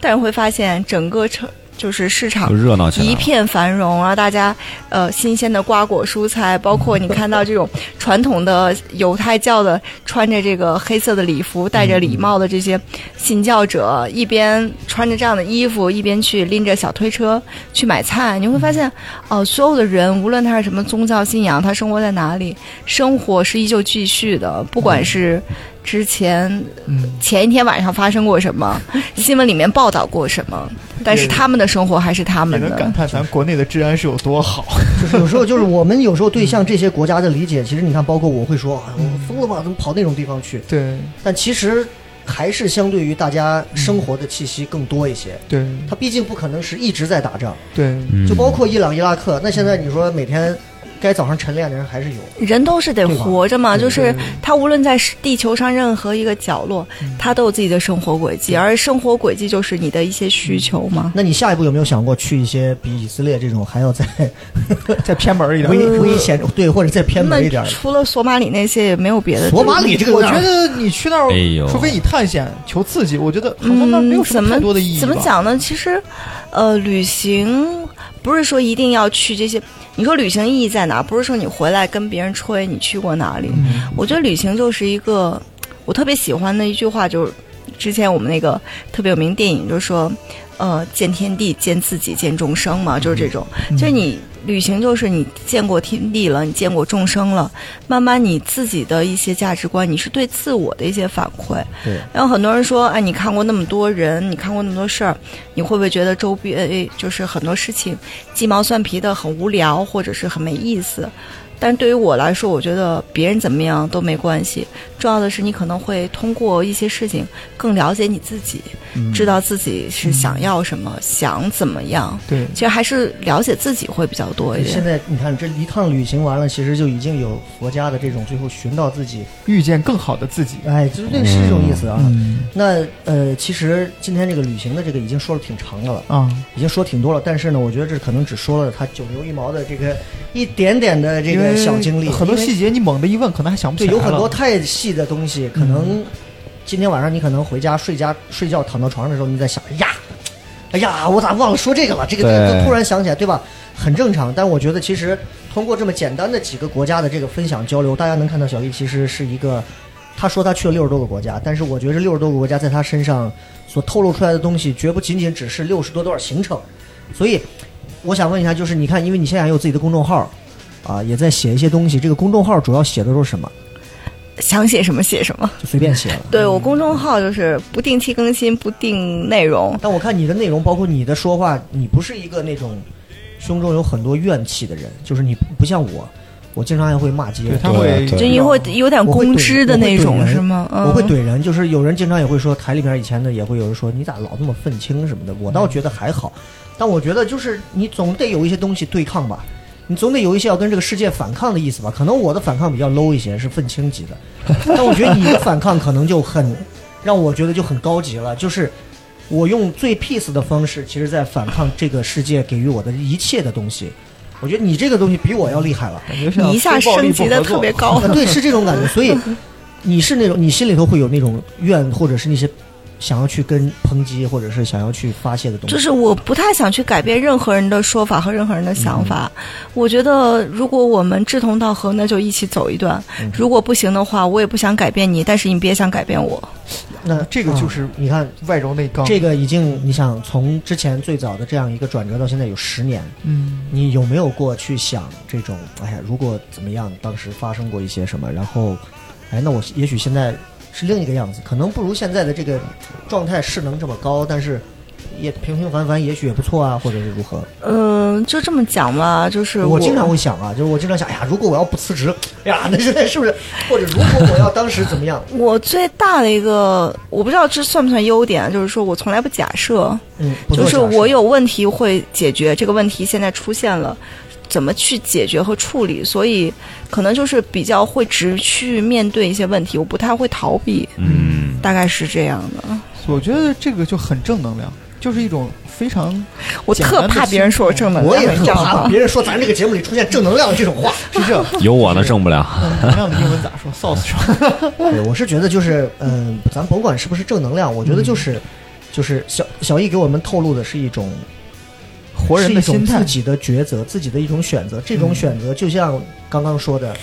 Speaker 5: 但是会发现整个城就是市场
Speaker 4: 就热闹起来
Speaker 5: 嗯一
Speaker 4: 了。
Speaker 5: 片繁荣，然后大家呃新鲜的瓜果蔬菜，包括你看到这种传统的犹太教的穿着这个黑色的礼服、戴着礼帽的这些信教者，一边穿着这样的衣服，一边去拎着小推车去买菜，你会发现哦、所有的人无论他是什么宗教信仰，他生活在哪里，生活是依旧继续的，不管是之前
Speaker 3: 嗯，
Speaker 5: 前一天晚上发生过什么，新闻里面报道过什么，但是他们的生活还是他
Speaker 3: 也
Speaker 5: 们
Speaker 3: 能
Speaker 5: 的。
Speaker 3: 感叹咱国内的治安是有多好。
Speaker 2: 就是 有时候就是我们有时候对像这些国家的理解，其实你看，包括我会说，哎，我疯了吧，怎么跑那种地方去？
Speaker 3: 对
Speaker 2: 但其实还是相对于大家生活的气息更多一些。
Speaker 3: 对
Speaker 2: 它毕竟不可能是一直在打仗，
Speaker 3: 对，
Speaker 4: 嗯
Speaker 2: 就包括伊朗、伊拉克。那现在你说每天该早上晨练的人还是有，
Speaker 5: 人都是得
Speaker 2: 对吧
Speaker 5: 活着嘛，
Speaker 2: 对嗯
Speaker 5: 就是他无论在地球上任何一个角落，他都有自己的生活轨迹，而生活轨迹就是你的一些需求嘛。
Speaker 2: 那你下一步有没有想过去一些比以色列这种还 要再
Speaker 3: 再偏门儿一点，
Speaker 5: 嗯
Speaker 2: 危 危险对，或者再偏门一点
Speaker 5: 那
Speaker 2: 儿？
Speaker 5: 除了索马里那些，也没有别的。
Speaker 2: 索马里这个
Speaker 3: 我
Speaker 2: 有点
Speaker 3: 觉
Speaker 2: 儿
Speaker 3: 得你去那儿
Speaker 4: 哎，呦
Speaker 3: 除非你探险求刺激，我觉得好像那儿没有
Speaker 5: 嗯，
Speaker 3: 什
Speaker 5: 怎
Speaker 3: 么
Speaker 5: 么
Speaker 3: 太多的意义吧。
Speaker 5: 怎么讲呢？其实，呃，旅行不是说一定要去这些。你说旅行意义在哪？不是说你回来跟别人吹你去过哪里。
Speaker 3: 嗯
Speaker 5: 我觉得旅行就是一个我特别喜欢的一句话，就是之前我们那个特别有名电影就说，呃，见天地，见自己，见众生嘛，就是这种。
Speaker 3: 嗯
Speaker 5: 就是你旅行，就是你见过天地了，你见过众生了，慢慢你自己的一些价值观，你是对自我的一些反馈。
Speaker 2: 对。
Speaker 5: 然后很多人说，哎，你看过那么多人，你看过那么多事儿，你会不会觉得周边哎就是很多事情鸡毛蒜皮的很无聊，或者是很没意思？但对于我来说，我觉得别人怎么样都没关系，重要的是你可能会通过一些事情更了解你自己，知道自己是想要什么，想怎么样。
Speaker 3: 对
Speaker 5: 其实还是了解自己会比较多一
Speaker 2: 现
Speaker 5: 点。
Speaker 2: 在你看这一趟旅行完了，其实就已经有佛家的这种最后寻到自己，
Speaker 3: 遇见更好的自己？
Speaker 2: 哎，就是这是这种意思啊。
Speaker 3: 嗯
Speaker 2: 那呃，其实今天这个旅行的这个已经说了挺长的了，
Speaker 3: 啊，
Speaker 2: 已经说挺多了，但是呢，我觉得这可能只说了他九牛一毛的这个一点点的这
Speaker 3: 因
Speaker 2: 个
Speaker 3: 为
Speaker 2: 小经历，
Speaker 3: 很多
Speaker 2: 因为
Speaker 3: 细节你猛地一问，可能还想不起
Speaker 2: 对
Speaker 3: 来
Speaker 2: 有很
Speaker 3: 了嗯
Speaker 2: 多太细的东西，可能今天晚上你可能回家睡家睡觉躺到床上的时候，你在想，哎呀，哎呀，我咋忘了说这个了？这个这个这
Speaker 6: 对
Speaker 2: 个突然想起来，对吧？很正常，但我觉得其实通过这么简单的几个国家的这个分享交流，大家能看到小易其实是一个，他说他去了六十多个国家，但是我觉得这六十多个国家在他身上所透露出来的东西，绝不仅仅只是六十多段行程。所以，我想问一下，就是你看，因为你现在也有自己的公众号，啊，也在写一些东西，这个公众号主要写的都是什么？
Speaker 5: 想写什么写什么。
Speaker 2: 就随便写了。
Speaker 5: 对我公众号就是不定期更新，不定内容。
Speaker 2: 但我看你的内容，包括你的说话，你不是一个那种胸中有很多怨气的人，就是你不像我，我经常也会骂街，
Speaker 3: 对，他
Speaker 6: 对
Speaker 3: 会
Speaker 6: 对
Speaker 5: 就因为有点
Speaker 2: 我会
Speaker 5: 公
Speaker 2: 怼
Speaker 5: 知的
Speaker 2: 啊我会
Speaker 5: 那
Speaker 2: 怼
Speaker 5: 种
Speaker 2: 人
Speaker 5: 是吗？嗯，
Speaker 2: 我会怼人，就是有人经常也会说台里面以前的也会有人说你咋老那么愤青什么的，我倒觉得还好，但我觉得就是你总得有一些东西对抗吧。你总得有一些要跟这个世界反抗的意思吧？可能我的反抗比较 low 一些，是愤青级的，但我觉得你的反抗可能就很让我觉得就很高级了，就是我用最 peace 的方式，其实在反抗这个世界给予我的一切的东西。我觉得你这个东西比我要厉害了，
Speaker 3: 感觉像
Speaker 5: 你一下
Speaker 3: 非暴力
Speaker 5: 升
Speaker 3: 不
Speaker 5: 级的
Speaker 3: 合作
Speaker 5: 特别高
Speaker 2: 啊，，对，是这种感觉。所以你是那种，你心里头会有那种怨，或者是那些想要去跟抨击，或者是想要去发泄的东西。
Speaker 5: 就是我不太想去改变任何人的说法和任何人的想法。
Speaker 2: 嗯
Speaker 5: 我觉得如果我们志同道合，那就一起走一段；
Speaker 2: 嗯
Speaker 5: 如果不行的话，我也不想改变你，但是你别想改变我。
Speaker 2: 那
Speaker 3: 这个就是
Speaker 2: 啊你看，
Speaker 3: 外柔内刚。
Speaker 2: 这个已经你想从之前最早的这样一个转折到现在有十年，
Speaker 3: 嗯，
Speaker 2: 你有没有过去想这种？哎呀，如果怎么样，当时发生过一些什么，然后，哎，那我也许现在是另一个样子，可能不如现在的这个状态势能这么高，但是也平平凡凡，也许也不错啊，或者是如何？
Speaker 5: 嗯、就这么讲吧，就是
Speaker 2: 我经常会想啊，就是我经常想，哎呀，如果我要不辞职，哎呀，那现在是不是？或者如果我要当时怎么样？
Speaker 5: 我最大的一个，我不知道这算不算优点，就是说我从来不假设，
Speaker 2: 嗯，不做
Speaker 5: 就是
Speaker 2: 假设
Speaker 5: 我有问题会解决，这个问题现在出现了，怎么去解决和处理？所以可能就是比较会直去面对一些问题，我不太会逃避，
Speaker 4: 嗯，
Speaker 5: 大概是这样的。
Speaker 3: 我觉得这个就很正能量，就是一种非常
Speaker 5: 我特怕别人说我正能
Speaker 2: 我
Speaker 5: 量，
Speaker 2: 也
Speaker 5: 你知
Speaker 2: 特
Speaker 5: 道
Speaker 2: 怕
Speaker 5: 吗？
Speaker 2: 别人说咱这个节目里出现正能量的这种话。
Speaker 3: 是这样。
Speaker 4: 有我呢，挣不了。
Speaker 3: 正能量的英文咋 说？sauce 说。
Speaker 2: 对，我是觉得就是，嗯、咱甭管是不是正能量，我觉得就是，就是小小易给我们透露的是一种
Speaker 3: 活人的
Speaker 2: 是一
Speaker 3: 心
Speaker 2: 种
Speaker 3: 态
Speaker 2: 自，己的抉择，自己的一种选择。这种选择就像刚刚说的，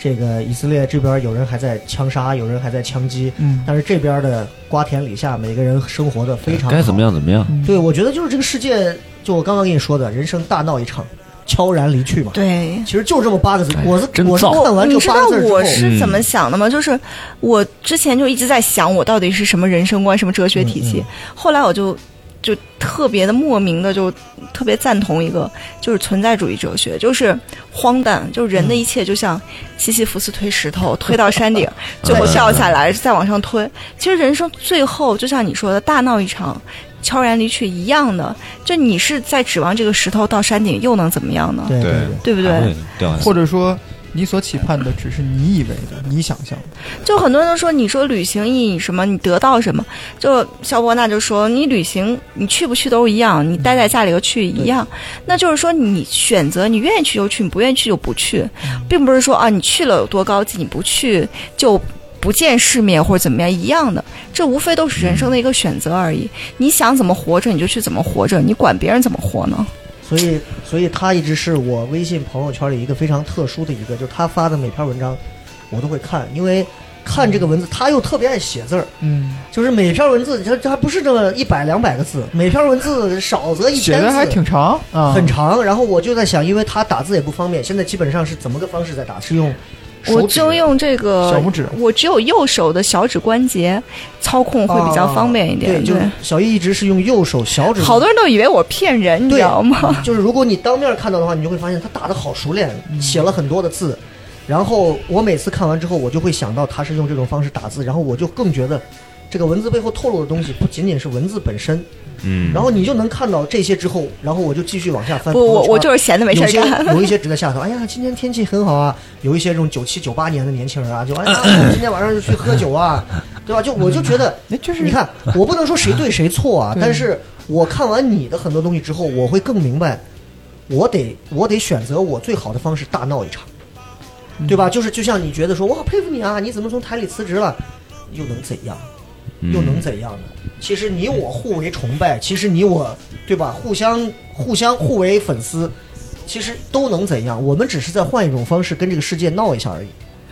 Speaker 2: 这个以色列这边有人还在枪杀，有人还在枪击，
Speaker 3: 嗯
Speaker 2: 但是这边的瓜田李下，每个人生活的非常
Speaker 4: 该怎
Speaker 2: 好。
Speaker 4: 么样怎么样，
Speaker 2: 对，我觉得就是这个世界，就我刚刚跟你说的，人生大闹一场，悄然离去嘛。
Speaker 5: 对，
Speaker 2: 其实就这么八个字，
Speaker 4: 哎
Speaker 2: 我是
Speaker 4: 真
Speaker 2: 我是
Speaker 4: 造
Speaker 2: 看完这
Speaker 5: 你知
Speaker 2: 八
Speaker 5: 道
Speaker 2: 个字之后
Speaker 5: 我，是怎么想的吗？就是我之前就一直在想，我到底是什么人生观、什么哲学体系。
Speaker 2: 嗯
Speaker 5: 后来我就就特别的莫名的就特别赞同一个，就是存在主义哲学，就是荒诞，就是
Speaker 2: 嗯
Speaker 5: 人的一切就像西西弗斯推石头，推到 山顶，最
Speaker 2: 嗯
Speaker 5: 后掉下来，再往上推。其实人生最后就像你说的，大闹一场。悄然离去一样的，就你是在指望这个石头到山顶又能怎么样呢？
Speaker 2: 对
Speaker 6: 对
Speaker 2: 对，
Speaker 5: 对不对？
Speaker 4: 还会掉下来
Speaker 3: 或者说你所期盼的只是你以为的，你想象的。
Speaker 5: 就很多人都说，你说旅行意义什么？你得到什么？就肖伯纳就说，你旅行，你去不去都一样，你待在家里和去一样。
Speaker 2: 嗯
Speaker 5: 那就是说，你选择，你愿意去就去，你不愿意去就不去，
Speaker 2: 嗯
Speaker 5: 并不是说啊，你去了有多高级，你不去就。不见世面或者怎么样一样的，这无非都是人生的一个选择而已。
Speaker 2: 嗯
Speaker 5: 你想怎么活着，你就去怎么活着，你管别人怎么活呢？
Speaker 2: 所以，所以他一直是我微信朋友圈里一个非常特殊的一个，就是他发的每篇文章，我都会看，因为看这个文字，他又特别爱写字儿，
Speaker 3: 嗯，
Speaker 2: 就是每篇文字，他他不是这么一百两百个字，每篇文字少则一
Speaker 3: 写
Speaker 2: 千字，
Speaker 3: 的还挺长啊，
Speaker 2: 很。长。然后我就在想，因为他打字也不方便，现在基本上是怎么个方式在打？是用手
Speaker 5: 我
Speaker 2: 指
Speaker 5: 就用这个
Speaker 3: 小拇指
Speaker 5: 我只有右手的小指关节操控会比较方便一点。
Speaker 2: 啊对，就是小易一直是用右手小指，
Speaker 5: 好多人都以为我骗人，你知
Speaker 2: 对嗯
Speaker 5: 道 吗？
Speaker 2: 就是如果你当面看到的话，你就会发现他打的好熟练，
Speaker 5: 嗯
Speaker 2: 写了很多的字。然后我每次看完之后，我就会想到他是用这种方式打字，然后我就更觉得这个文字背后透露的东西不仅仅是文字本身。
Speaker 4: 嗯，
Speaker 2: 然后你就能看到这些之后，然后我就继续往下翻
Speaker 5: 不，
Speaker 2: 朋友圈。
Speaker 5: 我我就是闲的没事
Speaker 2: 有
Speaker 5: 儿
Speaker 2: 些
Speaker 5: 干。
Speaker 2: 有一些只在下头，哎呀，今天天气很好啊。有一些这种九七九八年的年轻人啊，就哎呀， 我今天晚上就去喝酒啊，对吧？就我就觉得，
Speaker 3: 那就是
Speaker 2: 你看，我不能说谁对谁错啊，
Speaker 3: 对
Speaker 2: 但是我看完你的很多东西之后，我会更明白，我得我得选择我最好的方式大闹一场，对吧？就是就像你觉得说，我好佩服你啊，你怎么从台里辞职了，又能怎样？又
Speaker 3: 嗯
Speaker 2: 能怎样呢？其实你我互为崇拜，其实你我对吧？互相互相互为粉丝，其实都能怎样？我们只是在换一种方式跟这个世界闹一下而已，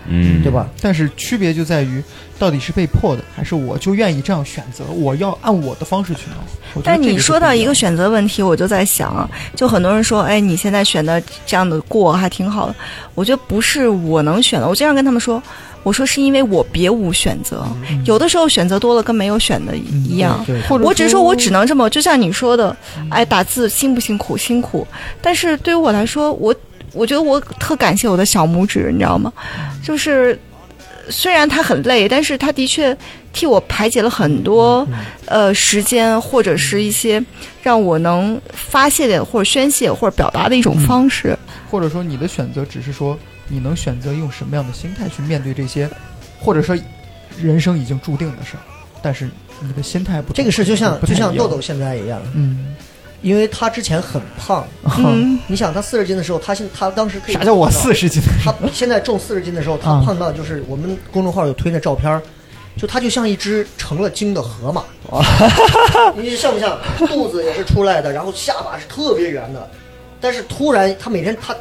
Speaker 4: 嗯，
Speaker 2: 对？吧？
Speaker 3: 但是区别就在于，到底是被迫的，还是我就愿意这样选择，我要按我的方式去弄。我觉得
Speaker 5: 但
Speaker 3: 这
Speaker 5: 你
Speaker 3: 就
Speaker 5: 说
Speaker 3: 不
Speaker 5: 到
Speaker 3: 样
Speaker 5: 一个选择问题，我就在想，就很多人说，哎，你现在选的这样的过还挺好的。我觉得不是我能选的，我经常跟他们说，我说是因为我别无选择，有的时候选择多了跟没有选的一样。
Speaker 2: 嗯对，
Speaker 3: 或者
Speaker 5: 我只是说我只能这么，就像你说的，哎，打字辛不辛苦？辛苦。但是对于我来说，我我觉得我特感谢我的小拇指，你知道吗？就是虽然它很累，但是它的确替我排解了很多呃时间，或者是一些让我能发泄的或者宣泄或者表达的一种方式。
Speaker 3: 或者说你的选择只是说你能选择用什么样的心态去面对这些，或者说人生已经注定的事儿，但是你的心态不同
Speaker 2: 这个事就像
Speaker 3: 不太
Speaker 2: 就
Speaker 3: 一样
Speaker 2: 像豆豆现在一样，
Speaker 3: 嗯，
Speaker 2: 因为他之前很胖，
Speaker 5: 嗯，
Speaker 2: 你想他四十斤的时候，他现他当时可以
Speaker 3: 啥叫我
Speaker 2: 胖到
Speaker 3: 四十斤？
Speaker 2: 他现在重四十斤的时候，他
Speaker 3: 啊
Speaker 2: 胖到就是我们公众号有推那照片儿，就他就像一只成了精的河马，你像不像？肚子也是出来的，然后下巴是特别圆的，但是突然他每天他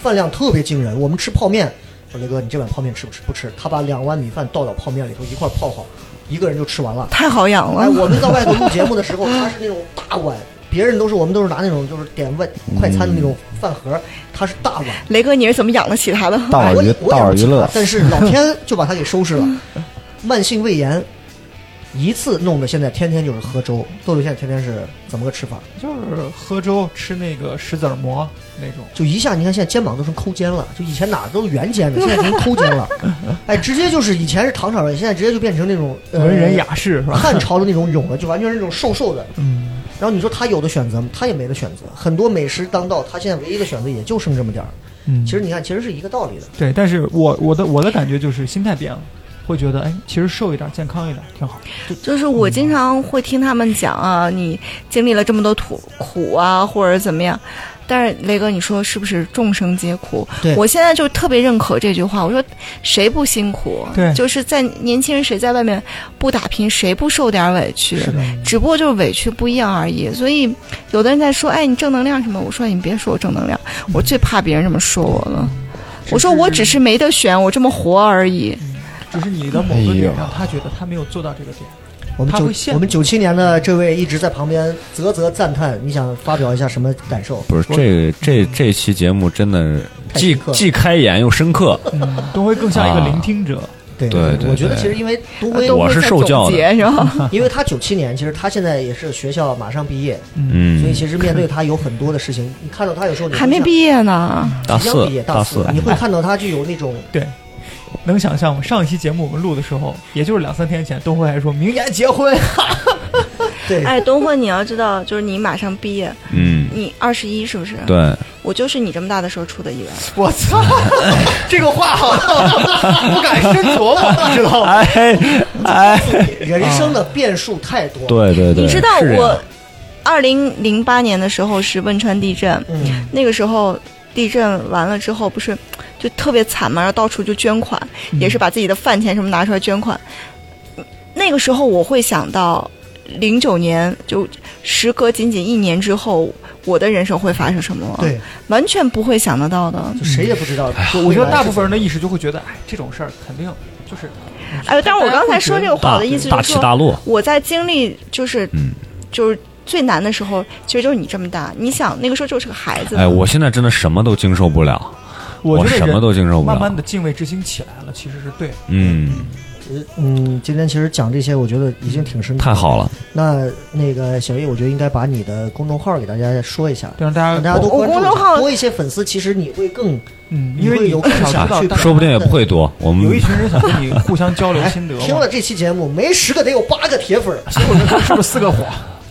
Speaker 2: 饭量特别惊人。我们吃泡面，说雷哥你这碗泡面吃不吃？不吃，他把两碗米饭倒到泡面里头一块儿泡好，一个人就吃完了。
Speaker 5: 太好养
Speaker 2: 哎，
Speaker 5: 了。
Speaker 2: 我们在外头录节目的时候，他是那种大碗。别人都是我们都是拿那种就是点外快餐的那种饭盒，他是大碗，
Speaker 5: 雷哥，你是怎么养得起他的？
Speaker 6: 大
Speaker 2: 哎
Speaker 6: 碗
Speaker 2: 我
Speaker 6: 娱
Speaker 2: 也我也
Speaker 6: 大碗
Speaker 2: 不
Speaker 6: 娱
Speaker 2: 清楚
Speaker 6: 乐
Speaker 2: 啊，但是老天就把他给收拾了。慢性胃炎一次弄得现在天天就是喝粥，豆豆现在天天是怎么个吃法？
Speaker 3: 就是喝粥吃那个石子儿馍那种，
Speaker 2: 就一下你看现在肩膀都成抠肩了，就以前哪都是圆肩的，现在成抠肩了。哎，直接就是以前是唐朝人，现在直接就变成那种、呃、
Speaker 3: 文人雅士是吧？
Speaker 2: 汉朝的那种俑了，就完全是那种瘦瘦的。
Speaker 3: 嗯，
Speaker 2: 然后你说他有的选择吗？他也没得选择，很多美食当道，他现在唯一的选择也就剩这么点儿。
Speaker 3: 嗯
Speaker 2: 其实你看，其实是一个道理的。
Speaker 3: 对，但是我我的我的感觉就是心态变了，会觉得哎，其实瘦一点、健康一点挺好。
Speaker 5: 就是我经常会听他们讲啊，你经历了这么多苦苦啊，或者怎么样。但是雷哥，你说是不是众生皆苦
Speaker 2: 对？
Speaker 5: 我现在就特别认可这句话。我说谁不辛苦？
Speaker 3: 对
Speaker 5: 就是在年轻人谁在外面不打拼，谁不受点委屈？
Speaker 3: 的，
Speaker 5: 只不过就是委屈不一样而已。所以有的人在说，哎，你正能量什么？我说你别说我正能量，我最怕别人这么说我了。我说我只是没得选，我这么活而已。
Speaker 3: 只是你的某个点
Speaker 6: 哎
Speaker 3: 上
Speaker 6: 呦，
Speaker 3: 他觉得他没有做到这个点。
Speaker 2: 我们
Speaker 3: 他会
Speaker 2: 九
Speaker 3: 羡慕
Speaker 2: 我们九七年的这位一直在旁边啧啧赞叹，你想发表一下什么感受？
Speaker 4: 不是这这这期节目真的
Speaker 2: 嗯太
Speaker 4: 既
Speaker 2: 深刻了
Speaker 4: 既开眼又深刻，
Speaker 3: 嗯，都会更像一个
Speaker 4: 啊
Speaker 3: 聆听者。
Speaker 2: 对
Speaker 4: 对对
Speaker 2: 我觉得
Speaker 4: 对
Speaker 2: 其实因为
Speaker 3: 呃
Speaker 2: 都
Speaker 5: 我
Speaker 2: 辉，
Speaker 5: 都
Speaker 4: 我
Speaker 5: 会
Speaker 4: 是
Speaker 5: 在
Speaker 4: 受 嗯
Speaker 5: 总
Speaker 4: 教的
Speaker 5: 结，然后。
Speaker 2: 因为他九七年，其实他现在也是学校马上毕业，所以
Speaker 4: 嗯，
Speaker 2: 其实面对他有很多的事情，你看到他有时候你会
Speaker 5: 还没
Speaker 2: 像
Speaker 5: 毕业呢，
Speaker 4: 大
Speaker 2: 即将
Speaker 4: 四
Speaker 2: 毕业
Speaker 4: 大四，嗯
Speaker 2: 你会看到他具有那种
Speaker 3: 对，能想象吗？上一期节目我们录的时候，也就是两三天前，东辉还说明年结婚，
Speaker 2: 对
Speaker 5: 哎，东辉，你要知道，就是你马上毕业，
Speaker 4: 嗯，
Speaker 5: 你二十一是不是？，
Speaker 4: 对，
Speaker 5: 我就是你这么大的时候出的意外。
Speaker 3: 我操，这个话好像不敢深琢磨，知道 吗？
Speaker 4: 哎哎，
Speaker 2: 人生的变数太多。，
Speaker 4: 对对对，
Speaker 5: 你知道
Speaker 4: 是这样
Speaker 5: 我二零零八年的时候是汶川地震，
Speaker 2: 嗯，
Speaker 5: 那个时候地震完了之后不是就特别惨嘛，然后到处就捐款，也是把自己的饭钱什么拿出来捐款。那个时候我会想到，零九年就时隔仅仅一年之后，我的人生会发生什么，
Speaker 2: 对，
Speaker 5: 完全不会想得到的。
Speaker 2: 就谁也不知道。
Speaker 4: 哎
Speaker 3: 我我觉得大部分人的意识就会觉得，哎，这种事儿肯定就是，
Speaker 5: 哎，但是我刚才说这个话
Speaker 4: 大
Speaker 5: 我的意思
Speaker 4: 大
Speaker 5: 就是
Speaker 4: 起
Speaker 5: 说，
Speaker 4: 大落，
Speaker 5: 我在经历就是
Speaker 4: 嗯。
Speaker 5: 就是最难的时候，其实就是你这么大。你想那个时候就是个孩子嘛，
Speaker 4: 哎，我现在真的什么都经受不了，
Speaker 3: 我觉得
Speaker 4: 什
Speaker 3: 人
Speaker 4: 么都经受不
Speaker 3: 慢
Speaker 4: 了
Speaker 3: 慢。的敬畏之心起来了，其实是对的。
Speaker 4: 嗯，
Speaker 2: 嗯，今天其实讲这些，我觉得已经挺深刻。
Speaker 4: 太好。了，
Speaker 2: 那那个小叶，我觉得应该把你的公众号给大家说一下，
Speaker 4: 啊
Speaker 3: 对，让大家
Speaker 2: 让大家都嗯
Speaker 5: 我
Speaker 2: 关注
Speaker 5: 我
Speaker 2: 一
Speaker 5: 公众
Speaker 2: 下，
Speaker 5: 号
Speaker 2: 多一些粉丝，其实你会更
Speaker 3: 嗯，
Speaker 2: 你
Speaker 3: 因为
Speaker 2: 会
Speaker 3: 你
Speaker 2: 有更
Speaker 3: 想
Speaker 2: 想
Speaker 3: 知道
Speaker 2: 去
Speaker 3: 大家
Speaker 4: 说不定也不会多。我们
Speaker 3: 有一群人想跟你互相 交流
Speaker 2: 哎
Speaker 3: 心得嘛，
Speaker 2: 听了这期节目，没十个得有八个铁粉 儿。
Speaker 3: 是不是四个火？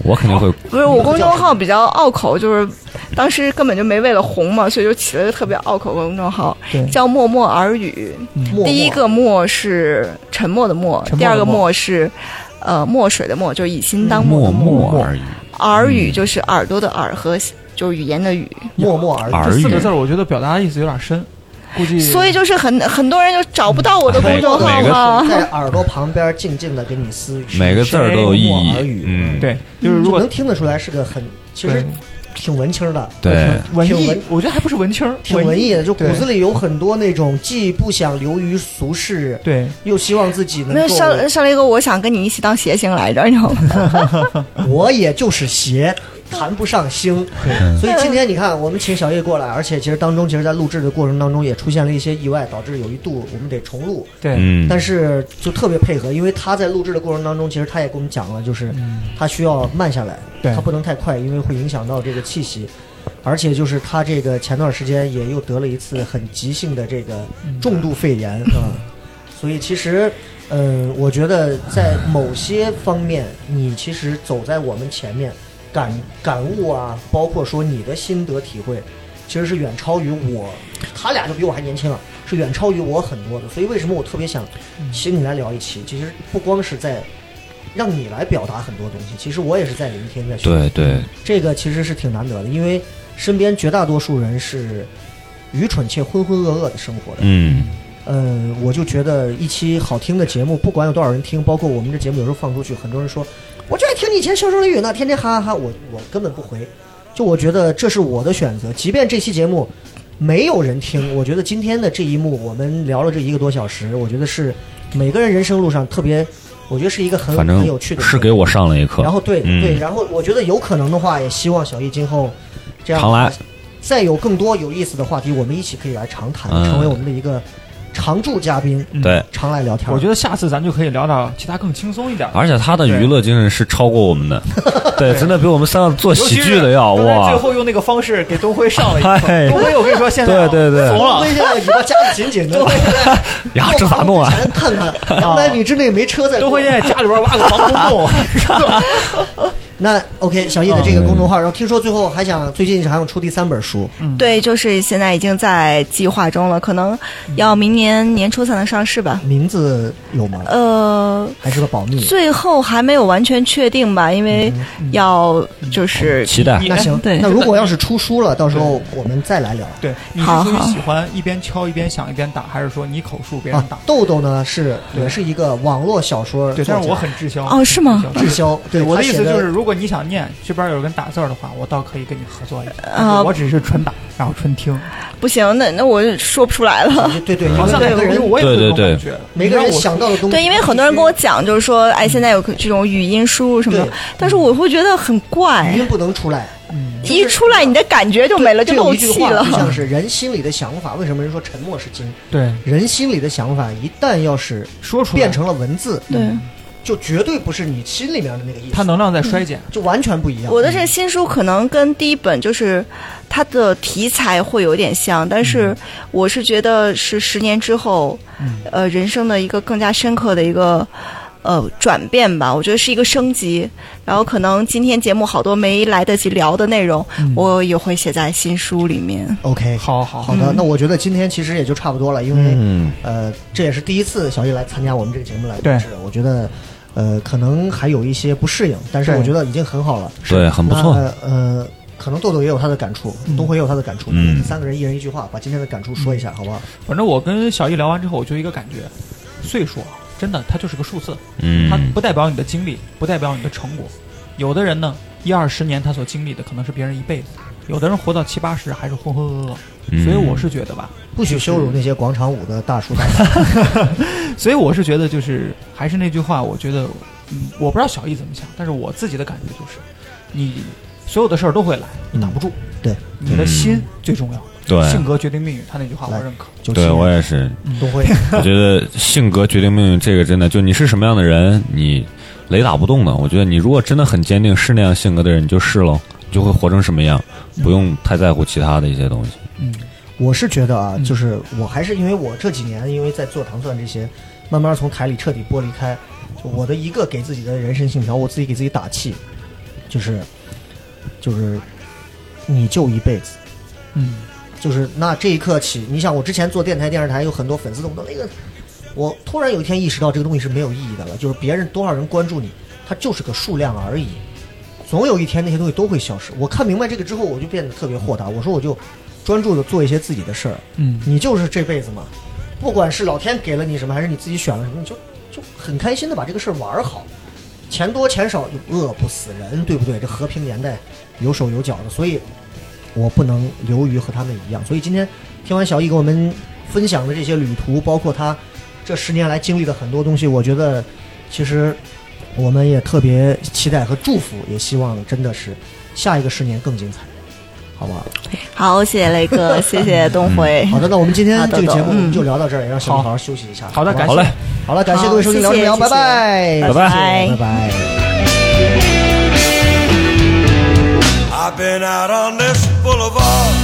Speaker 4: 我肯定会
Speaker 5: 不是我公众号比较拗口，就是当时根本就没为了红嘛，所以就起了一个特别拗口的公众号
Speaker 3: 对，
Speaker 5: 叫“默默耳语”。
Speaker 2: 嗯
Speaker 4: 嗯
Speaker 2: 默默
Speaker 5: 第一个“默”是沉默的“默”，
Speaker 3: 沉默的
Speaker 5: 第二个“
Speaker 3: 默
Speaker 5: 默”是呃墨水的“墨”，就是以心当
Speaker 4: 默
Speaker 5: 墨的“默
Speaker 4: 默而已。”。
Speaker 5: 耳语就是耳朵的“耳”和就是语言的“语
Speaker 2: 默默而
Speaker 4: 耳
Speaker 3: 这
Speaker 4: 语
Speaker 3: 四个字儿，我觉得表达的意思有点深，估”，计
Speaker 5: 所以就是很很多人就找不到我的公众号
Speaker 4: 每每
Speaker 5: 嘛。
Speaker 2: 在耳朵旁边静静的给你私语，
Speaker 4: 每个字儿都有意
Speaker 2: 默
Speaker 4: 义
Speaker 2: 默耳语。
Speaker 4: 嗯，
Speaker 3: 对，就是如
Speaker 2: 就
Speaker 3: 果
Speaker 2: 能听得出来是个很，其实
Speaker 3: 对
Speaker 2: 挺文青的，
Speaker 4: 对，
Speaker 3: 文
Speaker 2: 挺
Speaker 3: 艺
Speaker 2: 文，
Speaker 3: 我觉得还不是文青儿，
Speaker 2: 挺文艺的，就骨
Speaker 3: 对
Speaker 2: 子里有很多那种既不想流于俗世，
Speaker 3: 对，
Speaker 2: 又希望自己能
Speaker 5: 没有
Speaker 2: 够，
Speaker 5: 上上雷哥，我想跟你一起当谐星来着，你知道吗？
Speaker 2: 我也就是邪，谈不上星。所以今天你看，我们请小叶过来，而且其实当中，其实在录制的过程当中也出现了一些意外，导致有一度我们得重录。
Speaker 3: 对，
Speaker 4: 嗯，
Speaker 2: 但是就特别配合，因为他在录制的过程当中，其实他也跟我们讲了，就是他需要慢下来，
Speaker 3: 对
Speaker 2: 他不能太快，因为会影响到这个气息。而且就是他这个前段时间也又得了一次很急性的这个重度肺炎啊、所以其实呃，我觉得在某些方面，你其实走在我们前面，感感悟啊，包括说你的心得体会，其实是远超于我，他俩就比我还年轻啊，是远超于我很多的。所以为什么我特别想请你来聊一期？其实不光是在让你来表达很多东西，其实我也是在聆听，在学习。
Speaker 4: 对对，
Speaker 2: 这个其实是挺难得的，因为身边绝大多数人是愚蠢且浑浑噩噩的生活的。
Speaker 4: 嗯，
Speaker 2: 嗯，我就觉得一期好听的节目，不管有多少人听，包括我们这节目有时候放出去，很多人说，我就爱听你以前销售雷雨呢，天天哈哈哈，我我根本不回。就我觉得这是我的选择，即便这期节目没有人听，我觉得今天的这一幕，我们聊了这一个多小时，我觉得是每个人人生路上特别，我觉得是一个很
Speaker 4: 反正
Speaker 2: 很有趣的一个
Speaker 4: 是给我上了一课。
Speaker 2: 然后对、
Speaker 4: 嗯
Speaker 2: 对，然后我觉得有可能的话，也希望小易今后这样
Speaker 4: 常来，
Speaker 2: 再有更多有意思的话题，我们一起可以来常谈，
Speaker 4: 嗯
Speaker 2: 成为我们的一个常驻嘉宾，
Speaker 4: 对，
Speaker 2: 常来聊天。
Speaker 3: 我觉得下次咱就可以聊点其他更轻松一点的。
Speaker 4: 而且他的娱乐精神是超过我们的，对，真的比我们三个做
Speaker 3: 尤其
Speaker 4: 喜
Speaker 3: 是
Speaker 4: 剧的要
Speaker 3: 刚才最
Speaker 4: 哇，
Speaker 3: 后用那个方式给东辉上了一
Speaker 4: 哎
Speaker 3: 课。东辉，我跟你说，现在啊
Speaker 4: 对对对
Speaker 3: 怂
Speaker 2: 我
Speaker 3: 了
Speaker 2: 们。现在尾巴夹得紧紧 的，
Speaker 4: 呀，这咋弄啊？
Speaker 2: 咱看看 两百米之内没车在
Speaker 3: 东
Speaker 2: 过
Speaker 3: 辉现在家里边挖个防 空洞，
Speaker 2: 那 OK，小易的这个公众
Speaker 4: 嗯
Speaker 2: 号，然后听说最后还想最近还想出第三本书，
Speaker 3: 嗯
Speaker 5: 对，就是现在已经在计划中了，可能要明年年初才能上市吧。
Speaker 2: 名字有吗？
Speaker 5: 呃，
Speaker 2: 还是个保密？
Speaker 5: 最后还没有完全确定吧，因为
Speaker 2: 嗯
Speaker 5: 要就是
Speaker 4: 期待
Speaker 3: 你
Speaker 2: 那行，
Speaker 5: 对
Speaker 2: 那如果要是出书了，到时候我们再来聊。
Speaker 3: 对，你是
Speaker 5: 好
Speaker 3: 属于
Speaker 5: 好
Speaker 3: 喜欢一边敲一边想一边打，还是说你口述别人
Speaker 2: 啊
Speaker 3: 打？，
Speaker 2: 豆豆呢是也是一个网络小说
Speaker 3: 对，
Speaker 2: 作
Speaker 3: 但是
Speaker 2: 家
Speaker 3: 我很滞销。
Speaker 5: 哦是吗
Speaker 2: 滞销。对
Speaker 3: 我的意思
Speaker 2: 他写
Speaker 3: 就是，如果你想念这边有人打字儿的话，我倒可以跟你合作一下。
Speaker 5: 啊
Speaker 3: 我只是纯打，然后纯听，
Speaker 5: 不行，那那我就说不出来了。
Speaker 2: 对对，因
Speaker 3: 好
Speaker 2: 为
Speaker 3: 像
Speaker 2: 每
Speaker 3: 因
Speaker 2: 个
Speaker 3: 为
Speaker 2: 人
Speaker 3: 我也有这
Speaker 4: 对
Speaker 3: 种
Speaker 4: 对
Speaker 3: 感觉。
Speaker 2: 每个人
Speaker 3: 你让我
Speaker 2: 想到的东西，
Speaker 5: 对，因为很多人跟我讲，就是说，哎，现在有这种语音输入什么的
Speaker 2: 对，嗯
Speaker 5: 但是我会觉得很怪
Speaker 2: 语，音不能出来，
Speaker 3: 嗯
Speaker 5: 一哎出来你的感觉就没了，就
Speaker 2: 有
Speaker 5: 漏
Speaker 2: 一句
Speaker 5: 气
Speaker 2: 话
Speaker 5: 了
Speaker 2: 就。像是人心里的想法，为什么人说沉默是金？
Speaker 3: 对
Speaker 2: 人心里的想法一旦要是
Speaker 3: 说出来
Speaker 2: 变成了文字，
Speaker 5: 对，
Speaker 2: 就绝对不是你心里面的那个意思，
Speaker 3: 它能量在衰减。
Speaker 2: 就完全不一样。嗯
Speaker 5: 我的这个新书可能跟第一本就是它的题材会有点像，但是我是觉得是十年之后，呃，人生的一个更加深刻的一个。呃，转变吧，我觉得是一个升级。然后可能今天节目好多没来得及聊的内容，我也会写在新书里面。
Speaker 2: OK，
Speaker 3: 好好
Speaker 2: 好
Speaker 5: 嗯
Speaker 2: 的，那我觉得今天其实也就差不多了，因为、
Speaker 4: 嗯
Speaker 2: 呃，这也是第一次小易来参加我们这个节目来录
Speaker 3: 对
Speaker 2: 制，我觉得呃可能还有一些不适应，但是
Speaker 3: 对
Speaker 2: 我觉得已经很好了，
Speaker 4: 对，很不错。
Speaker 2: 那呃，可能豆豆也有他的感触，东辉也有他的感触，
Speaker 4: 嗯
Speaker 2: 三个人一人一句话，把今天的感触说一下，好不好？
Speaker 3: 反正我跟小易聊完之后，我就一个感觉，岁数啊，真的它就是个数字，它
Speaker 4: 嗯
Speaker 3: 不，代表你的经历，不代表你的成果。有的人呢，一二十年他所经历的可能是别人一辈子，有的人活到七八十还是浑浑噩噩。
Speaker 4: 嗯
Speaker 3: 所以我是觉得吧，
Speaker 2: 不许羞辱那些广场舞的大叔 大妈。
Speaker 3: 所以我是觉得，就是还是那句话，我觉得，嗯，我不知道小易怎么想，但是我自己的感觉就是，你所有的事儿都会来，
Speaker 4: 嗯
Speaker 3: 你挡不住，
Speaker 2: 对，
Speaker 3: 你的心最重要，
Speaker 4: 对
Speaker 3: 性格决定命运。他那句话我
Speaker 2: 来
Speaker 3: 认可，
Speaker 2: 九七
Speaker 4: 对我
Speaker 2: 年，
Speaker 4: 也 是，
Speaker 2: 东 辉，
Speaker 4: 我觉得性格决定命运，这个真的就你是什么样的人，你雷打不动的。我觉得你如果真的很坚定是那样性格的人，你就是喽，你就会活成什么样，不用太在乎其他的一些东西。
Speaker 3: 嗯，
Speaker 2: 我是觉得啊，就是
Speaker 4: 嗯
Speaker 2: 我还是因为我这几年因为在做糖蒜这些，慢慢从台里彻底剥离开，就我的一个给自己的人生信条，我自己给自己打气，就是就是你就一辈子。
Speaker 3: 嗯，
Speaker 2: 就是那这一刻起，你想我之前做电台、电视台有很多粉丝懂得那个，我突然有一天意识到这个东西是没有意义的了，就是别人多少人关注你，它就是个数量而已，总有一天那些东西都会消失。我看明白这个之后，我就变得特别豁达，我说我就专注的做一些自己的事儿，
Speaker 3: 嗯，
Speaker 2: 你就是这辈子嘛，不管是老天给了你什么，还是你自己选了什么，你就就很开心的把这个事儿玩儿好，钱多钱少又饿不死人，对不对？这和平年代有手有脚的，所以我不能流于和他们一样。所以今天听完小易给我们分享的这些旅途，包括他这十年来经历的很多东西，我觉得其实我们也特别期待和祝福，也希望真的是下一个十年更精彩，好不好？
Speaker 5: 好，谢谢雷哥，谢谢东辉。
Speaker 2: 好的，那我们今天这个节目
Speaker 5: 好的
Speaker 2: 我
Speaker 5: 嗯
Speaker 2: 们就聊到这儿，也让小易好好休息一下。
Speaker 3: 好的，
Speaker 2: 吧
Speaker 3: 感谢，
Speaker 4: 好嘞，
Speaker 2: 好了，感谢各位收听《
Speaker 5: 好
Speaker 2: 聊什么
Speaker 5: 谢谢
Speaker 2: 聊》，拜
Speaker 5: 谢
Speaker 2: 拜，
Speaker 5: 谢
Speaker 2: 拜
Speaker 5: 拜拜
Speaker 2: 拜。
Speaker 1: I've been out on this boulevard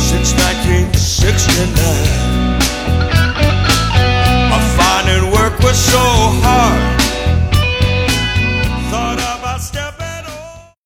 Speaker 1: since 1969. I so hard.